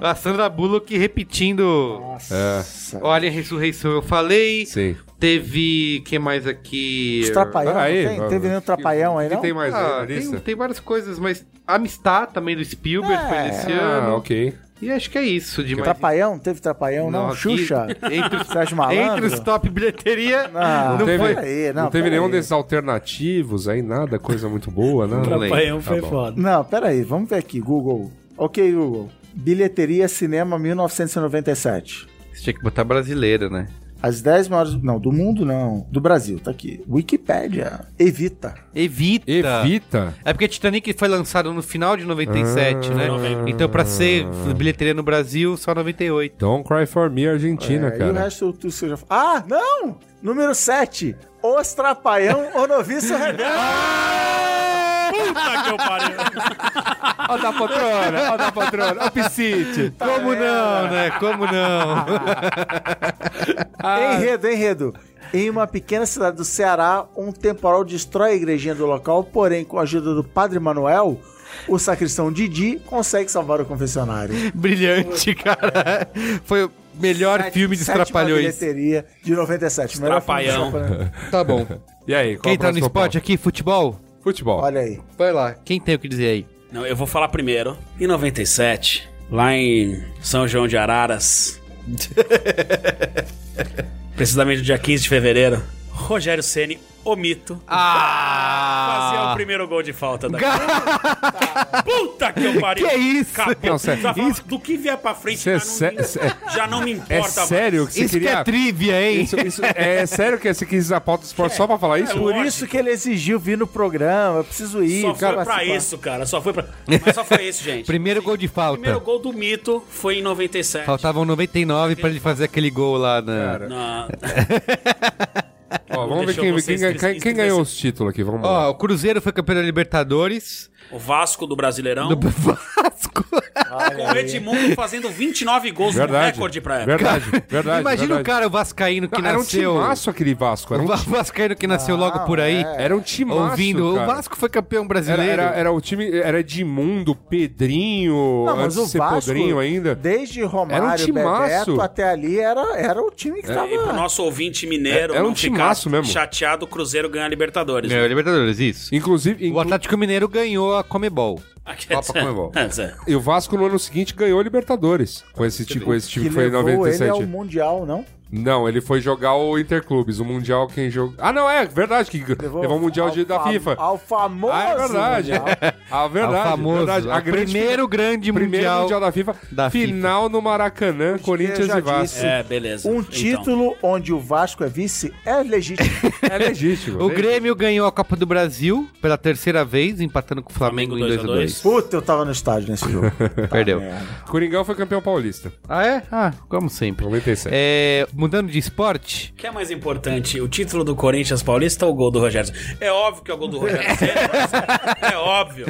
A Sandra Bullock repetindo.
Nossa.
É. Olha a ressurreição, eu falei.
Sim.
Teve. que mais aqui?
Os Trapalhão, não
Peraí,
tem?
mano.
Teve nenhum Trapalhão aí,
O que
não?
tem mais aí
Ah,
na lista?
tem, tem várias coisas, mas Amistad também do Spielberg
É,
foi desse ano.
Ah, ok.
E acho que é isso de mais.
Trapalhão? Teve Trapalhão, não?
aqui,
Xuxa?
Entre os,
Sérgio Malandro?
entre os top bilheteria.
Ah,
não
teve-
foi.
peraí,
Não,
não,
teve nenhum
peraí.
desses alternativos aí, nada, coisa muito boa, né?
Não lembro.
Trapalhão foi
[laughs]
foda.
Não, peraí, vamos ver aqui, Google. Ok, Google. Bilheteria Cinema 1997.
Você tinha que botar brasileira, né?
As 10 maiores. Não, do mundo não. Do Brasil, tá aqui. Wikipédia. Evita.
Evita.
Evita. Ah,
É porque Titanic foi lançado no final de 97, né?
novembro.
Então, pra ser bilheteria no Brasil, só 98.
Don't Cry For Me, Argentina,
É, e o
né, cara.
resto tu você já. Ah, não! Número 7. Os Trapalhão, o Noviço Rebelde.
Puta que eu pariu.
Ó da patrona, ó da patrona, ó piscite.
Como não, né? Como
[laughs]
não?
Enredo, enredo. Em uma pequena cidade do Ceará, um temporal destrói a igrejinha do local, porém, com a ajuda do Padre Manuel, o sacristão Didi consegue salvar o confessionário.
Brilhante, cara. Foi o melhor
Sete-
filme de
sétima
Estrapalhões.
bilheteria de 97. Melhor filme de
Estrapalhão.
Estrapalhões.
Tá bom.
E aí, qual
Quem
o
tá no
próximo
spot aqui, futebol?
ponto? Futebol.
Olha aí.
Vai lá, quem tem o que dizer aí?
Não, eu vou falar primeiro. Em 97, lá em São João
[laughs]
de Araras, precisamente no dia 15 de fevereiro, Rogério Ceni, o mito,
Ah.
fazia o
Ah!
primeiro gol de falta da Puta que eu pariu!
Que isso?
Acabou.
Não, sério,
Só fala,
isso-
Do que vier pra frente
Cê
já,
é
não,
sé-
me-
cê-
já não me
É
importa.
sério que você
Isso que
queria...
é trivia, hein?
Isso, isso-
[laughs]
é sério que você quis a pauta do esporte só pra falar isso?
é,
[laughs] Por isso que ele exigiu vir no programa. Eu preciso ir.
Só foi
cara,
pra
participar.
isso, cara. Só foi pra. Mas só foi isso, gente.
Primeiro gol de falta.
Primeiro gol do mito foi em 97.
Faltavam 99 pra ele fazer aquele gol lá né? na...
Na-
Ó, vamos ver quem,
Deixou
quem,
vocês
quem-
tristes
quem ganhou os títulos aqui, vamos lá.
Ó, o Cruzeiro foi campeão da Libertadores.
O Vasco do Brasileirão.
Do Vasco.
Com o Edmundo fazendo 29 gols, um
Verdade.
recorde pra época.
Verdade, verdade.
Imagina
verdade.
o cara, o Vascaíno, que
Não, Era um
nasceu...
timaço aquele Vasco. Era um,
O Vascaíno que nasceu logo por aí.
era um timaço,
ouvindo.
cara.
O Vasco foi campeão
Era,
brasileiro.
era, era o time, era Edmundo, Pedrinho,
Não, mas
antes
o
de ser
Vasco,
Podrinho ainda.
desde
Era um
Romário,
timaço.
Bebeto, até ali, era, era o time que tava...
E pro nosso ouvinte mineiro
É- era um
não ficar
timaço mesmo.
chateado, o Cruzeiro ganha a Libertadores. né?
Não, Libertadores, isso.
Inclusive,
O
inclu-
Atlético Mineiro ganhou a Comebol.
Copa
[laughs]
Conmebol.
Zé.
e o Vasco no ano seguinte ganhou a Libertadores com esse, time, com esse time que foi em
levou ele
97.
ao Mundial, não?
Não, ele foi jogar o Interclubes, o Mundial quem jogou. Ah, não, é verdade, que levou, o Mundial
ao
de- da
fam-
FIFA.
Ao famoso
Ah, é verdade. [laughs]
Mundial.
A verdade.
Ao famoso,
verdade.
ao primeiro
fina-
grande
primeiro
mundial
da FIFA.
da
final no Maracanã, Corinthians
já
e Vasco.
disse.
É, beleza.
Um
Então,
título onde o Vasco é vice é
[laughs]
legítimo.
É legítimo.
O Grêmio ganhou a Copa do Brasil pela terceira vez, empatando com o Flamengo,
Flamengo
em 2x2.
Puta, eu tava no estádio nesse jogo.
Perdeu.
Coringão foi campeão paulista.
Ah, é? Ah, como sempre.
97.
É, mudando de esporte,
O que é mais importante, o título do Corinthians Paulista ou o gol do Rogério? Ceni? É óbvio que é o gol do Rogério.
[laughs]
Ceni, mas é óbvio.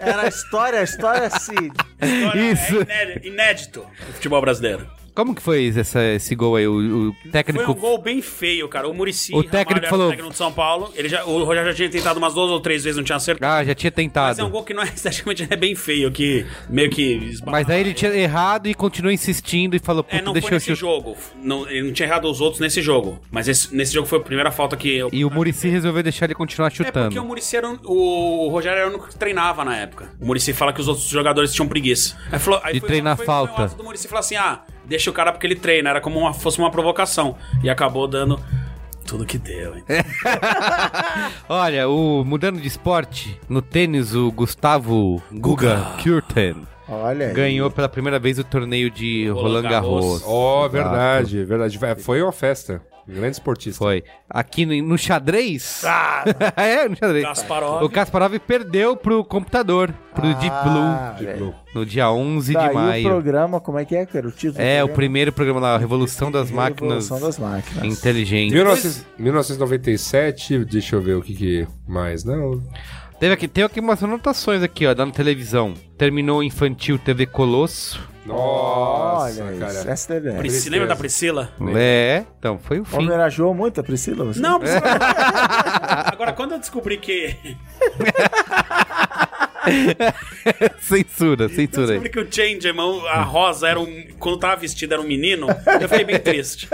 Era a história, a história se...
Olha,
Isso.
É iné- inédito no futebol brasileiro.
como que foi essa- esse gol aí? O, o técnico.
Foi um gol bem feio, cara. O Murici,
O técnico
era
falou-
o técnico de São Paulo, ele já, o Rogério já tinha tentado umas duas ou três vezes, não tinha acertado.
Ah, já tinha
Mas é um
tentado.
gol que não é [laughs] esteticamente é bem feio, que meio que esbarra.
Mas aí ele tinha errado e continuou insistindo e falou:
É,
Puta,
não
deixa
foi
eu
nesse
chutar.
jogo. Não, ele não tinha errado os outros nesse jogo. Mas esse- nesse jogo foi a primeira falta que eu.
E o Murici resolveu deixar ele continuar
né? É porque
chutando.
o Murici era. um- O Rogério era o único que treinava na época. O Murici fala que os outros jogadores tinham preguiça. Aí falou, aí
De treinar
um
falta.
ato do Murici falar assim: ah, deixa o cara porque ele treina. Era como uma, fosse uma provocação. E acabou dando tudo que deu, hein?
É. Olha, o mudando de esporte, no tênis, o Gustavo Guga Kurten
Olha aí.
ganhou pela primeira vez o torneio de
Roland
Roland Garros.
Garros.
Ó,
Exato.
verdade, verdade. Vai- Foi uma festa. Grande esportista.
Foi. Aqui no, no xadrez.
Ah.
[laughs] é, no xadrez.
Kasparov.
O Kasparov perdeu pro computador, pro Deep
Tá. Ah,
Blue,
velho.
no dia 11
Daí
de
Tá o
maio.
programa, como é que é, cara? O título
É, o
do programa? é
primeiro programa lá, Revolução das Máquinas Então,
Revolução das Máquinas.
Inteligentes.
1900 1997, deixa eu ver o que, que mais. Não,
Teve aqui, tem aqui umas anotações aqui, ó, da televisão. Terminou o infantil TV Colosso.
Nossa,
Olha
cara.
isso, essa é
Priscila,
Tristeza.
lembra da Priscila?
É, então, foi o fim.
Homenageou muito a Priscila? Você?
Não,
[laughs]
Priscila.
É.
Agora, quando eu descobri que.
[laughs] censura,
Eu
censura aí.
descobri que o Changeman, a Rosa, era um. Quando tava vestida, era um menino. Eu fiquei
[laughs]
bem triste.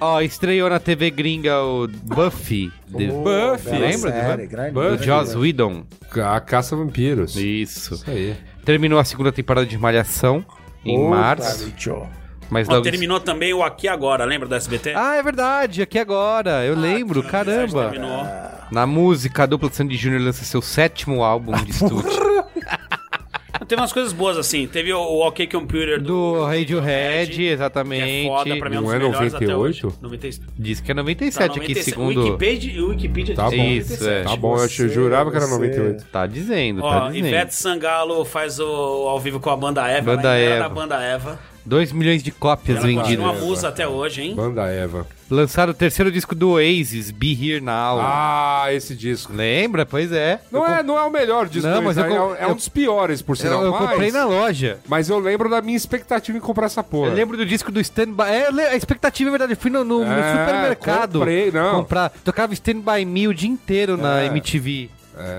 Ó, estreou na TV gringa o Buffy. de-
Buffy,
bela
lembra de
Série,
Buffy?
grande,
Do
Buffy.
Joss Whedon.
A Caça a Vampiros. Isso
Isso.
aí.
Terminou a segunda temporada de Malhação em
Opa,
março,
bicho.
mas
Ó,
logo...
terminou também o Aqui Agora, lembra do SBT?
Ah, é verdade, aqui agora,
Ah,
eu lembro, caramba.
Terminou.
Na música, a dupla de Sandy Júnior lança seu sétimo álbum de
[laughs]
estúdio.
Teve umas coisas boas assim. Teve o, o OK Computer do.
Do Radiohead,
que é
exatamente.
foda pra mim, é um dos
Não é
melhores
98?
até hoje. 96.
Diz que é
Tá,
97 aqui,
96.
segundo...
Wikipedia, o Wikipedia
Tá
diz
bom.
Isso, é.
Tá bom, eu
Você,
jurava que era
você.
98.
Tá dizendo, tá
Ó,
dizendo.
Ivete Sangalo faz o ao vivo com a banda Eva. né?
Banda
ela ainda era
Eva.
da banda Eva.
2 milhões de cópias
Ela continua
vendidas.
musa até hoje, hein?
Banda Eva.
Lançaram o terceiro disco do Oasis, Be Here Now.
Ah, esse disco.
Lembra? Pois é.
Não, é, não é o melhor disco,
Não,
do
mas eu
Israel, é,
com-
um- é um
eu-
dos piores, por
Eu,
sinal.
eu
mas,
comprei na loja.
mas eu lembro da minha expectativa em comprar essa porra.
Eu lembro do disco do Stand By. É, eu le- a expectativa é verdade. Eu fui no, no- no
É,
supermercado
comprei, não. É.
comprar. Tocava Stand By Me o dia inteiro na MTV.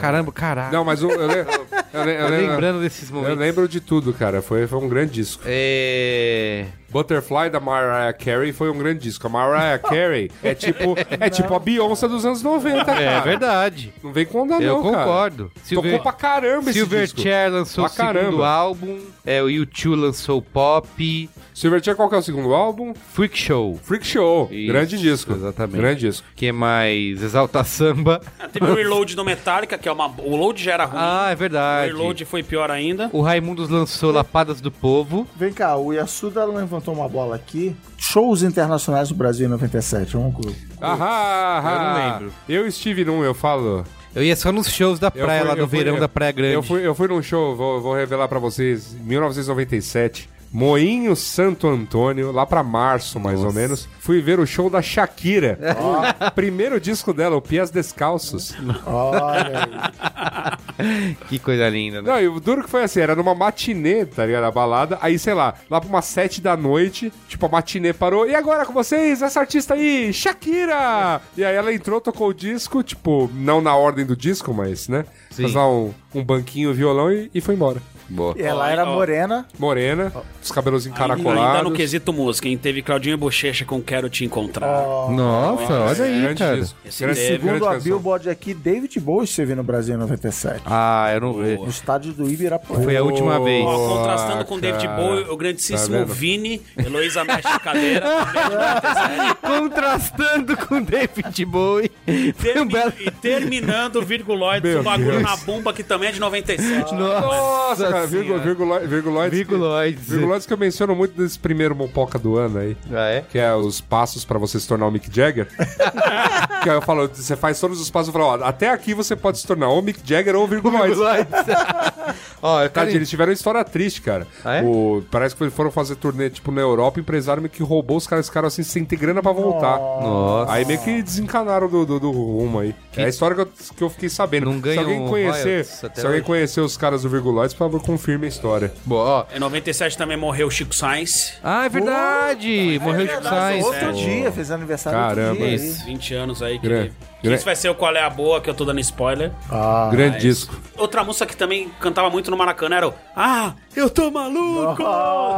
Caramba, caralho.
Não, mas [laughs] eu, eu, le- eu lembro, Eu, le- eu
Tá
lembro-
lembrando desses
eu
momentos.
lembro de tudo, cara. Foi, foi um grande disco.
É...
Butterfly da Mariah Carey foi um grande disco.
[laughs]
A Mariah Carey é tipo, é tipo a Beyoncé dos anos 90, cara.
é verdade.
Não vem com onda,
Eu
não, cara.
concordo.
Tocou pra caramba esse disco.
Silverchair lançou o
Pra caramba.
segundo álbum. É, o U2 lançou o Pop.
Silverchair, qual que é o segundo álbum?
Freak Show.
Freak Show.
Isso,
grande disco.
exatamente.
Grande disco.
Que é mais Exalta Samba.
Teve o Reload do Metallica, que é uma... O Load já era ruim.
Ah, é
o
verdade.
Reload foi pior ainda.
O Raimundos lançou Lapadas do Povo.
Vem cá, o Yasuda levantou uma bola aqui. Shows internacionais do Brasil em 97. Vamos com-
Ahá, ahá.
eu não lembro.
Ah, Eu estive num, eu falo.
Eu ia só nos shows da
Eu
praia,
fui-
lá
eu
no
fui-
verão
eu-
da Praia Grande.
Eu fui, eu fui num show, vou, vou revelar pra vocês, em 1997. Moinho Santo Antônio, lá pra março mais ou menos, fui ver o show da Shakira. O primeiro disco dela, o Pias Descalços.
Olha aí.
Que coisa linda, né?
Não, e o duro que foi assim, era numa matinê, tá ligado? A balada. Aí, sei lá, lá pra umas sete da noite, tipo, a matinê parou. E agora com vocês, essa artista aí, Shakira! E aí ela entrou, tocou o disco, tipo, não na ordem do disco, mas, né?
Sim.
Fez lá um, um banquinho, violão e, e foi embora.
Boa.
E ela
Ó,
era
ó.
morena.
Morena, os cabelos
Ainda no
encaracolados.
quesito música, hein? Teve Claudinho e Bochecha com Quero Te Encontrar.
Oh.
Nossa,
É,
olha aí,
Grande
cara.
disco.
Esse
Grande,
teve.
é, grande
Segundo a
canção.
Billboard aqui, David Bowie esteve no Brasil em 97.
Ah, eu não vi.
No estádio do Ibirapuera.
Foi a última vez.
Ó, contrastando com David
cara.
Bowie, o grandíssimo
Tá vendo?
Vini, Heloísa mexe a cadeira.
Contrastando com [laughs] David Bowie. Foi um
termi-
belo...
E terminando, virguloides,
Meu
o bagulho
Deus.
na bomba, que também é de 97.
Nossa, cara, virgu-
né?
Senhora.
virgulo- virguloides.
Virguloides.
Virguloides que eu menciono muito nesse primeiro Mopoca do ano aí.
Ah, é?
Que é os passos pra você se tornar o Mick
[laughs]
Jagger. que eu falo, você faz todos os passos e falo, ó, até aqui você pode se tornar ou Mick Jagger ou virguloides.
Ó, eu
Cara,
quero...
eles tiveram uma história triste, cara.
Ah, é?
O- parece que eles foram fazer turnê, tipo, na Europa, o empresário meio que roubou os caras, ficaram assim, sem ter grana pra voltar.
Nossa.
Aí meio que desencanaram do, do, do rumo aí. É a história que eu, que eu fiquei sabendo.
Não
se
ganham
alguém conhecer,
royalties até
se alguém
hoje.
conhecer os caras do Virguloides, por favor, confirme a história.
Boa, ó.
Em 97 também morreu o Chico Sainz.
Ah, é verdade! Morreu de
Mas
Sainz.
outro
Pô.
dia, fez aniversário
Caramba.
outro dia.
né? Isso.
Isso.
20 anos aí. Que
Gran-
ele-
gran-
Esse vai ser o Qual é a Boa, que eu tô dando spoiler.
Ah.
Grande disco.
Outra música que também cantava muito no Maracanã era o Ah, eu tô maluco!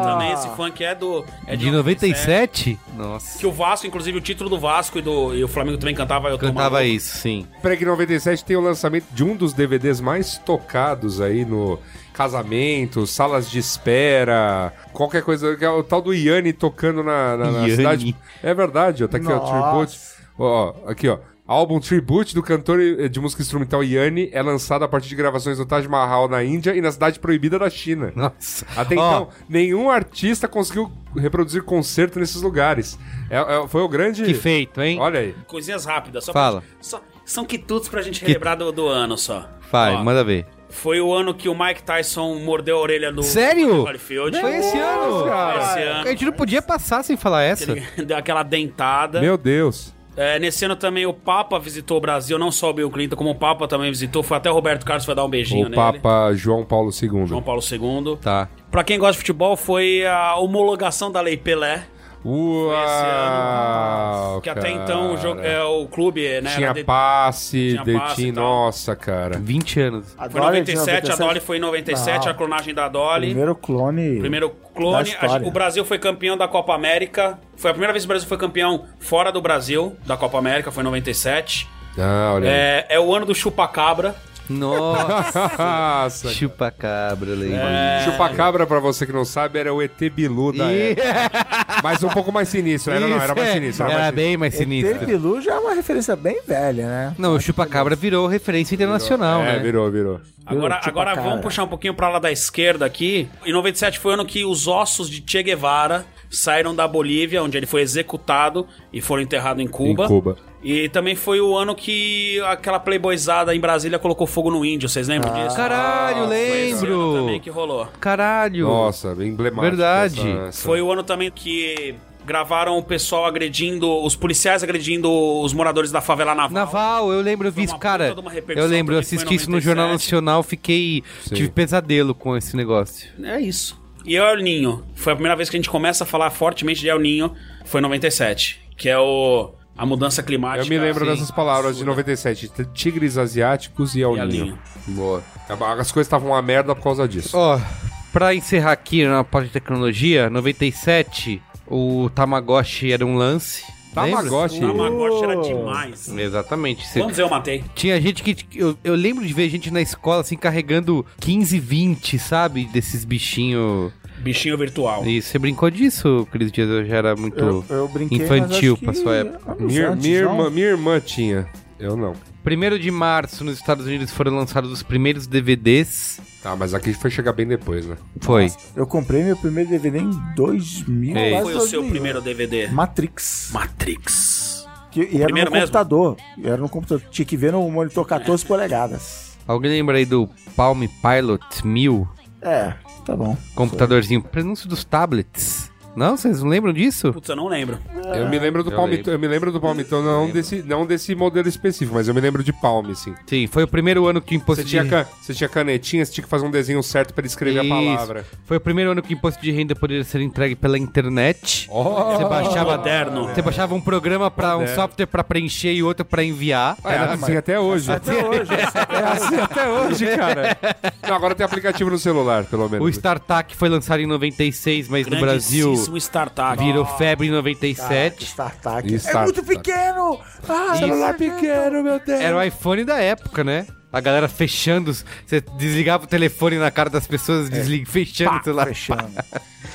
Também esse funk é do. É
De 97? Nossa.
Que o Vasco, inclusive o título do Vasco e, do, e o Flamengo também cantava Eu Tô
Cantava
Maluco.
isso, sim.
Preg 97 tem o lançamento de um dos DVDs mais tocados aí no casamento, salas de espera, qualquer coisa. que é O tal do Yanni tocando na, na- na
Yanni.
cidade. É verdade, ó. Tá aqui, ó,
Nossa.
tribute. Ó, ó, aqui, ó. Álbum Tribute do cantor eh, de música instrumental Yanni é lançado a partir de gravações no Taj Mahal na Índia e na Cidade Proibida da China.
Nossa.
Até então, nenhum artista conseguiu reproduzir concerto nesses lugares. É- é- foi o grande.
Que feito, hein?
Olha aí.
Coisinhas rápidas, só
Fala.
pra- só- são quitutes pra gente relembrar do, do ano só.
Vai,
Ó,
manda ver.
Foi o ano que o Mike Tyson mordeu a orelha do
Sério?
Holyfield.
Foi esse ano?
Esse
A
ano.
gente não podia passar sem falar essa.
Ele [laughs] deu aquela dentada.
Meu Deus.
É, nesse ano também o Papa visitou o Brasil, não só o Bill Clinton, como o Papa também visitou. Foi até o Roberto Carlos foi dar um beijinho
o
nele.
Papa João Paulo II.
João Paulo II.
Tá.
Pra quem gosta de futebol, foi a homologação da Lei Pelé.
Uau!
que até então o, jogo, é, o clube, né?
Ah, Tinha
era de-
passe,
tinha passe
Detinho,
e tal.
nossa, cara.
20 anos.
Foi em
Agora é de
97, a Dolly foi em 97,
Não.
a clonagem da Dolly.
Primeiro clone.
Primeiro clone,
Da história.
a- o Brasil foi campeão da Copa América. Foi a primeira vez que o Brasil foi campeão fora do Brasil, da Copa América, foi em 97.
Ah, olha aí.
É, é o ano do chupa-cabra. É.
Nossa.
Nossa.
[laughs] Chupa cabra, Leite.
É. Chupacabra, pra você que não sabe, era o ET Bilu da época. Mas um pouco mais sinistro. Era, não, era mais sinistro. Era,
é. Era
mais
bem mais
Teve
sinistro.
Bilu já é uma referência bem velha, né?
Não, o Chupa Cabra virou referência internacional,
sinistro. É,
né?
virou, virou.
Agora,
chupa
agora
cabra.
vamos puxar um pouquinho pra lá da esquerda aqui. Em 97 foi o ano que os ossos de Che Guevara saíram da Bolívia, onde ele foi executado e foram enterrados em Cuba.
Em Cuba.
E também foi o ano que aquela playboyzada em Brasília colocou fogo no índio, vocês lembram disso?
Caralho,
Foi esse ano também
lembro.
que rolou.
Caralho.
Nossa, bem emblemático.
Verdade.
essa- essa-
Foi o ano também que gravaram o pessoal agredindo, os policiais agredindo os moradores da favela naval.
Naval, eu lembro, eu vi
Foi
isso,
uma
cara.
puta de uma repercussão
Eu lembro, eu
também,
assisti
foi
isso no Jornal
97.
Nacional, fiquei.
Sim.
Tive pesadelo com esse negócio.
É isso. E El Ninho. Foi a primeira vez que a gente começa a falar fortemente de El Ninho. Foi em 97. Que é o. a mudança climática.
Eu me lembro
assim,
dessas palavras de
absurda.
97. t- Tigres asiáticos e El
E a
Ninho.
linha.
Boa.
As coisas estavam uma merda por causa disso.
Ó, pra encerrar aqui na parte de tecnologia, 97, o Tamagotchi era um lance. lembra?
Tamagotchi.
Tamagotchi era demais.
Exatamente. Cê-
Quantos eu matei?
Tinha gente que. Eu, eu lembro de ver gente na escola assim carregando 15, 20, sabe? Desses bichinhos.
Bichinho virtual.
E você brincou disso, Cris Dias? Eu já era muito.
Eu, eu brinquei,
infantil
mas acho
pra
que
sua época.
anos
Minha,
antes,
minha
não?
irmã, minha irmã tinha. Eu não.
Primeiro de março, nos Estados Unidos, foram lançados os primeiros DVDs.
Tá, mas aqui foi chegar bem depois, né?
Foi.
Eu comprei meu primeiro DVD em 2000.
Ei.
Qual
quase
foi o seu
2000.
primeiro DVD?
Matrix.
Matrix.
Que- e era
primeiro
no
mesmo? É.
computador. Era no computador. Tinha que ver no monitor 14 polegadas.
Alguém lembra aí do Palm Pilot 1000?
É, tá bom.
Computadorzinho. Prenúncio dos tablets. Não, vocês não lembram disso?
Putz, eu não lembro.
Eu me lembro do
Eu
palmito,
lembro.
eu me lembro do palmito, não desse, não desse modelo específico, mas eu me lembro de palme, sim.
Sim, foi o primeiro ano que o imposto
Você tinha,
de...
can- você tinha canetinha, você tinha que fazer um desenho certo pra ele escrever
Isso.
a palavra.
Foi o primeiro ano que o imposto de renda poderia ser entregue pela internet. Você baixava
Moderno.
Você baixava um programa pra um software pra preencher e outro pra enviar.
É assim até hoje.
Até hoje.
É assim até hoje, cara. Não, agora tem aplicativo no celular, pelo menos.
O StarTAC foi lançado em 96, mas no Brasil
Grandíssimo startup.
virou febre em 97.
StarTAC.
E
É
Star-
muito pequeno! Ah, celular pequeno, meu Deus!
Era o iPhone da época, né? A galera fechando, os- você desligava o telefone na cara das
É.
pessoas, desliga, fechando o celular.
Ah, Fechando.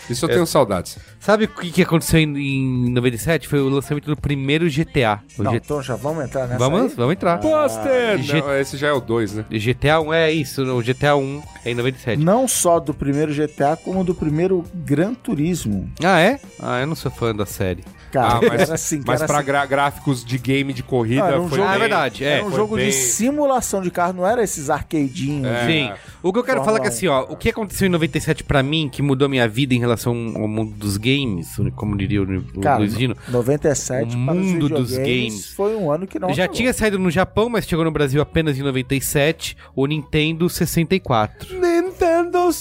Isso eu
É.
tenho saudades.
Sabe o que, que aconteceu em, em 97? Foi o lançamento do primeiro GTA. O
Não,
G-
então já vamos entrar nessa
vamos,
aí?
vamos entrar.
Buster!
G-
Não, esse já é o 2, né?
GTA 1 é isso, o GTA 1 é em 97.
Não só do primeiro GTA, como do primeiro Gran Turismo.
Ah, é? Ah, eu não sou fã da série.
Cara,
Ah, mas-
era [laughs] assim,
Mas
cara,
pra
assim,
gra- gráficos de game de corrida
Era um
foi
jogo-
bem-
Ah, é verdade, é.
era um
foi
jogo
bem-
de simulação de carro, não era esses arcadinhos.
Sim. O que eu quero
Fórmula
falar é que
1.
assim, ó, o que aconteceu em 97 pra mim, que mudou minha vida em relação ao mundo dos games, como diria o, o
Cara,
Luiz Gino,
97
O
para os
mundo dos
videogames
games.
foi um ano que não
Já
acabou.
tinha saído no Japão, mas chegou no Brasil apenas em 97, o Nintendo 64.
Nintendo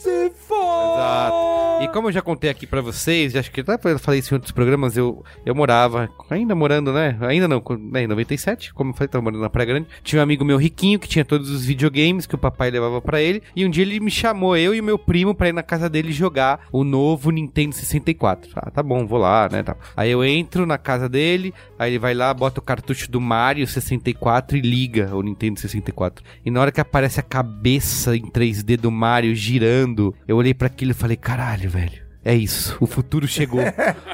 64!
Exato. E como eu já contei aqui pra vocês, já acho que até eu falei isso em outros programas, eu, eu morava, ainda morando, né? Ainda não, com- né, em 97, como eu falei, tava morando na Praia Grande. Tinha um amigo meu riquinho que tinha todos os videogames que o papai levava pra ele. E um dia ele me chamou, eu e meu primo, pra ir na casa dele jogar o novo Nintendo 64. Ah, tá bom, vou lá, né? Tá. Aí eu entro na casa dele, aí ele vai lá, bota o cartucho do Mario 64 e liga o Nintendo 64. E na hora que aparece a cabeça em 3D do Mario girando, eu olhei pra aquilo e falei, caralho, velho. É isso, o futuro chegou.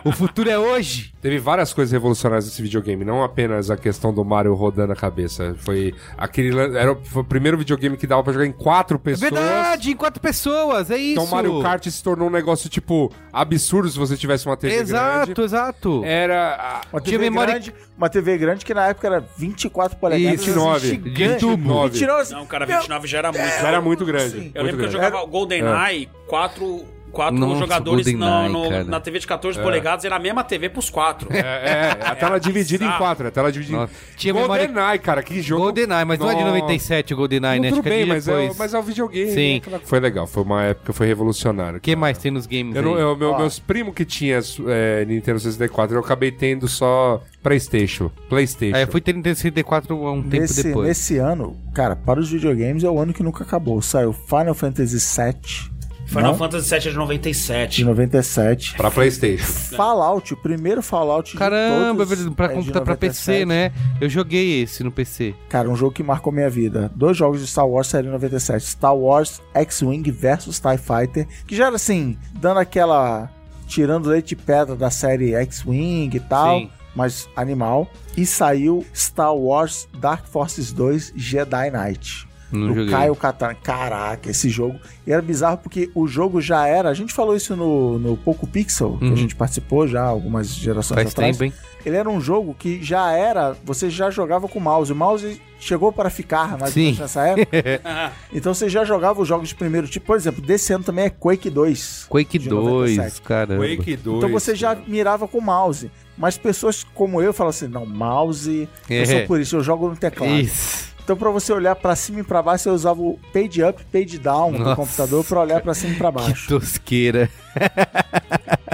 o futuro é hoje.
Teve várias coisas revolucionárias nesse videogame, não apenas a questão do Mario rodando a cabeça. Foi aquele lan- era o, foi o primeiro videogame que dava pra jogar em quatro
É
pessoas.
verdade, em quatro pessoas, é isso.
Então Mario Kart se tornou um negócio tipo absurdo se você tivesse
é
uma TV
Exato,
grande.
exato.
Era a-
Uma
Tinha
TV,
memória-
grande, uma TV grande que na época era 24 polegadas.
Isso,
29.
assim,
De
Gigante.
tubo.
29.
Não, cara, 29 já era muito.
Era muito grande. muito
Eu lembro que eu
grande.
jogava GoldenEye, quatro, quatro
Nossa,
jogadores
GoldenEye,
no- no-
cara.
na TV de 14 polegadas, era a mesma TV pros quatro.
É, é, a tela dividida em
bizarro.
quatro, a tela dividida
Nossa.
em...
Tinha
GoldenEye,
memória-
cara, que jogo...
GoldenEye, mas não é de
Nossa.
97 o GoldenEye, né?
Tudo
Acho que é de
bem, mas é, o-
depois.
mas é o videogame.
Sim.
né? Aquela- Foi legal, foi uma época, foi revolucionário.
O que mais tem nos games
Eu não-
aí?
eu- meu- meus primos que tinha é, Nintendo 64, eu acabei tendo só Playstation. Playstation.
Aí eu fui ter Nintendo 64 há um tempo
Nesse,
depois.
nesse ano, cara, para os videogames é o ano que nunca acabou. Saiu Final Fantasy VII.
Final
não?
Fantasy VII é de 97.
De 97.
Pra Playstation.
Fallout, o primeiro Fallout de
É. Caramba,
todos
velho, pra
é de
computar pra PC,
97.
né? Eu joguei esse no PC.
Cara, um jogo que marcou minha vida. Dois jogos de Star Wars saíram em 97. Star Wars X-Wing versus TIE Fighter. Que já era assim, dando aquela... Tirando leite de pedra da série X-Wing e tal.
Sim.
Mas animal. E saiu Star Wars Dark Forces 2 Jedi Knight.
Não
do
joguei.
Caio Katana. Caraca, esse jogo. E era bizarro porque o jogo já era. A gente falou isso no, no Poco Pixel, que a gente participou já algumas gerações
Uhum. Faz
atrás.
tempo, hein?
Ele era um jogo que já era. Você já jogava com o mouse. O mouse chegou para ficar mais ou
Sim.
menos nessa época.
[laughs]
Ah,
então você já jogava os jogos de primeiro tipo. Por exemplo, desse ano também é Quake 2.
Quake né?
de
2,
97.
caramba.
Quake 2.
Então você já mirava com o mouse. Mas pessoas como eu falam assim: não, mouse.
É.
Eu sou por isso, eu jogo no teclado.
Isso.
Então, pra você olhar pra cima e pra baixo, você usava o page up, page down
Nossa. [laughs]
do computador pra olhar pra cima e pra
Que
baixo.
tosqueira.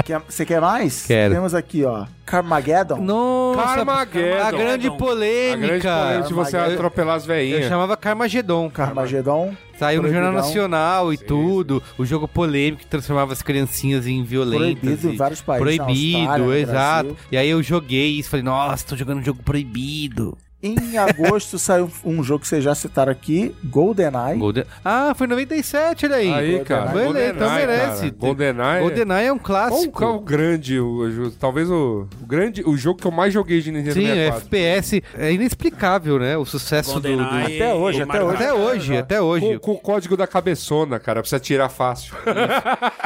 Quer- Você quer mais?
Quero.
Temos aqui, ó. Carmageddon.
Nossa,
Carmageddon.
a grande
A grande
polêmica.
polêmica de você
Eu-
atropelar as
Eu
veinhas.
chamava Carmageddon.
Carmageddon.
Saiu no Jornal
Proibidão.
Nacional e tudo. O jogo polêmico que transformava as criancinhas em violentas.
Proibido em
e-
vários países, na
Proibido,
Austrália, no
exato.
Brasil.
E aí eu joguei isso. Falei, nossa, tô jogando um jogo proibido.
Em agosto saiu um jogo que vocês já citaram aqui, GoldenEye.
Golden- Ah, foi em 97, olha aí.
Aí, cara.
Beleza,
GoldenEye,
então merece.
cara. GoldenEye.
GoldenEye é um
Qual,
clássico.
qual o grande, o, o- talvez o, o grande, o jogo que é eu mais joguei de Nintendo
Sim,
64.
FPS. É inexplicável, né? O sucesso do... do-
GoldenEye
Até
e-
hoje,
e
até
Mario
hoje.
Kart.
Até hoje, até hoje.
Com, com o código da cabeçona, cara, precisa tirar fácil.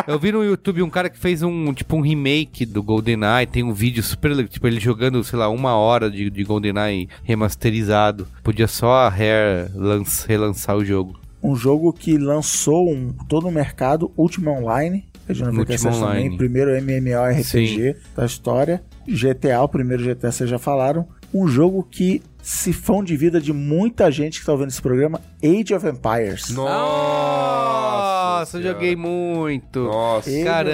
Eu vi no YouTube um cara que fez um, tipo, um remake do GoldenEye, tem um vídeo super, le- tipo, ele jogando, sei lá, uma hora de, de GoldenEye remasterizado. Podia só a Rare lanç- relançar o jogo.
Um jogo que lançou um, todo o mercado, Ultima Online. A gente não viu que
Ultima
acesso também.
Online.
Primeiro MMORPG da história. GTA, o primeiro GTA vocês já falaram. Um jogo que se fão de vida de muita gente que tá ouvindo esse programa, Age of
[laughs]
Empires.
Nossa, eu
Senhora.
joguei muito.
Nossa.
Age of
Caramba,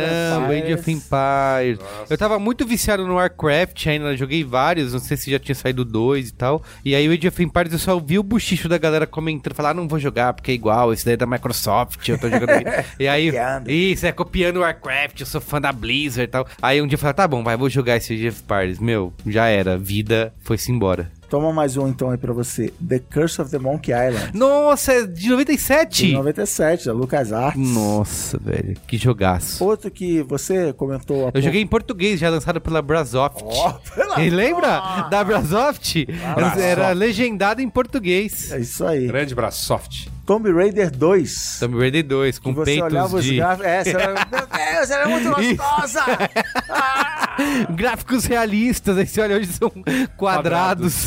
né? Empires.
Age of Empires. Eu tava muito viciado no Warcraft ainda, joguei vários, não sei se já tinha saído dois e tal. E aí o Age of Empires eu só ouvi o bochicho da galera comentando, falar, ah, não vou jogar porque é igual, esse daí é da Microsoft, eu tô
[laughs]
jogando aqui. E aí,
Copiando.
isso, é copiando o Warcraft, eu sou fã da Blizzard e tal. Aí um dia eu falei, tá bom, vai, vou jogar esse Age of Empires. Meu, já era, vida foi-se embora.
Toma mais um então aí pra você. The Curse of the Monkey Island.
Nossa, é de 97?
De 97, da LucasArts.
Nossa, velho, que jogaço.
Outro que você comentou há
Eu
pouco.
joguei em português, já lançado pela Brasoft.
Ó, [laughs] pela-
E [laughs] lembra da Ah. Brasoft? Era- Era legendado em português.
É isso aí.
Grande Brasoft.
Tomb Raider 2.
Tomb Raider 2, com
Que você olhava
peitos
os
de
gráficos. É, você olhava, meu Deus, ela é muito
Isso.
gostosa! Ah!
[laughs] gráficos realistas. Aí você olha hoje, são quadrados.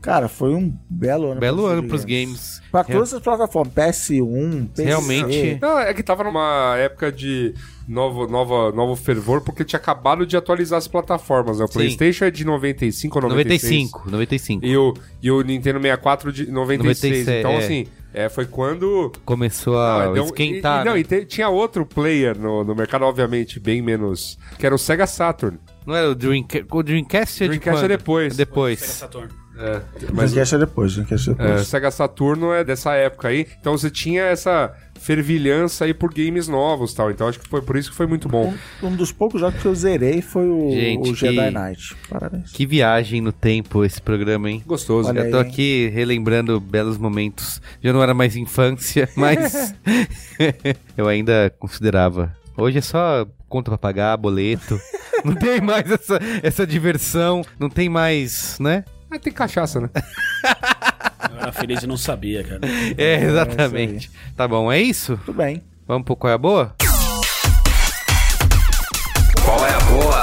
Cara, foi um belo ano.
Belo
pros
ano pros games. É.
Pra todas as plataformas, PS1, PC.
Realmente.
Não, é que tava numa época de novo, nova, novo fervor, porque tinha acabado de atualizar as plataformas, né? O
Sim.
Playstation é de 95 ou 96.
95, 95.
E o, e o Nintendo 64 de 96.
96,
então,
é.
assim, é, foi quando...
Começou a
Não, então,
esquentar.
e- e- não,
né?
e te- tinha outro player no, no mercado, obviamente, bem menos, que era o Sega Saturn.
Não era o Dreamcast? O Dreamcast é de
Dreamcast é
quando?
depois.
Sega
Depois.
Saturn.
Mas Dreamcast é depois, Dreamcast é
É,
depois.
Sega Saturno é dessa época aí. Então você tinha essa fervilhança aí por games novos e tal. Então acho que foi por isso que foi muito bom.
Um dos poucos jogos que eu zerei foi o,
Gente,
o Jedi
que-
Knight. Parabéns.
Que viagem no tempo esse programa, hein?
Gostoso.
Olha
Eu tô
aí, hein?
aqui relembrando belos momentos. Já não era mais infância, [laughs]
[laughs]
mas eu ainda considerava. Hoje é só conta pra pagar,
[laughs]
boleto. Não tem mais essa, essa diversão, não tem mais, né?
Ah, tem cachaça, né? [laughs]
Eu era feliz e não sabia, cara.
É, exatamente. tá bom, é isso?
Tudo bem.
Vamos pro qual é a boa?
Qual é a boa?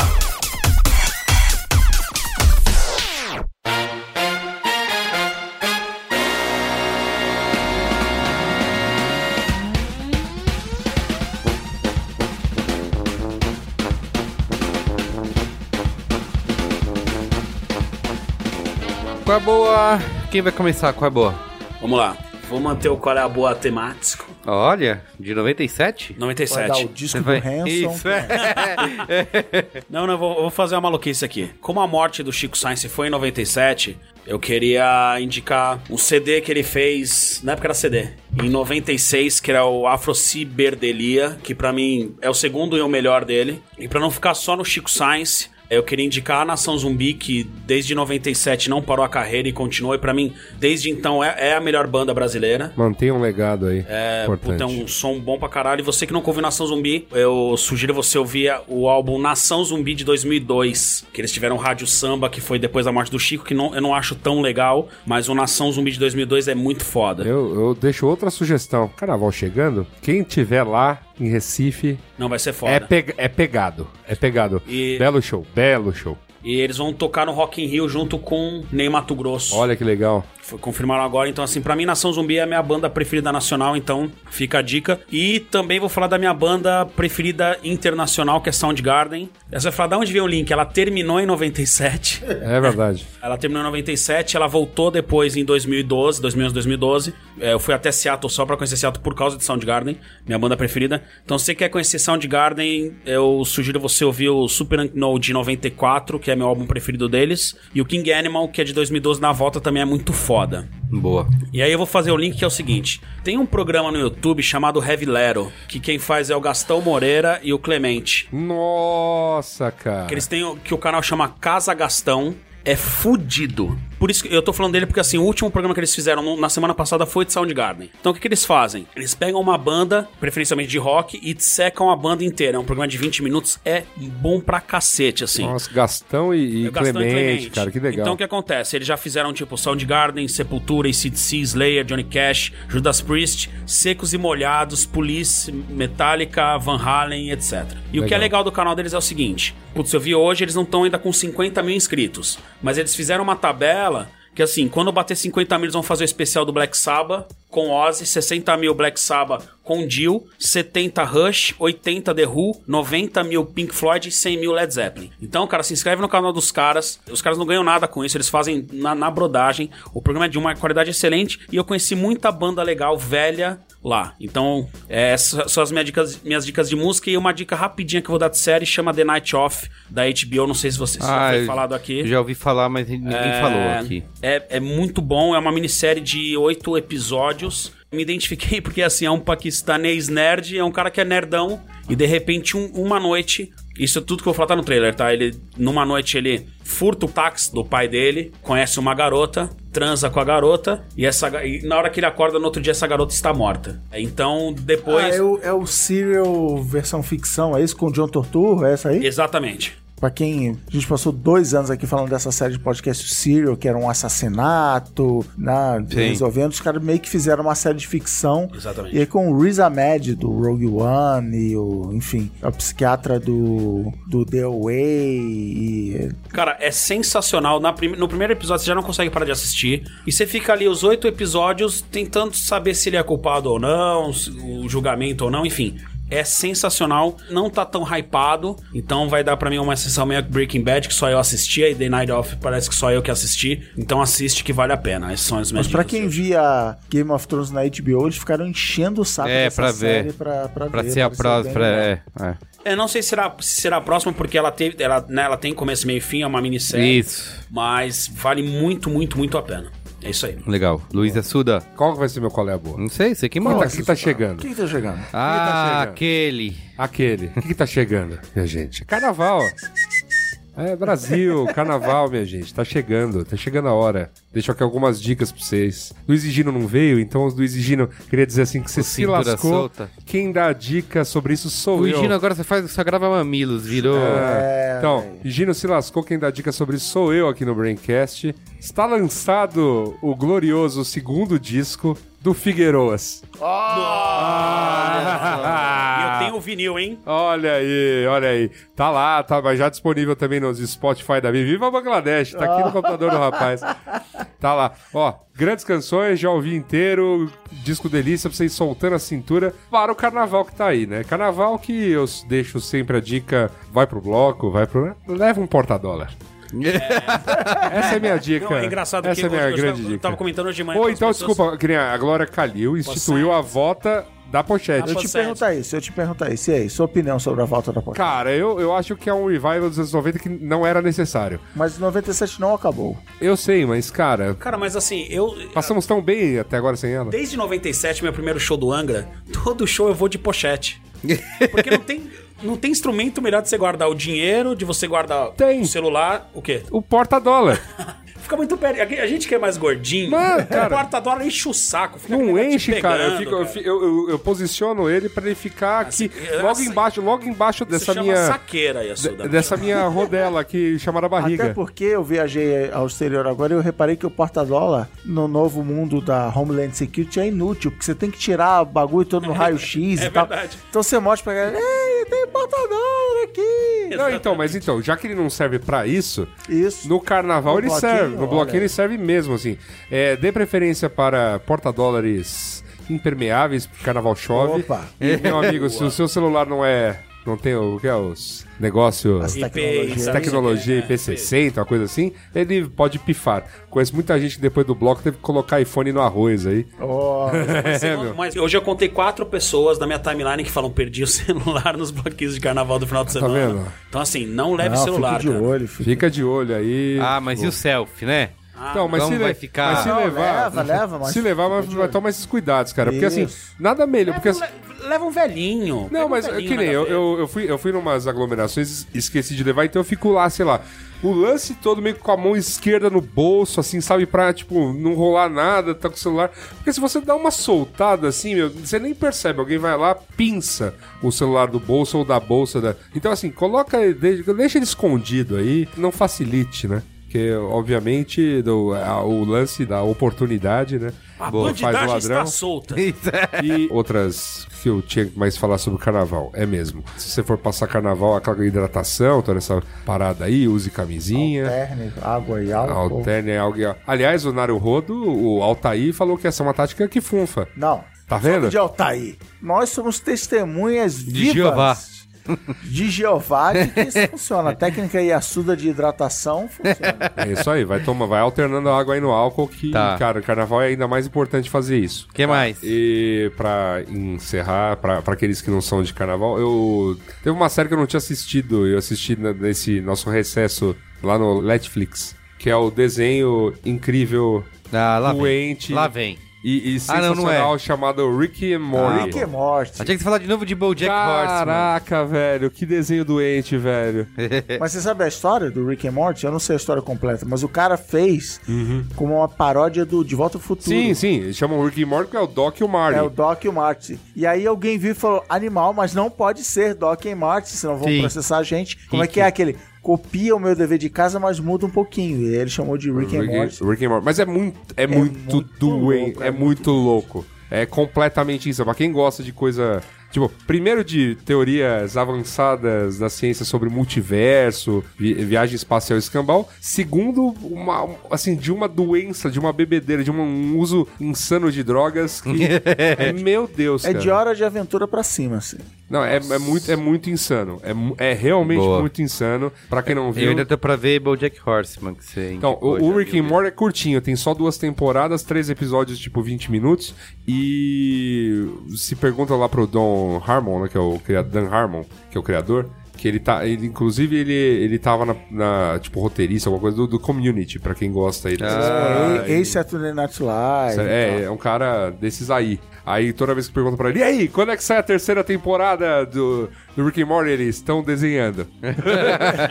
Qual é a boa? Quem vai começar qual é a boa?
Vamos lá. Vou manter o qual é a boa temático.
Olha, de 97?
Vai dar o
97.
Você
disco do
vai-
Hanson. Ah,
Isso, é.
Não, não, eu vou, eu vou fazer uma maluquice aqui. Como a morte do Chico Science foi em 97, eu queria indicar um CD que ele fez, na época era CD, em 96, que era o Afro Ciberdelia, que pra mim é o segundo e o melhor dele. E pra não ficar só no Chico Science, eu queria indicar a Nação Zumbi, que desde 97 não parou a carreira e continuou. E pra mim, desde então, é- é a melhor banda brasileira.
Mantenha um legado aí. É, importante.
Puta, é um som bom pra caralho. E você que nunca ouviu Nação Zumbi, eu sugiro você ouvir o álbum Nação Zumbi de 2002. Que eles tiveram Rádio Samba, que foi depois da morte do Chico, que não, eu não acho tão legal. Mas o Nação Zumbi de 2002 é muito foda.
Eu, eu deixo outra sugestão. Carnaval chegando, quem tiver lá em Recife
Não vai ser foda.
é, peg- é pegado. É pegado.
E-
Belo show, belo show.
E eles vão tocar no Rock in Rio junto com Ney Mato Grosso.
Olha que legal.
Foi- Confirmaram agora, então assim, pra mim Nação Zumbi é a minha banda preferida nacional, então fica a dica. E também vou falar da minha banda preferida internacional, que é Soundgarden. Essa vai falar de onde veio o link, ela terminou em 97.
É
[laughs]
verdade.
Ela terminou em 97, ela voltou depois em 2012, 2011, 2012. É, eu fui até Seattle só pra conhecer Seattle por causa de Soundgarden, minha banda preferida. Então, se você quer conhecer Soundgarden, eu sugiro você ouvir o Super Unknown de 94, que é meu álbum preferido deles, e o King Animal, que é de 2012 na volta, também é muito foda.
Boa.
E aí eu vou fazer o link que é o seguinte: tem um programa no YouTube chamado Heavy Lero, que quem faz é o Gastão Moreira e o Clemente.
Nossa, cara.
Que eles têm o que o canal chama Casa Gastão. É fudido. Por isso que eu tô falando dele, porque assim, o último programa que eles fizeram no- na semana passada foi de Soundgarden. Então o que, que eles fazem? Eles pegam uma banda, preferencialmente de rock, e secam a banda inteira. É um programa de 20 minutos, é bom pra cacete, assim.
Nossa, Gastão e, e
O Gastão e
Clemente, cara, que legal.
É Então o que acontece? Eles já fizeram tipo Soundgarden, Sepultura, ACDC, Slayer, Johnny Cash, Judas Priest, Secos e Molhados, Police, Metallica, Van Halen, etc. E o que é
Legal.
legal do canal deles é o seguinte: putz, eu vi hoje, eles não estão ainda com 50 mil inscritos, mas eles fizeram uma tabela. Que assim, quando bater 50 mil, eles vão fazer o especial do Black Sabbath com Ozzy, 60 mil Black Sabbath com Dio, 70 Rush, 80 The Who, 90 mil Pink Floyd e 100 mil Led Zeppelin. Então, cara, se inscreve no canal dos caras. Os caras não ganham nada com isso, eles fazem na, na brodagem. O programa é de uma qualidade excelente e eu conheci muita banda legal, velha, lá. Então, é, essas são as minhas dicas, minhas dicas de música e uma dica rapidinha que eu vou dar de série chama The Night Off, da HBO. Não sei se você se já
Ah,
foi
eu
falado aqui.
Já ouvi falar, mas ninguém falou aqui.
É, é muito bom, é uma minissérie de oito episódios. Me identifiquei [laughs] porque, assim, é um paquistanês nerd, é um cara que é nerdão, e de repente, um- uma noite. Isso é tudo que eu vou falar tá no trailer, tá? Ele, numa noite, ele furta o táxi do pai dele, conhece uma garota, transa com a garota, e, essa, ga- e na hora que ele acorda, no outro dia, essa garota está morta. Então, depois.
Ah, é, o, é o Serial versão ficção, é isso? Com o John Torturro, é essa aí?
Exatamente.
Pra quem. A gente passou dois anos aqui falando dessa série de podcast Serial, que era um assassinato, né, resolvendo. Os caras meio que fizeram uma série de ficção.
Exatamente.
E aí com o Riz Ahmed do Rogue One, e o, enfim, a psiquiatra do, do The Way. E,
Cara, é sensacional. Na prime- No primeiro episódio você já não consegue parar de assistir. E você fica ali os oito episódios tentando saber se ele é culpado ou não, se- o julgamento ou não, enfim. É sensacional, não tá tão hypado, então vai dar pra mim uma sessão meio que Breaking Bad, que só eu assisti, e The Night Off parece que só eu que assisti, então assiste que vale a pena. Esses são os meus
mas pra quem via Game of Thrones na HBO, eles ficaram enchendo o saco
É,
dessa
pra ver.
série pra, pra,
Pra
ver.
ser a
tá
pareceu bem
próxima. pra-
né?
legal.
É, é.
Eu não sei se será, se será a próxima, porque ela, teve, ela, né, ela tem começo, meio e fim, é uma minissérie,
Isso.
mas vale muito, muito, muito a pena. É isso aí.
Legal. Luiz Assuda?
Qual que vai ser meu qual é a boa?
Não sei, você que
Quem
manda.
tá, quem tá chegando?
Quem que tá chegando?
Ah,
Quem tá chegando?
aquele.
Aquele. O que, que tá chegando, minha gente? É Carnaval. É Brasil, [laughs] carnaval, minha gente. Tá chegando, tá chegando a hora. Deixa aqui algumas dicas pra vocês. Luiz e Gino não veio, então os Luiz e Gino, queria dizer assim que você se
cintura
lascou.
solta. é
Quem dá a dica sobre isso sou
O
eu.
Gino agora você faz, só grava mamilos, virou.
É, Então, Gino se lascou, quem dá dica sobre isso sou eu aqui no Braincast. Está lançado o glorioso segundo disco do Figueiroas. [laughs]
Ah.
E eu tenho o vinil, hein?
Olha aí, olha aí. Tá lá, tá, mas já disponível também nos Spotify da Vivi. Viva Bangladesh, tá aqui no computador do rapaz. Tá lá. Ó, grandes canções, já ouvi inteiro, disco delícia pra vocês soltando a cintura para o carnaval que tá aí, né? Carnaval que eu s- deixo sempre a dica, vai pro bloco, vai pro... né? Leva um porta-dólar. Essa é minha dica.
Não, é engraçado
Essa
que
é minha
eu, eu
grande
tava,
dica.
tava comentando hoje de manhã.
Ou
com as
então,
pessoas-
desculpa, que nem a Glória Calil instituiu a volta da pochete.
Da
Eu te
Certo.
perguntar isso, eu te perguntar isso. E aí, sua opinião sobre a volta da porta?
Cara, eu, eu acho que é um revival dos anos 90 que não era necessário.
Mas 97 não acabou.
Eu sei, mas, cara,
Cara, mas assim, eu.
passamos tão bem até agora sem ela.
Desde 97, meu primeiro show do Angra, [laughs] todo show eu vou de pochete. Porque não tem, não tem instrumento melhor de você guardar o dinheiro, de você guardar
Tem.
o celular, o quê?
O
[laughs]
porta-dólar.
Fica muito perto. A gente que é mais gordinho,
Mano, cara.
o porta-dólar enche o saco. Fica aquele
Não
negócio te
enche, cara. Eu,
pegando,
fico- eu
cara.
fi- eu- eu- eu posiciono ele pra ele ficar aqui,
Assim, eu-
logo
assim,
embaixo, logo embaixo
Isso
dessa
chama
minha...
saqueira,
[laughs]
Yasuda.
Dessa minha rodela aqui, chamada
Até
barriga.
porque eu viajei ao exterior agora e eu reparei que o porta-dólar no novo mundo da Homeland Security é inútil, porque você tem que tirar o bagulho todo no raio-x
É
e tal.
verdade.
Então você mostra pra galera, ei, tem porta-dólar aqui. aí.
Não, então, mas então, já que ele não serve pra isso,
Isso.
no carnaval
No
ele
bloquinho,
serve. No
olha.
bloquinho ele serve mesmo, assim. É, dê preferência para porta-dólares impermeáveis, porque carnaval chove.
Opa.
E, meu amigo, se o seu celular não é. Não tem o o que é os negócios.
As
Essa
tecnologias.
tecnologia
é.
IP60, uma coisa assim, ele pode pifar. Conheço muita gente que depois do bloco teve que colocar iPhone no arroz aí.
[laughs]
Ó,
[laughs] É,
Não,
né?
meu.
Mas hoje eu contei quatro pessoas na minha timeline que falam perdi o [laughs] celular nos bloquinhos de carnaval do final de semana.
vendo?
Então, assim, não leve
não,
celular,
fica de
cara.
olho, filho.
Fica de olho aí.
Ah, mas e o selfie, né?
Então, mas
Então
se, le-
vai ficar-
mas se
Não,
levar.
leva, leva,
[laughs]
mas
se levar, mas
fica de
vai
olho.
tomar esses cuidados, cara. Porque assim,
Isso.
nada melhor.
É,
Porque, assim,
Le- Leva um velhinho. Pega
não,
um
mas é
velhinho
que
na
nem eu,
gaveta.
eu, eu fui, eu fui numas aglomerações e esqueci de levar, então eu fico lá, sei lá. O lance todo meio que com a mão esquerda no bolso, assim, sabe? Pra, tipo, não rolar nada, tá com o celular. Porque se você dá uma soltada assim, meu, você nem percebe. Alguém vai lá, pinça o celular do bolso ou da bolsa da. Então, assim, coloca, ele- deixa deixa ele escondido aí, não facilite, né? Porque, obviamente, do- a- o lance da oportunidade, né?
A
Boa,
bandidagem está solta. É,
e outras que eu tinha que mais falar sobre o carnaval, é mesmo. Se você for passar carnaval, aquela hidratação, toda essa parada aí, use camisinha.
Terne, água e álcool.
Alterne é algo. Aliás, o Naru Rodo, o Altair, falou que essa é uma tática que funfa.
Não.
Tá vendo?
De Altair. Nós somos testemunhas vivas.
Jeová.
[laughs] De Jeová, de que isso funciona. A técnica Yasuda de hidratação funciona.
É isso aí, vai tomar, vai alternando a água aí no álcool, que,
Tá.
cara, carnaval é ainda mais importante fazer isso.
O que mais?
E pra encerrar, pra, pra aqueles que não são de carnaval, eu. Teve uma série que eu não tinha assistido, eu assisti na- nesse nosso recesso lá no Netflix, que é o desenho incrível,
Ah, lá
doente
vem. Lá vem.
E, e
Ah, não, Ah,
sensacional
não
chamado Ricky and Morty.
Rick e morte.
Achei que você falar de novo de BoJack Horseman.
Caraca, velho, que desenho doente, velho.
Mas você sabe a história do Rick and Morty? Eu não sei a história completa, mas o cara fez
Uhum.
como uma paródia do De Volta ao Futuro.
Sim, sim, eles chamam Ricky and Morty porque é o Doc e o Marty.
É o Doc e o Marty. E aí alguém viu e falou: animal, mas não pode ser Doc e Marty, senão vão
Sim.
processar a gente. Como é
Sim,
que é aquele? Copia o meu dever de casa, mas muda um pouquinho. E aí ele chamou de Rick and
Rick,
Morty.
Rick and Morty. Mas é muito, é, muito,
muito
doente,
louco,
é,
é
muito louco. É completamente isso. Pra quem gosta de coisa. Tipo, primeiro de teorias avançadas da ciência sobre multiverso, vi- viagem espacial e escambau. Segundo, uma, assim, de uma doença, de uma bebedeira, de um, um uso insano de drogas. Que, é, meu Deus,
É
cara.
de hora de aventura pra cima, assim.
Não, é, é muito, é muito insano. É, mu- é realmente
Boa.
muito insano. Pra quem não viu...
Eu ainda tô pra ver BoJack Horseman, que você
Então,
indicou,
o, o
já
Rick
viu.
and Morty é curtinho, tem só duas temporadas, três episódios, tipo, 20 minutos. E se pergunta lá pro Don Harmon, né, que é o criador, Dan Harmon, que é o criador, que ele tá, ele, inclusive, ele, ele tava na, na, tipo, roteirista, alguma coisa do, do Community, pra quem gosta aí.
Ah,
dessas paradas aí.
É, Ace Saturday Night Live.
É, é um cara desses aí. Aí toda vez que perguntam pra ele, e aí, quando é que sai a terceira temporada do, do Rick and Morty? Eles estão desenhando. [laughs]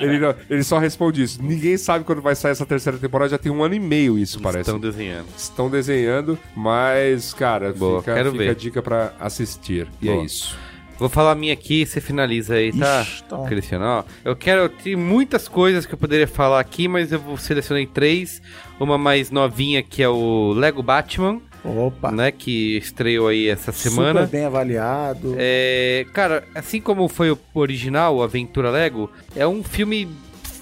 ele, não- ele só responde isso. Ninguém sabe quando vai sair essa terceira temporada, já tem um ano e meio isso, parece.
Estão desenhando.
Estão desenhando, mas, cara,
Boa,
fica,
quero
fica
ver.
a dica pra assistir. E
Boa.
é isso.
Vou falar a minha aqui e você finaliza aí, tá?
Ixi, então.
Cristiano, ó. Eu quero. Tem muitas coisas que eu poderia falar aqui, mas eu vou selecionei três. Uma mais novinha que é o Lego Batman,
Opa.
né? Que estreou aí essa
Semana.
semana.
Super bem avaliado.
É, cara, assim como foi o original, o Aventura Lego, é um filme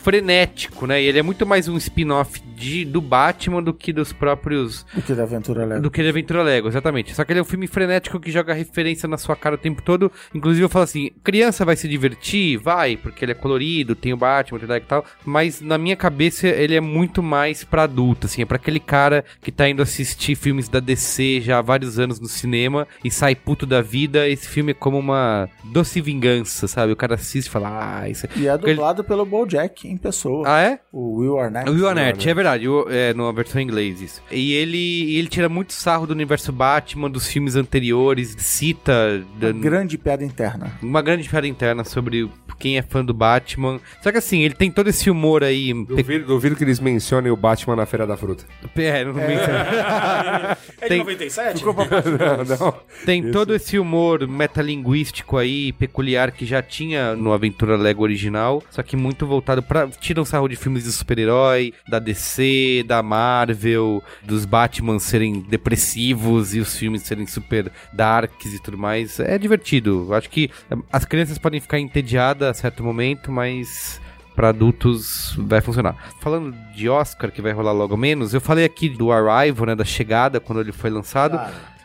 frenético, né? E ele é muito mais um spin-off de- do Batman do que dos próprios
Do que da aventura leva.
do que de Aventura Lego, exatamente. Só que ele é um filme frenético que joga referência na sua cara o tempo todo. Inclusive, eu falo assim: criança vai se divertir? Vai, porque ele é colorido, tem o Batman, tem o Lego e tal. Mas na minha cabeça, ele é muito mais pra adulto, assim. É pra aquele cara que tá indo assistir filmes da DC já há vários anos no cinema e sai puto da vida. Esse filme é como uma doce vingança, sabe? O cara assiste e fala: ah, isso é.
E é
Porque ele-
dublado pelo BoJack em pessoa.
Ah, é?
O Will Arnett.
O Will Arnett, é verdade, o- é, numa versão em inglês isso. E ele, e ele tira muito sarro do universo Batman, dos filmes anteriores, cita da-
Uma Grande piada interna.
uma grande piada interna sobre quem é fã do Batman. Só que assim, ele tem todo esse humor aí... pe-
Duvido, duvido que eles mencionem o Batman na Feira da Fruta. [laughs]
pe- é, não menciona.
É de
Tem-
97?
não, não.
Tem todo esse humor metalinguístico aí, peculiar, que já tinha no Aventura Lego original, só que muito voltado pra sa- tiram sarro de filmes de super-herói, da DC, da Marvel, dos Batman serem depressivos e os filmes serem super darks e tudo mais. É divertido. Eu Acho que eh, as crianças podem ficar entediadas a certo momento, mas para adultos vai funcionar. Falando de Oscar, que vai rolar logo menos, eu falei aqui do Arrival, né, da chegada, quando ele foi lançado.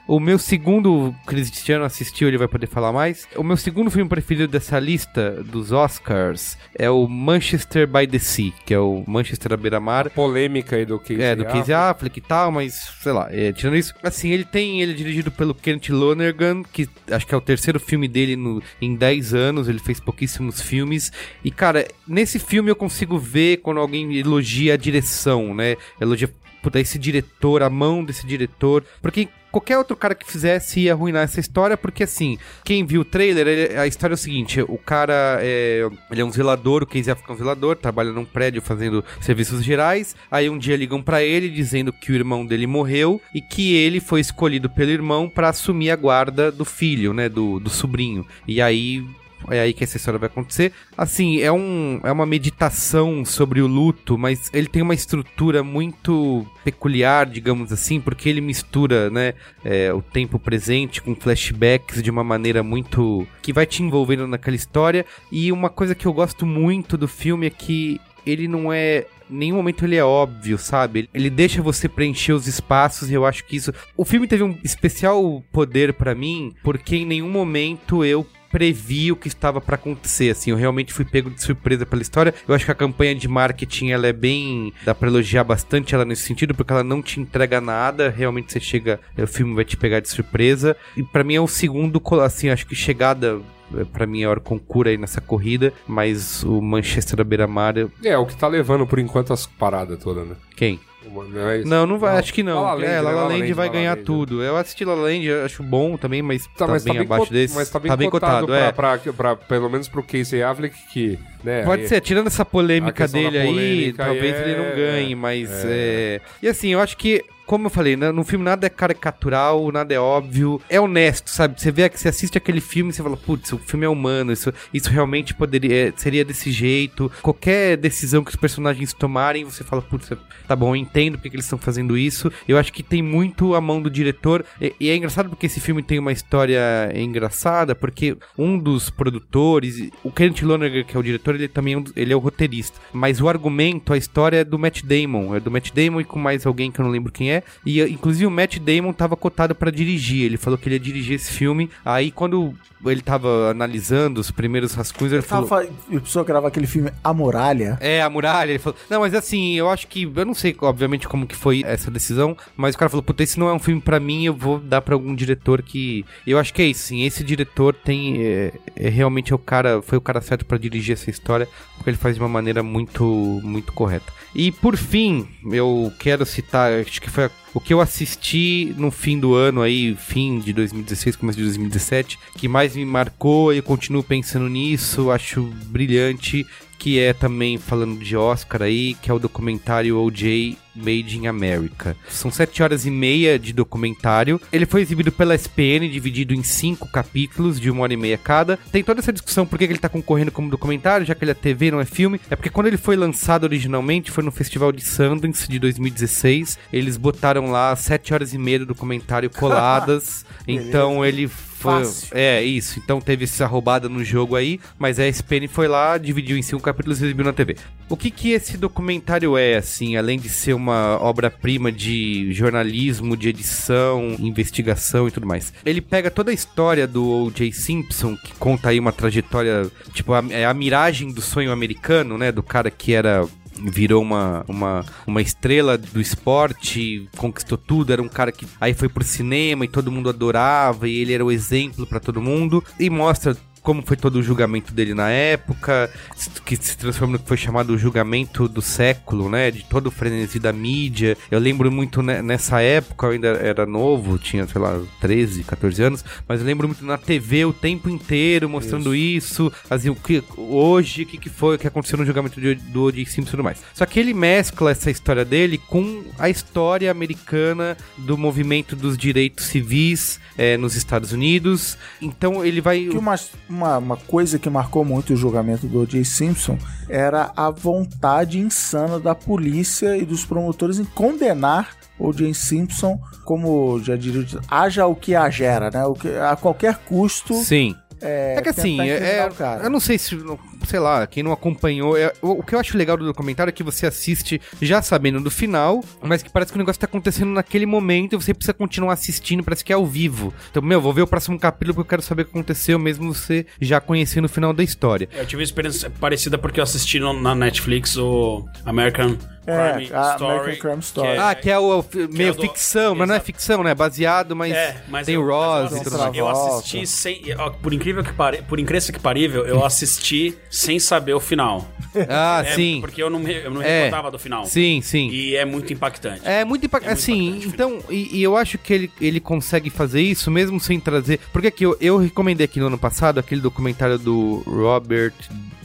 O meu segundo, o Cristiano assistiu, ele vai poder falar mais. O meu segundo filme preferido dessa lista dos Oscars é o Manchester by the Sea, que é o Manchester à beira-mar.
Polêmica aí do Casey
É, do Casey
Affleck.
Affleck e tal, mas sei lá, é, tirando isso. Assim, ele tem, ele é dirigido pelo Kent Lonergan, que acho que é o terceiro filme dele no- em 10 anos, ele fez pouquíssimos filmes. E cara, nesse filme eu consigo ver quando alguém elogia a direção, né? Elogia puta, esse diretor, a mão desse diretor, porque qualquer outro cara que fizesse ia arruinar essa história, porque assim, quem viu o trailer, ele- a história é o seguinte, o cara é, ele é um zelador, o Casey Affleck é um zelador, trabalha num prédio fazendo serviços gerais, aí um dia ligam pra ele dizendo que o irmão dele morreu e que ele foi escolhido pelo irmão pra assumir a guarda do filho, né, do, do sobrinho, e aí... É aí que essa história vai acontecer. Assim, é, um, é uma meditação sobre o luto, mas ele tem uma estrutura muito peculiar, digamos assim, porque ele mistura, né, é, o tempo presente com flashbacks de uma maneira muito que vai te envolvendo naquela história. E uma coisa que eu gosto muito do filme é que ele não é em nenhum momento ele é óbvio, sabe? Ele deixa você preencher os espaços e eu acho que isso. O filme teve um especial poder pra mim, porque em nenhum momento eu previ o que estava pra acontecer, assim, eu realmente fui pego de surpresa pela história. Eu acho que a campanha de marketing ela é bem dá pra elogiar bastante ela nesse sentido, porque ela não te entrega nada, realmente você chega, é, o filme vai te pegar de surpresa. E pra mim é o segundo, col- assim, acho que chegada eh, Pra mim é hora concura aí nessa corrida, mas o Manchester à beira-mar, eu-
É, o que tá levando por enquanto as paradas todas, né?
quem?
Uma- Não, é isso?
Não, não vai, acho que não.
La La Land,
é, La
né?
La
La
Land
Land,
vai
La La
ganhar
Land.
tudo. Eu assisti La La Land, eu acho bom também, mas tá,
mas
bem abaixo
cot-
desse.
Mas tá bem cotado,
é.
pra, pra- pra- pelo menos pro Casey Affleck, que... né,
Pode
aí-
ser, tirando essa
A
polêmica
questão da
dele aí,
polêmica aí
talvez
é-
ele não ganhe,
é.
mas é. E assim, eu acho que, como eu falei, né, no filme nada é caricatural, nada é óbvio, é honesto, sabe? Você vê que você assiste aquele filme e você fala, putz, o filme é humano, isso, isso realmente poderia, é, seria desse jeito. Qualquer decisão que os personagens tomarem, você fala, putz, tá bom, eu entendo porque que eles estão fazendo isso. Eu acho que tem muito a mão do diretor. E, e é engraçado porque esse filme tem uma história engraçada, porque um dos produtores, o Kent Lonergan, que é o diretor, ele também é, um dos- ele é o roteirista. Mas o argumento, a história é do Matt Damon. É do Matt Damon e com mais alguém que eu não lembro quem é. E inclusive o Matt Damon tava cotado pra dirigir. Ele falou que ele ia dirigir esse filme. Aí quando ele tava analisando os primeiros rascunhos, ele
Eu, tava
falou.
fa- eu preciso gravar aquele filme A Muralha.
É, a muralha, ele falou. Não, mas assim, eu acho que. Eu não sei, obviamente, como que foi essa decisão, mas o cara falou: puta, esse não é um filme pra mim, eu vou dar pra algum diretor que. Eu acho que é isso, sim. Esse diretor tem. É, é realmente é o cara. Foi o cara certo pra dirigir essa história, porque ele faz de uma maneira muito, muito correta. E por fim, eu quero citar, acho que foi a- o que eu assisti no fim do ano aí, fim de 2016, começo de 2017, que mais me marcou e eu continuo pensando nisso, acho brilhante, que é também falando de Oscar aí, que é o documentário OJ Made in America. São sete horas e meia de documentário. Ele foi exibido pela SPN, dividido em cinco capítulos, de uma hora e meia cada. Tem toda essa discussão por que que ele tá concorrendo como documentário, já que ele é TV, não é filme. É porque quando ele foi lançado originalmente, foi no Festival de Sundance de 2016. Eles botaram lá sete horas e meia do documentário coladas. então ele foi.
Fácil.
É, isso. Então teve essa roubada no jogo aí, mas a ESPN foi lá, dividiu em cinco capítulos e exibiu na TV. O que que esse documentário é, assim, além de ser uma obra-prima de jornalismo, de edição, investigação e tudo mais? Ele pega toda a história do O.J. Simpson, que conta aí uma trajetória, tipo, a, é a miragem do sonho americano, né, do cara que era virou uma, uma, uma estrela do esporte, conquistou tudo, era um cara que aí foi pro cinema e todo mundo adorava e ele era o exemplo pra todo mundo e mostra como foi todo o julgamento dele na época, que se transforma no que foi chamado o julgamento do século, né? De todo o frenesi da mídia. Eu lembro muito ne- nessa época, eu ainda era novo, tinha, sei lá, 13, 14 anos, mas eu lembro muito na TV o tempo inteiro mostrando isso, assim, o que hoje, o que, que foi, o que aconteceu no julgamento de, do O.J. Simpson e tudo mais. Só que ele mescla essa história dele com a história americana do movimento dos direitos civis eh, nos Estados Unidos. Então ele vai.
Que o Mas- Martin, uma, uma coisa que marcou muito o julgamento do O.J. Simpson era a vontade insana da polícia e dos promotores em condenar O.J. Simpson como, já diria, haja o que agera, né? O que, a qualquer custo.
Sim.
É,
É que assim,
tentar
é,
incriminar
é-
o cara.
eu não sei se, sei lá, quem não acompanhou. é- o, o que eu acho legal do documentário é que você assiste já sabendo do final, mas que parece que o negócio tá acontecendo naquele momento e você precisa continuar assistindo, parece que é ao vivo. Então, meu, vou ver o próximo capítulo porque eu quero saber o que aconteceu, mesmo você já conhecendo o final da história.
É, Eu tive uma experiência parecida porque eu assisti no- na Netflix o American
É,
Crime
a
Story.
American Crime Story.
é-
ah, que é o, o fi-
é
meio
o do-
ficção, mas não é
Exato.
ficção, né? É baseado, mas,
É, mas
tem
eu-
o Ross
mas
e
eu
tudo
assisti-
mais.
Eu
Travolta.
assisti sem. ó, Por incrível que pare, por incrível que parível, eu assisti sem saber o final.
Ah,
É,
sim.
Porque eu não me, eu não me
É.
recordava do final.
Sim, sim.
E é muito impactante.
É muito impactante.
É muito
assim,
impactante,
então, e, e eu acho que ele, ele consegue fazer isso mesmo sem trazer. Porque aqui, eu, eu recomendei aqui no ano passado aquele documentário do Robert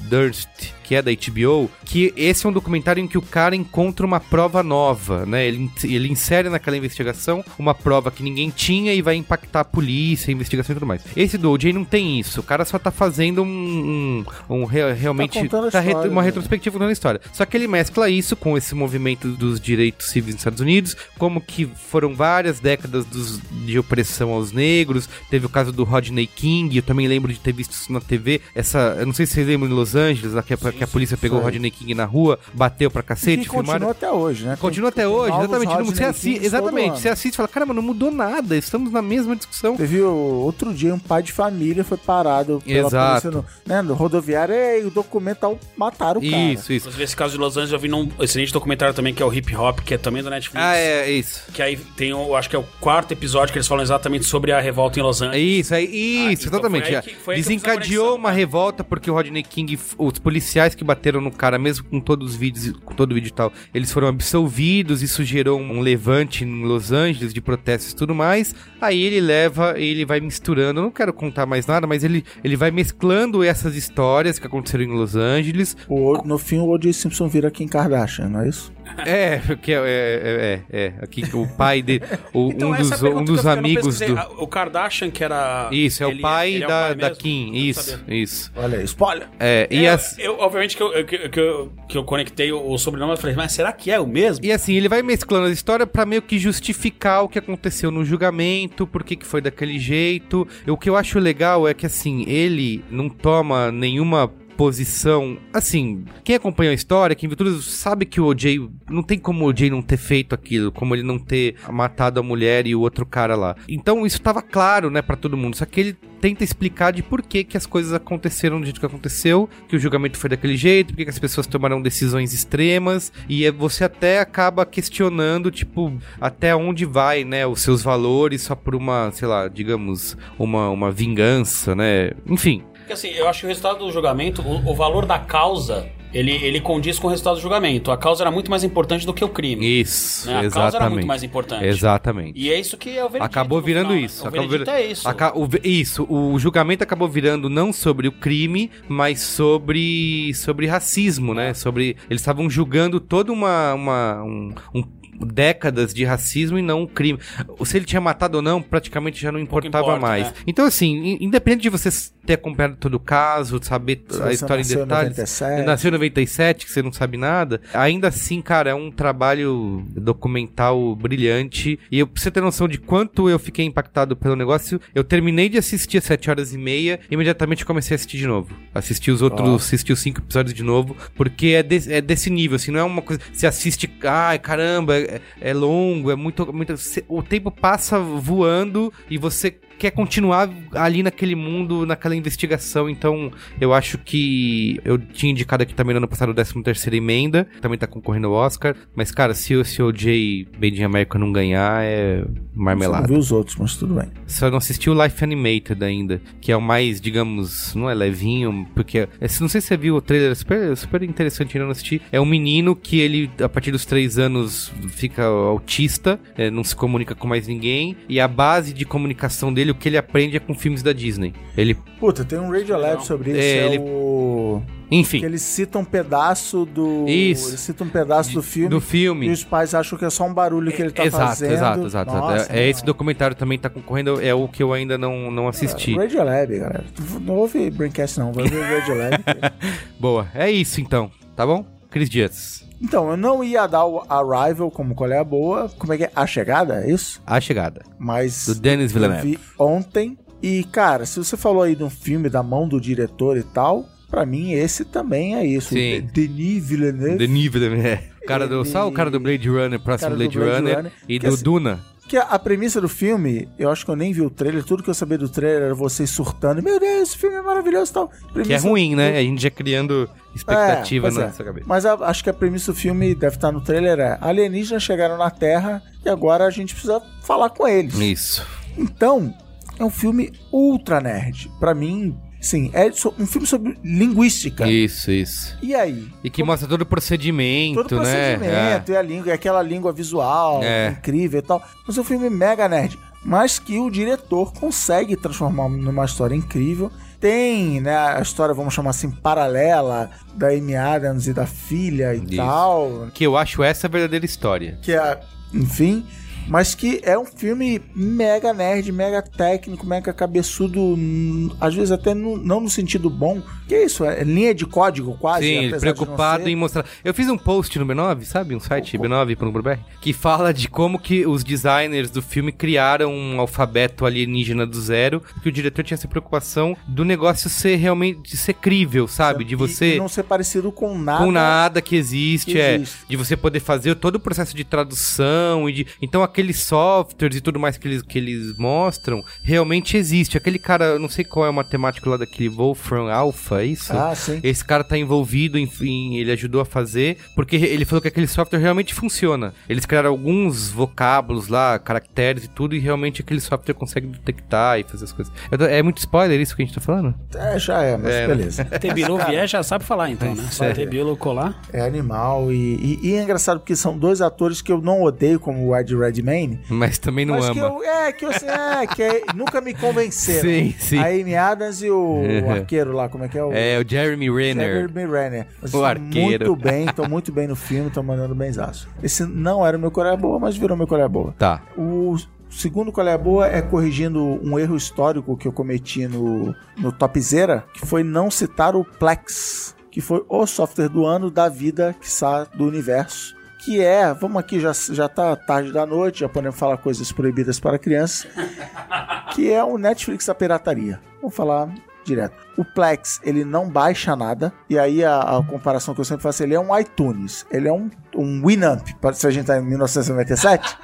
Durst, que é da HBO, que esse é um documentário em que o cara encontra uma prova nova, né? Ele, in- ele insere naquela investigação uma prova que ninguém tinha e vai impactar a polícia, a investigação e tudo mais. Esse do OJ não tem isso. O cara só tá fazendo um. um, um re- realmente.
contando a
tá re-
história,
uma
né?
retro perspectiva contando a história. Só que ele mescla isso com esse movimento dos direitos civis nos Estados Unidos, como que foram várias décadas dos- de opressão aos negros. Teve o caso do Rodney King, eu também lembro de ter visto isso na TV. Essa, eu não sei se vocês lembram em Los Angeles, na que, a- que a polícia pegou o Rodney King na rua, bateu pra cacete,
que continua
filmaram.
até hoje, né?
Continua
Tem-
até
tem
hoje,
novos
exatamente. Não,
Rodney
você assi-
Kings todo
exatamente, você
ano.
assiste e fala, caramba, não mudou nada, estamos na mesma discussão.
Teve o- outro dia um pai de família foi parado pela
Exato.
polícia no, né, no rodoviário e o documental mataram o cara.
Isso, isso.
Inclusive, esse caso de Los Angeles, eu vi num excelente documentário também, que é o Hip Hop, que é também da Netflix.
Ah, é, é isso.
Que aí tem, o, acho que é o quarto episódio que eles falam exatamente sobre a revolta em Los
É
Angeles.
Isso, é isso,
Ah, então
exatamente.
foi
é.
aí que- foi aí que eu fiz a
Desencadeou
conexão,
uma
né?
revolta porque o Rodney King, f- os policiais que bateram no cara, mesmo com todos os vídeos, com todo o vídeo e tal, eles foram absolvidos, isso gerou um levante em Los Angeles de protestos e tudo mais. Aí ele leva, ele vai misturando, eu não quero contar mais nada, mas ele, ele vai mesclando essas histórias que aconteceram em Los
[laughs]
Angeles.
O- no fim, o O.J. Simpson vira Kim Kardashian, não é isso?
É, porque é, é, é, é, aqui o pai de o- um
essa é a
dos,
pergunta
um
que eu-
dos
eu não
amigos
pesquisei.
do...
Ah, O Kardashian, que era.
Isso, é
ele-
o pai,
ele é
da, da
mesmo? Eu
Kim,
não
isso,
sabia.
isso.
Olha aí, spoiler!
É, e
É,
as...
eu, obviamente que eu, que, que eu, que eu conectei o, o sobrenome, eu falei, mas será que é o mesmo?
E assim, ele vai mesclando a história pra meio que justificar o que aconteceu no julgamento, por que que foi daquele jeito. E O que eu acho legal é que assim, ele não toma nenhuma posição, assim, quem acompanha a história, quem viu tudo, sabe que o OJ, não tem como o OJ não ter feito aquilo, como ele não ter matado a mulher e o outro cara lá. Então isso tava claro, né, pra todo mundo, só que ele tenta explicar de por que que as coisas aconteceram do jeito que aconteceu, que o julgamento foi daquele jeito, por que que as pessoas tomaram decisões extremas, e é- você até acaba questionando, tipo, até onde vai, né, os seus valores só por uma, sei lá, digamos, uma, uma vingança, né, enfim.
Porque assim, eu acho que o resultado do julgamento, o, o valor da causa, ele, ele condiz com o resultado do julgamento. A causa era muito mais importante do que o crime.
Isso,
né? A causa era muito
exatamente.
mais importante.
Exatamente.
E é isso que é o veredito.
Acabou
no
virando
final, né?
isso.
O
acabou
veredito
vira-
é isso.
Aca- o ve- isso, o julgamento acabou virando não sobre o crime, mas sobre sobre racismo, né? Sobre eles estavam julgando toda uma uma um- um- décadas de racismo e não o crime. Se ele tinha matado ou não, praticamente já não
Pouco
importava
importa,
mais.
né?
Então assim, in- independente de você s- ter acompanhado todo o caso, saber
Se
a
você
história em
nasceu em
detalhes,
97.
nasceu em 97, que você não sabe nada. Ainda assim, cara, é um trabalho documental brilhante. E eu, pra você ter noção de quanto eu fiquei impactado pelo negócio, eu terminei de assistir às 7 horas e meia, e imediatamente comecei a assistir de novo. Assisti os outros,
Ó.
assisti os cinco episódios de novo, porque é, de- é desse nível, assim, não é uma coisa. Você assiste, ai caramba, é, é longo, é muito. muito cê- o tempo passa voando e você quer continuar ali naquele mundo, naquela investigação, então eu acho que eu tinha indicado aqui também no ano passado o 13ª emenda, que também tá concorrendo ao Oscar, mas cara, se o se o J. Made in America não ganhar, é
Você
marmelada.
não viu os outros, mas tudo bem.
Só não assisti o Life Animated ainda, que é o mais, digamos, não é levinho, porque é, se- não sei se você viu o trailer, é super, é super interessante, ainda não assisti. É um menino que ele, a partir dos três anos, fica autista, é, não se comunica com mais ninguém, e a base de comunicação dele, o que ele aprende é com filmes da Disney. Ele
Puta, tem um Radiolab
Não.
sobre isso.
É,
É,
ele-
o... Que
Enfim,
eles citam um pedaço do.
Isso.
Eles citam um pedaço do filme.
do filme.
E os pais acham que é só um barulho que ele tá
exato,
fazendo.
exato, exato, exato.
Nossa,
É, é
não.
esse documentário também tá concorrendo, é o que eu ainda não, não assisti.
Radiolab, galera. Não ouve Braincast, não. Vai ver Radiolab.
[laughs] Boa, é isso então, tá bom? Cris Dias,
então, eu não ia dar o Arrival como qual é a boa. Como é que é? A Chegada? É isso?
A Chegada,
Mas.
do Denis
eu
Villeneuve.
vi ontem. E, cara, se você falou aí de um filme da mão do diretor e tal, pra mim esse também é isso.
Sim.
De- Denis Villeneuve.
Denis Villeneuve, é. O cara do,
Ele-
sabe o cara do Blade Runner, próximo
cara do
Blade,
Blade
Runner,
Runner,
e
que
do
assim-
Duna.
Que a, a premissa do filme, eu acho que eu nem vi o trailer, tudo que eu sabia do trailer era vocês surtando. Meu Deus, esse filme é maravilhoso e tal.
Que é
Premissa-
ruim, né? A gente já criando expectativa
assim, É, pois é.
nessa cabeça.
Mas a- acho que a premissa do filme, deve estar no trailer, é alienígenas chegaram na Terra e agora a gente precisa falar com eles.
Isso.
Então, é um filme ultra nerd. Pra mim, sim, é so- um filme sobre linguística. E,
Isso, isso.
aí?
E que mostra todo o procedimento,
Todo o procedimento,
né?
e a língua, e aquela língua visual
É.
incrível e tal. Mas é um filme mega nerd. Mas que o diretor consegue transformar numa história incrível. Tem, né, a história, vamos chamar assim, paralela da Amy Adams e da filha e
Isso.
tal.
É. Que eu acho essa a verdadeira história.
Que é, enfim. Mas que é um filme mega nerd, mega técnico, mega cabeçudo, hum, às vezes até no- não no sentido bom. Que é isso? É linha de código quase?
Sim,
apesar de não
preocupado
ser.
em mostrar. Eu fiz um post no B9, sabe? Um site B9 pro Bloomberg, que fala de como que os designers do filme criaram um alfabeto alienígena do zero, que o diretor tinha essa preocupação do negócio ser realmente de ser crível, sabe? De
E-
você
e não ser parecido com nada.
com nada que existe,
que
é.
existe.
De você poder fazer todo o processo de tradução e de. Então aqueles softwares e tudo mais que eles, que eles mostram realmente existe. Aquele cara, eu não sei qual é o matemático lá daquele Wolfram Alpha, é isso?
Ah, sim.
Esse cara tá envolvido, enfim, ele ajudou a fazer, porque ele falou que aquele software realmente funciona. Eles criaram alguns vocábulos lá, caracteres e tudo, e realmente aquele software consegue detectar e fazer as coisas. Eu tô- É muito spoiler isso que a gente tá falando? [laughs]
É, já é, mas
né?
beleza.
Tebiru vier, já sabe falar então, né? Só Tebiru colar.
É animal e, e- e é engraçado porque são dois atores que eu não odeio como o Ed Redmayne.
Mas também não
mas
ama.
que eu, é, que eu assim, é, que é- nunca me convenceram.
Sim, sim.
A Amy Adams e o, o
É.
arqueiro lá, como é que é? O
É, o Jeremy Renner.
Jeremy Renner. Mas
O
estão
arqueiro.
Muito bem, estão muito bem no filme, estão mandando benzaço. Esse não era o meu Coreia Boa, mas virou meu Coreia Boa.
Tá.
O segundo qual é a boa é corrigindo um erro histórico que eu cometi no, no Topzera, que foi não citar o Plex, que foi o software do ano da vida, que está do universo. Que é, vamos aqui, já, já tá tarde da noite, já podemos falar coisas proibidas para crianças. [laughs] que é o Netflix da pirataria. Vamos falar direto. O Plex, ele não baixa nada. E aí a, a comparação que eu sempre faço, ele é um iTunes. Ele é um, um Winamp. Parece que a gente tá em 1997.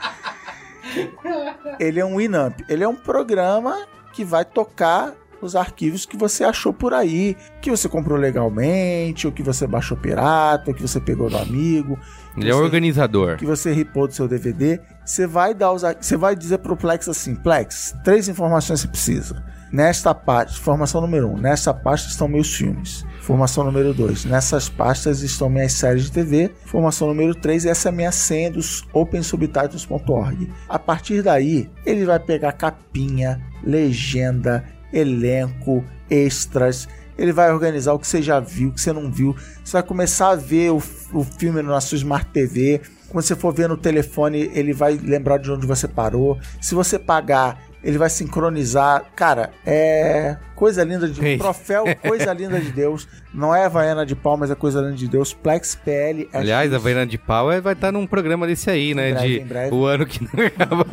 ele é um Winamp. Ele é um programa que vai tocar os arquivos que você achou por aí, que você comprou legalmente, ou que você baixou pirata, ou que você pegou do amigo,
Ele é um
Você-
organizador.
que você ripou do seu DVD, você vai dar os, você vai dizer pro Plex assim, Plex, três informações você precisa. Nesta parte, informação número um, nessa pasta estão meus filmes. Informação número dois, nessas pastas estão minhas séries de TV. Informação número três, essa é a minha senha dos opensubtitles.org. A partir daí, ele vai pegar capinha, legenda, elenco, extras, ele vai organizar o que você já viu, o que você não viu. Você vai começar a ver o, o filme na sua Smart TV. Quando você for ver no telefone, ele vai lembrar de onde você parou. Se você pagar, ele vai sincronizar. Cara, é coisa linda de
Ei.
troféu, coisa linda de Deus. Não é Havaiana de pau, mas é coisa linda de Deus. Plex PL. é
Aliás, a
X.
Vaina de Pau é- vai estar num programa desse aí, né?
breve,
de
em breve.
o ano que [laughs] não acaba.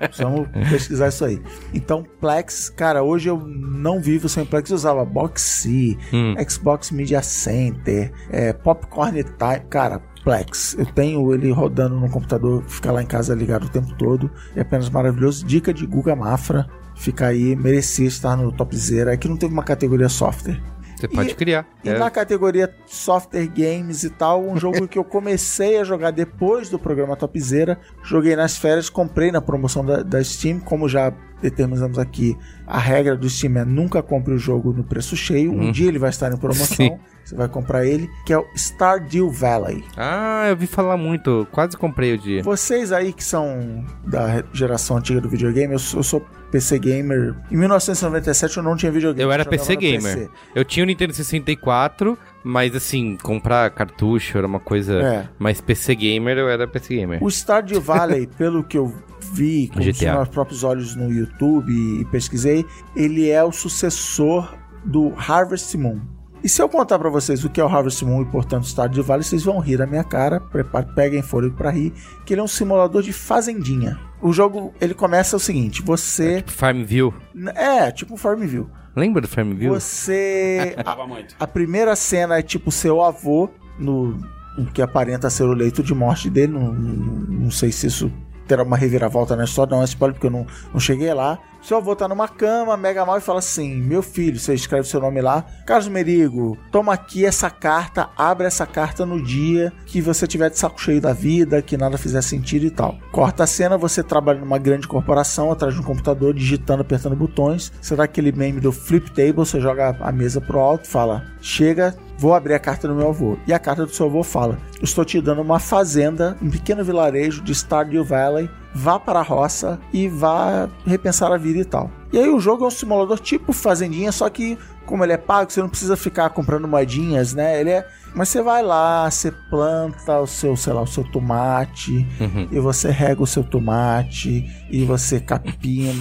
Precisamos pesquisar isso aí. Então, Plex, cara, hoje eu não vivo sem Plex. Eu usava Boxy,
Hum.
Xbox Media Center, é, Popcorn Time. Cara, Plex. Eu tenho ele rodando no computador, fica lá em casa ligado o tempo todo. É apenas maravilhoso. Dica de Guga Mafra. Fica aí, merecia estar no top zero. É que não teve uma categoria software.
Você pode
E-
criar.
E
É.
na categoria software games e tal,
[laughs]
um jogo que eu comecei a jogar depois do programa Topzera, joguei nas férias, comprei na promoção da, da Steam, como já determinamos aqui, a regra do Steam é nunca compre o jogo no preço cheio, um dia ele vai estar em promoção.
Uhum. Sim.
Você vai comprar ele, que é o Stardew Valley.
Ah, eu vi falar muito. Quase comprei o dia.
Vocês aí que são da geração antiga do videogame, eu sou, eu sou PC gamer. Em 1997 eu não tinha videogame.
Eu era
jogava
PC
no
gamer.
PC.
Eu tinha o Nintendo 64, mas assim, comprar cartucho era uma coisa.
É.
Mas PC gamer, eu era PC gamer.
O Stardew Valley, pelo que eu vi com os
GTA.
meus próprios olhos no YouTube e pesquisei, ele é o sucessor do Harvest Moon. E se eu contar pra vocês o que é o Harvest Moon e, portanto, Stardew Valley, vocês vão rir da minha cara, prepare, peguem fôlego pra rir, que ele é um simulador de fazendinha. O jogo, ele começa o seguinte, você...
Farmville.
É, tipo Farmville.
Lembra do Farmville?
Você... a-
Tava Ah, muito.
a primeira cena é tipo seu avô no no que aparenta ser o leito de morte dele. Não, não- não sei se isso terá uma reviravolta na história, não é spoiler porque eu não, não cheguei lá. Seu avô tá numa cama, mega mal, e fala assim: Meu filho, você escreve seu nome lá. Carlos Merigo, toma aqui essa carta, abre essa carta no dia que você tiver de saco cheio da vida, que nada fizer sentido e tal. Corta a cena, você trabalha numa grande corporação, atrás de um computador, digitando, apertando botões. Você dá aquele meme do flip table, você joga a mesa pro alto, fala: Chega, Vou abrir a carta do meu avô. E a carta do seu avô fala: Estou te dando uma fazenda, um pequeno vilarejo de Stardew Valley. Vá para a roça e vá repensar a vida e tal. E aí o jogo é um simulador tipo fazendinha, só que como ele é pago, você não precisa ficar comprando moedinhas, né? Ele é. Mas você vai lá, você planta o seu, sei lá, o seu tomate,
Uhum.
e você rega o seu tomate, e você capina,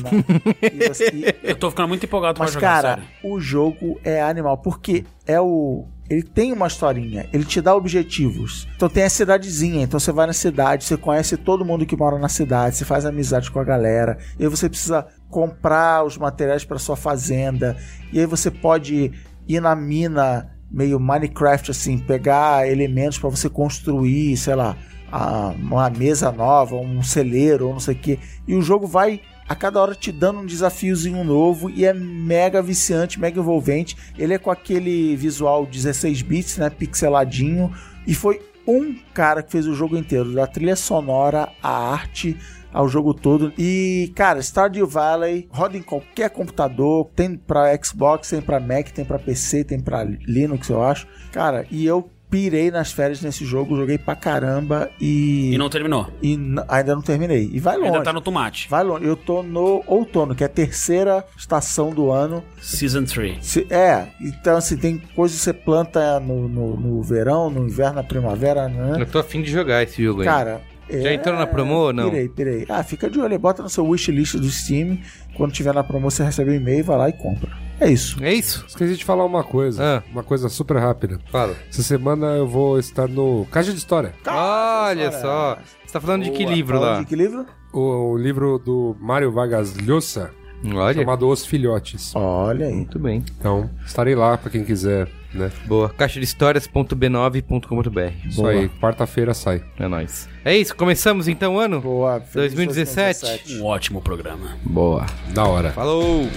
e você, e-
[laughs] Eu tô ficando muito empolgado
mas,
pra jogar,
cara,
sério.
o jogo é animal, porque é o. Ele tem uma historinha, ele te dá objetivos. Então tem a cidadezinha, então você vai na cidade, você conhece todo mundo que mora na cidade, você faz amizade com a galera, e aí você precisa comprar os materiais para sua fazenda, e aí você pode ir na mina meio Minecraft assim, pegar elementos para você construir, sei lá, a- uma mesa nova, um celeiro, ou não sei o que. E o jogo vai a cada hora te dando um desafiozinho novo e é mega viciante, mega envolvente. Ele é com aquele visual 16 bits, né, pixeladinho, e foi um cara que fez o jogo inteiro, da trilha sonora à arte ao jogo todo. E, cara, Stardew Valley roda em qualquer computador, tem pra Xbox, tem pra Mac, tem pra PC, tem pra Linux, eu acho. Cara, e eu pirei nas férias nesse jogo, joguei pra caramba e,
E não terminou.
e n- ainda não terminei. E vai longe.
Ainda tá no tomate.
Vai longe. Eu tô no outono, que é a terceira estação do ano.
Season 3.
Se- é, então assim, tem coisas que você planta no, no, no verão, no inverno, na primavera, né?
Eu tô afim de jogar esse jogo aí.
Cara.
Já entrou na promo ou não?
Pirei, pirei. Ah, fica de olho, aí, bota no seu wishlist do Steam. Quando tiver na promo, você recebe um e-mail, vai lá e compra. É isso.
É isso?
Esqueci de falar uma coisa.
Ah.
Uma coisa super rápida.
Fala.
Essa semana eu vou estar no Caixa de História.
Olha só. Você tá falando de que livro
Fala
lá?
De que livro?
O, o livro do Mário Vargas Llosa,
Olha.
chamado Os Filhotes.
Olha aí.
Muito bem.
Então, estarei lá pra quem quiser, né?
Boa. Caixa de histórias.b9.com.br.
Isso
Boa.
aí, quarta-feira sai.
É nóis. É isso, começamos então o ano?
Boa. feliz
2017.
Um ótimo programa.
Boa.
Da hora.
Falou!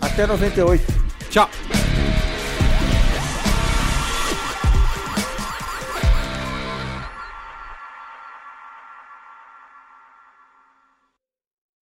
Até 98.
Tchau!